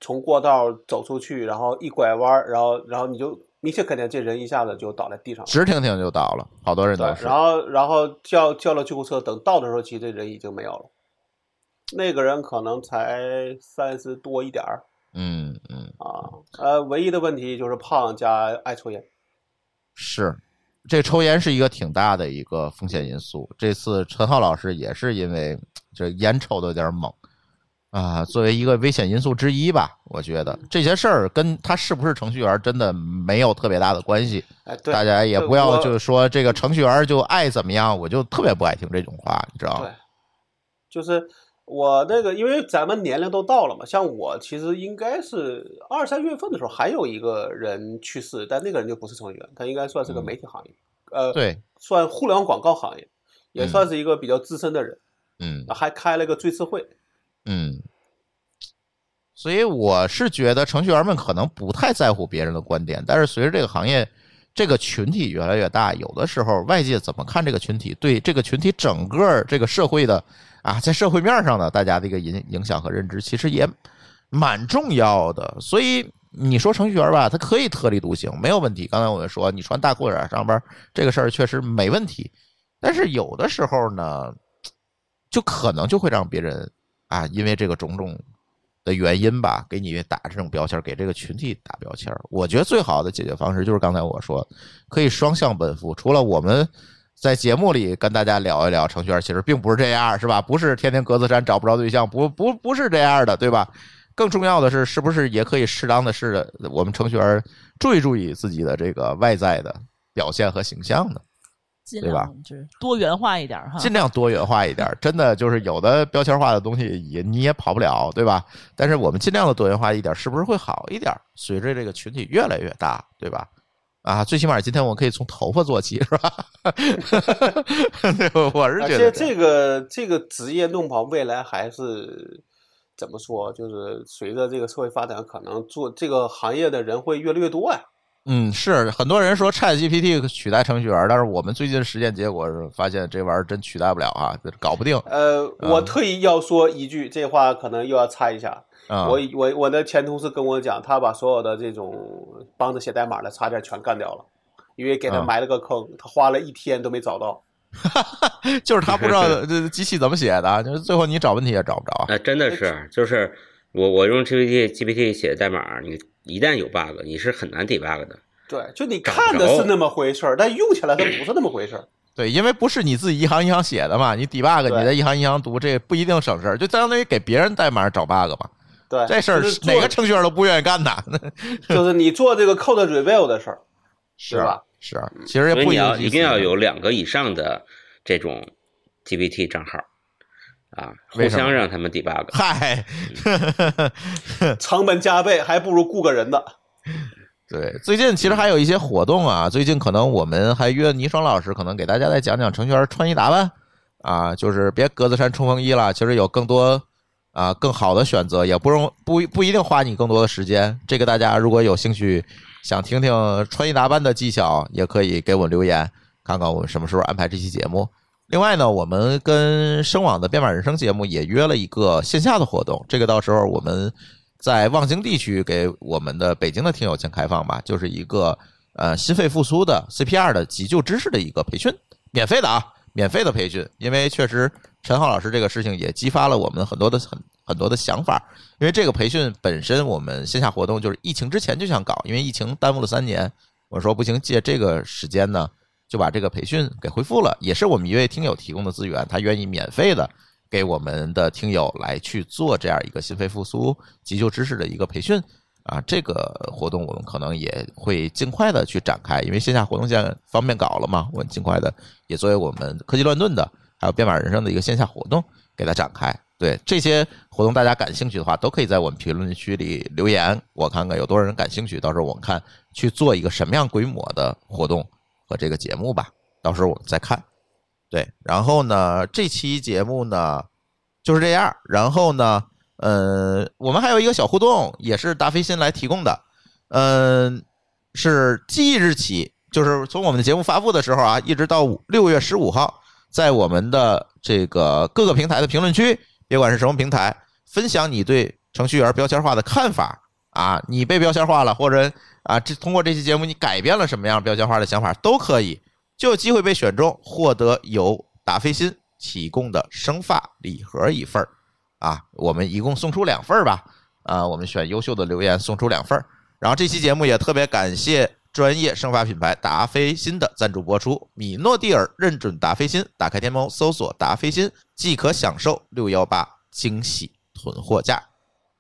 [SPEAKER 3] 从过道走出去，然后一拐弯儿，然后然后你就明显看见这人一下子就倒在地上了。
[SPEAKER 1] 直挺挺就倒了，好多人都
[SPEAKER 3] 对，
[SPEAKER 1] 是
[SPEAKER 3] 然。后然后叫叫了救护车，等到的时候，其实这人已经没有了。那个人可能才三十多一点儿
[SPEAKER 1] 嗯嗯，
[SPEAKER 3] 啊，呃，唯一的问题就是胖加爱抽烟。
[SPEAKER 1] 是。这抽烟是一个挺大的一个风险因素。这次陈浩老师也是因为这烟抽的有点猛啊，作为一个危险因素之一吧，我觉得这些事儿跟他是不是程序员真的没有特别大的关系。
[SPEAKER 3] 哎，对，
[SPEAKER 1] 大家也
[SPEAKER 3] 对
[SPEAKER 1] 不要
[SPEAKER 3] 我
[SPEAKER 1] 就是说这个程序员就爱怎么样，我就特别不爱听这种话，你知道吗
[SPEAKER 3] 对？就是我那个，因为咱们年龄都到了嘛，像我其实应该是二三月份的时候，还有一个人去世，但那个人就不是程序员，他应该算是个
[SPEAKER 1] 嗯
[SPEAKER 3] 媒体行业，呃，
[SPEAKER 1] 对，
[SPEAKER 3] 算互联网广告行业，也
[SPEAKER 1] 嗯
[SPEAKER 3] 算是一个比较资深的人，
[SPEAKER 1] 嗯
[SPEAKER 3] 还开了个追思会。
[SPEAKER 1] 嗯，所以我是觉得程序员们可能不太在乎别人的观点，但是随着这个行业这个群体越来越大，有的时候外界怎么看这个群体，对这个群体整个这个社会的啊，在社会面上呢，大家的一个影影响和认知，其实也蛮重要的。所以你说程序员吧，他可以特立独行，没有问题。刚才我们说，你穿大裤衩上班这个事儿确实没问题，但是有的时候呢，就可能就会让别人啊，因为这个种种的原因吧，给你打这种标签儿，给这个群体打标签儿。我觉得最好的解决方式就是刚才我说，可以双向奔赴。除了我们在节目里跟大家聊一聊，程序员其实并不是这样，是吧？不是天天格子衫找不着对象，不不不是这样的，对吧？更重要的是，是不是也可以适当的是我们程序员注意注意自己的这个外在的表现和形象呢？
[SPEAKER 4] 尽
[SPEAKER 1] 对吧
[SPEAKER 4] 量就是多元化一点
[SPEAKER 3] 啊
[SPEAKER 4] 儿哈。
[SPEAKER 1] 尽量多元化一
[SPEAKER 3] *laughs*
[SPEAKER 1] 点儿，真的就是有的标签化的东西也你也跑不了，对吧？但是我们尽量的多元化一点儿，是不是会好一点儿？随着这个群体越来越大，对吧？啊，最起码今天我可以从头发做起，是吧？
[SPEAKER 3] *laughs*
[SPEAKER 1] 对，我是
[SPEAKER 3] 而
[SPEAKER 1] 觉
[SPEAKER 3] 且
[SPEAKER 1] 得
[SPEAKER 3] 这个这个职业弄不好未来还是怎么说？就是随着这个社会发展，可能做这个行业的人会越来越多呀、啊
[SPEAKER 1] 嗯，是很多人说 Chat GPT 取代程序员，但是我们最近实践结果是发现这玩意儿真取代不了啊，搞不定
[SPEAKER 3] 呃，我特意要说一句，这话可能又要插一下。
[SPEAKER 1] 啊。
[SPEAKER 3] 我我我的前同事跟我讲，他把所有的这种帮着写代码的差点全干掉了，因为给他
[SPEAKER 1] 嗯
[SPEAKER 3] 埋了个坑，他花了一天都没找到。
[SPEAKER 1] 就是他不知道这机器怎么写的，就是最后你找问题也找不着。
[SPEAKER 2] 啊，真
[SPEAKER 4] 呃
[SPEAKER 2] 的是，就是我我用 GPT GPT 写的代码，你一旦有 bug，你是很难 debug 的。
[SPEAKER 3] 对，就你
[SPEAKER 2] 找不
[SPEAKER 3] 看的
[SPEAKER 2] 着
[SPEAKER 3] 是那么回事儿，但用起来它不是那么回事儿。
[SPEAKER 1] 对，因为不是你自己一行一行写的嘛，你 debug
[SPEAKER 3] 对
[SPEAKER 1] 你在一行一行读，这不一定省事儿，就相当于给别人代码找 bug 嘛。
[SPEAKER 3] 对，
[SPEAKER 1] 这事儿
[SPEAKER 3] 就是做
[SPEAKER 1] 哪个程序员都不愿意干的，
[SPEAKER 3] 就是你做这个 code review 的事儿，
[SPEAKER 1] 是
[SPEAKER 3] 对吧？
[SPEAKER 1] *laughs* 是，啊其实
[SPEAKER 2] 所
[SPEAKER 1] 也
[SPEAKER 2] 以
[SPEAKER 1] 不
[SPEAKER 2] 你要
[SPEAKER 1] 允许
[SPEAKER 2] 一定要
[SPEAKER 1] 死的啊
[SPEAKER 2] 有两个以上的这种 GPT 账号啊，
[SPEAKER 1] 为
[SPEAKER 2] 互
[SPEAKER 1] 什么
[SPEAKER 2] 相让他们 debug。
[SPEAKER 1] 嗨，*laughs*
[SPEAKER 2] 嗯
[SPEAKER 1] 啊
[SPEAKER 3] 成本加倍，还不如雇个人呢。
[SPEAKER 1] 对，最近其实还有一些活动啊，最近可能我们还约倪爽老师，可能给大家再讲讲程序员穿衣打扮啊，就是别格子衫冲锋衣了，其实有更多啊更好的选择，也不用不不一定花你更多的时间。这个大家如果有兴趣想听听穿衣打扮的技巧，也可以给我们留言，看看我们什么时候安排这期节目。另外呢，我们跟声网的《编码人生》节目也约了一个线下的活动，这个到时候我们在望京地区给我们的北京的听友先开放吧，就是一个呃心肺复苏的 CPR 的急救知识的一个培训，免费的啊，免费的培训。因为确实陈浩老师这个事情也激发了我们很多的很很多的想法，因为这个培训本身我们线下活动就是疫情之前就想搞，因为疫情耽误了三年，我说不行，借这个时间呢。就把这个培训给恢复了，也是我们一位听友提供的资源，他愿意免费的给我们的听友来去做这样一个心肺复苏急救知识的一个培训啊。这个活动我们可能也会尽快的去展开，因为线下活动现在方便搞了嘛，我们尽快的也作为我们科技乱炖的还有编码人生的一个线下活动给它展开。对这些活动，大家感兴趣的话，都可以在我们评论区里留言，我看看有多少人感兴趣，到时候我们看去做一个什么样规模的活动。和这个节目吧，到时候我们再看。对，然后呢，这期节目呢就是这样。然后呢，呃，我们还有一个小互动，也是达飞新来提供的。嗯、是即日起，就是从我们的节目发布的时候啊，一直到六月十五号，在我们的这个各个平台的评论区，别管是什么平台，分享你对程序员标签化的看法啊，你被标签化了，或者啊，这通过这期节目你改变了什么样标签化的想法都可以，就有机会被选中，获得由达飞新提供的生发礼盒一份儿啊，我们一共送出两份儿吧，啊，我们选优秀的留言送出两份儿。然后这期节目也特别感谢专业生发品牌达霏欣的赞助播出。米诺地尔认准达霏欣，打开天猫搜索达霏欣，即可享受六幺八惊喜囤货价。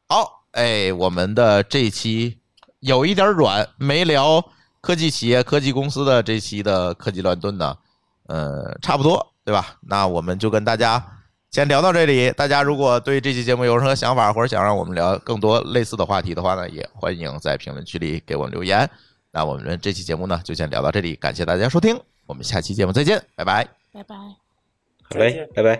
[SPEAKER 1] 好，哎，我们的这一期有一点软，没聊科技企业、科技公司的这期的科技乱炖呢，呃，差不多对吧？那我们就跟大家先聊到这里。大家如果对这期节目有任何想法，或者想让我们聊更多类似的话题的话呢，也欢迎在评论区里给我们留言。那我们这期节目呢，就先聊到这里，感谢大家收听，我们下期节目再见，拜拜。
[SPEAKER 4] 拜拜。
[SPEAKER 2] 好嘞，拜拜。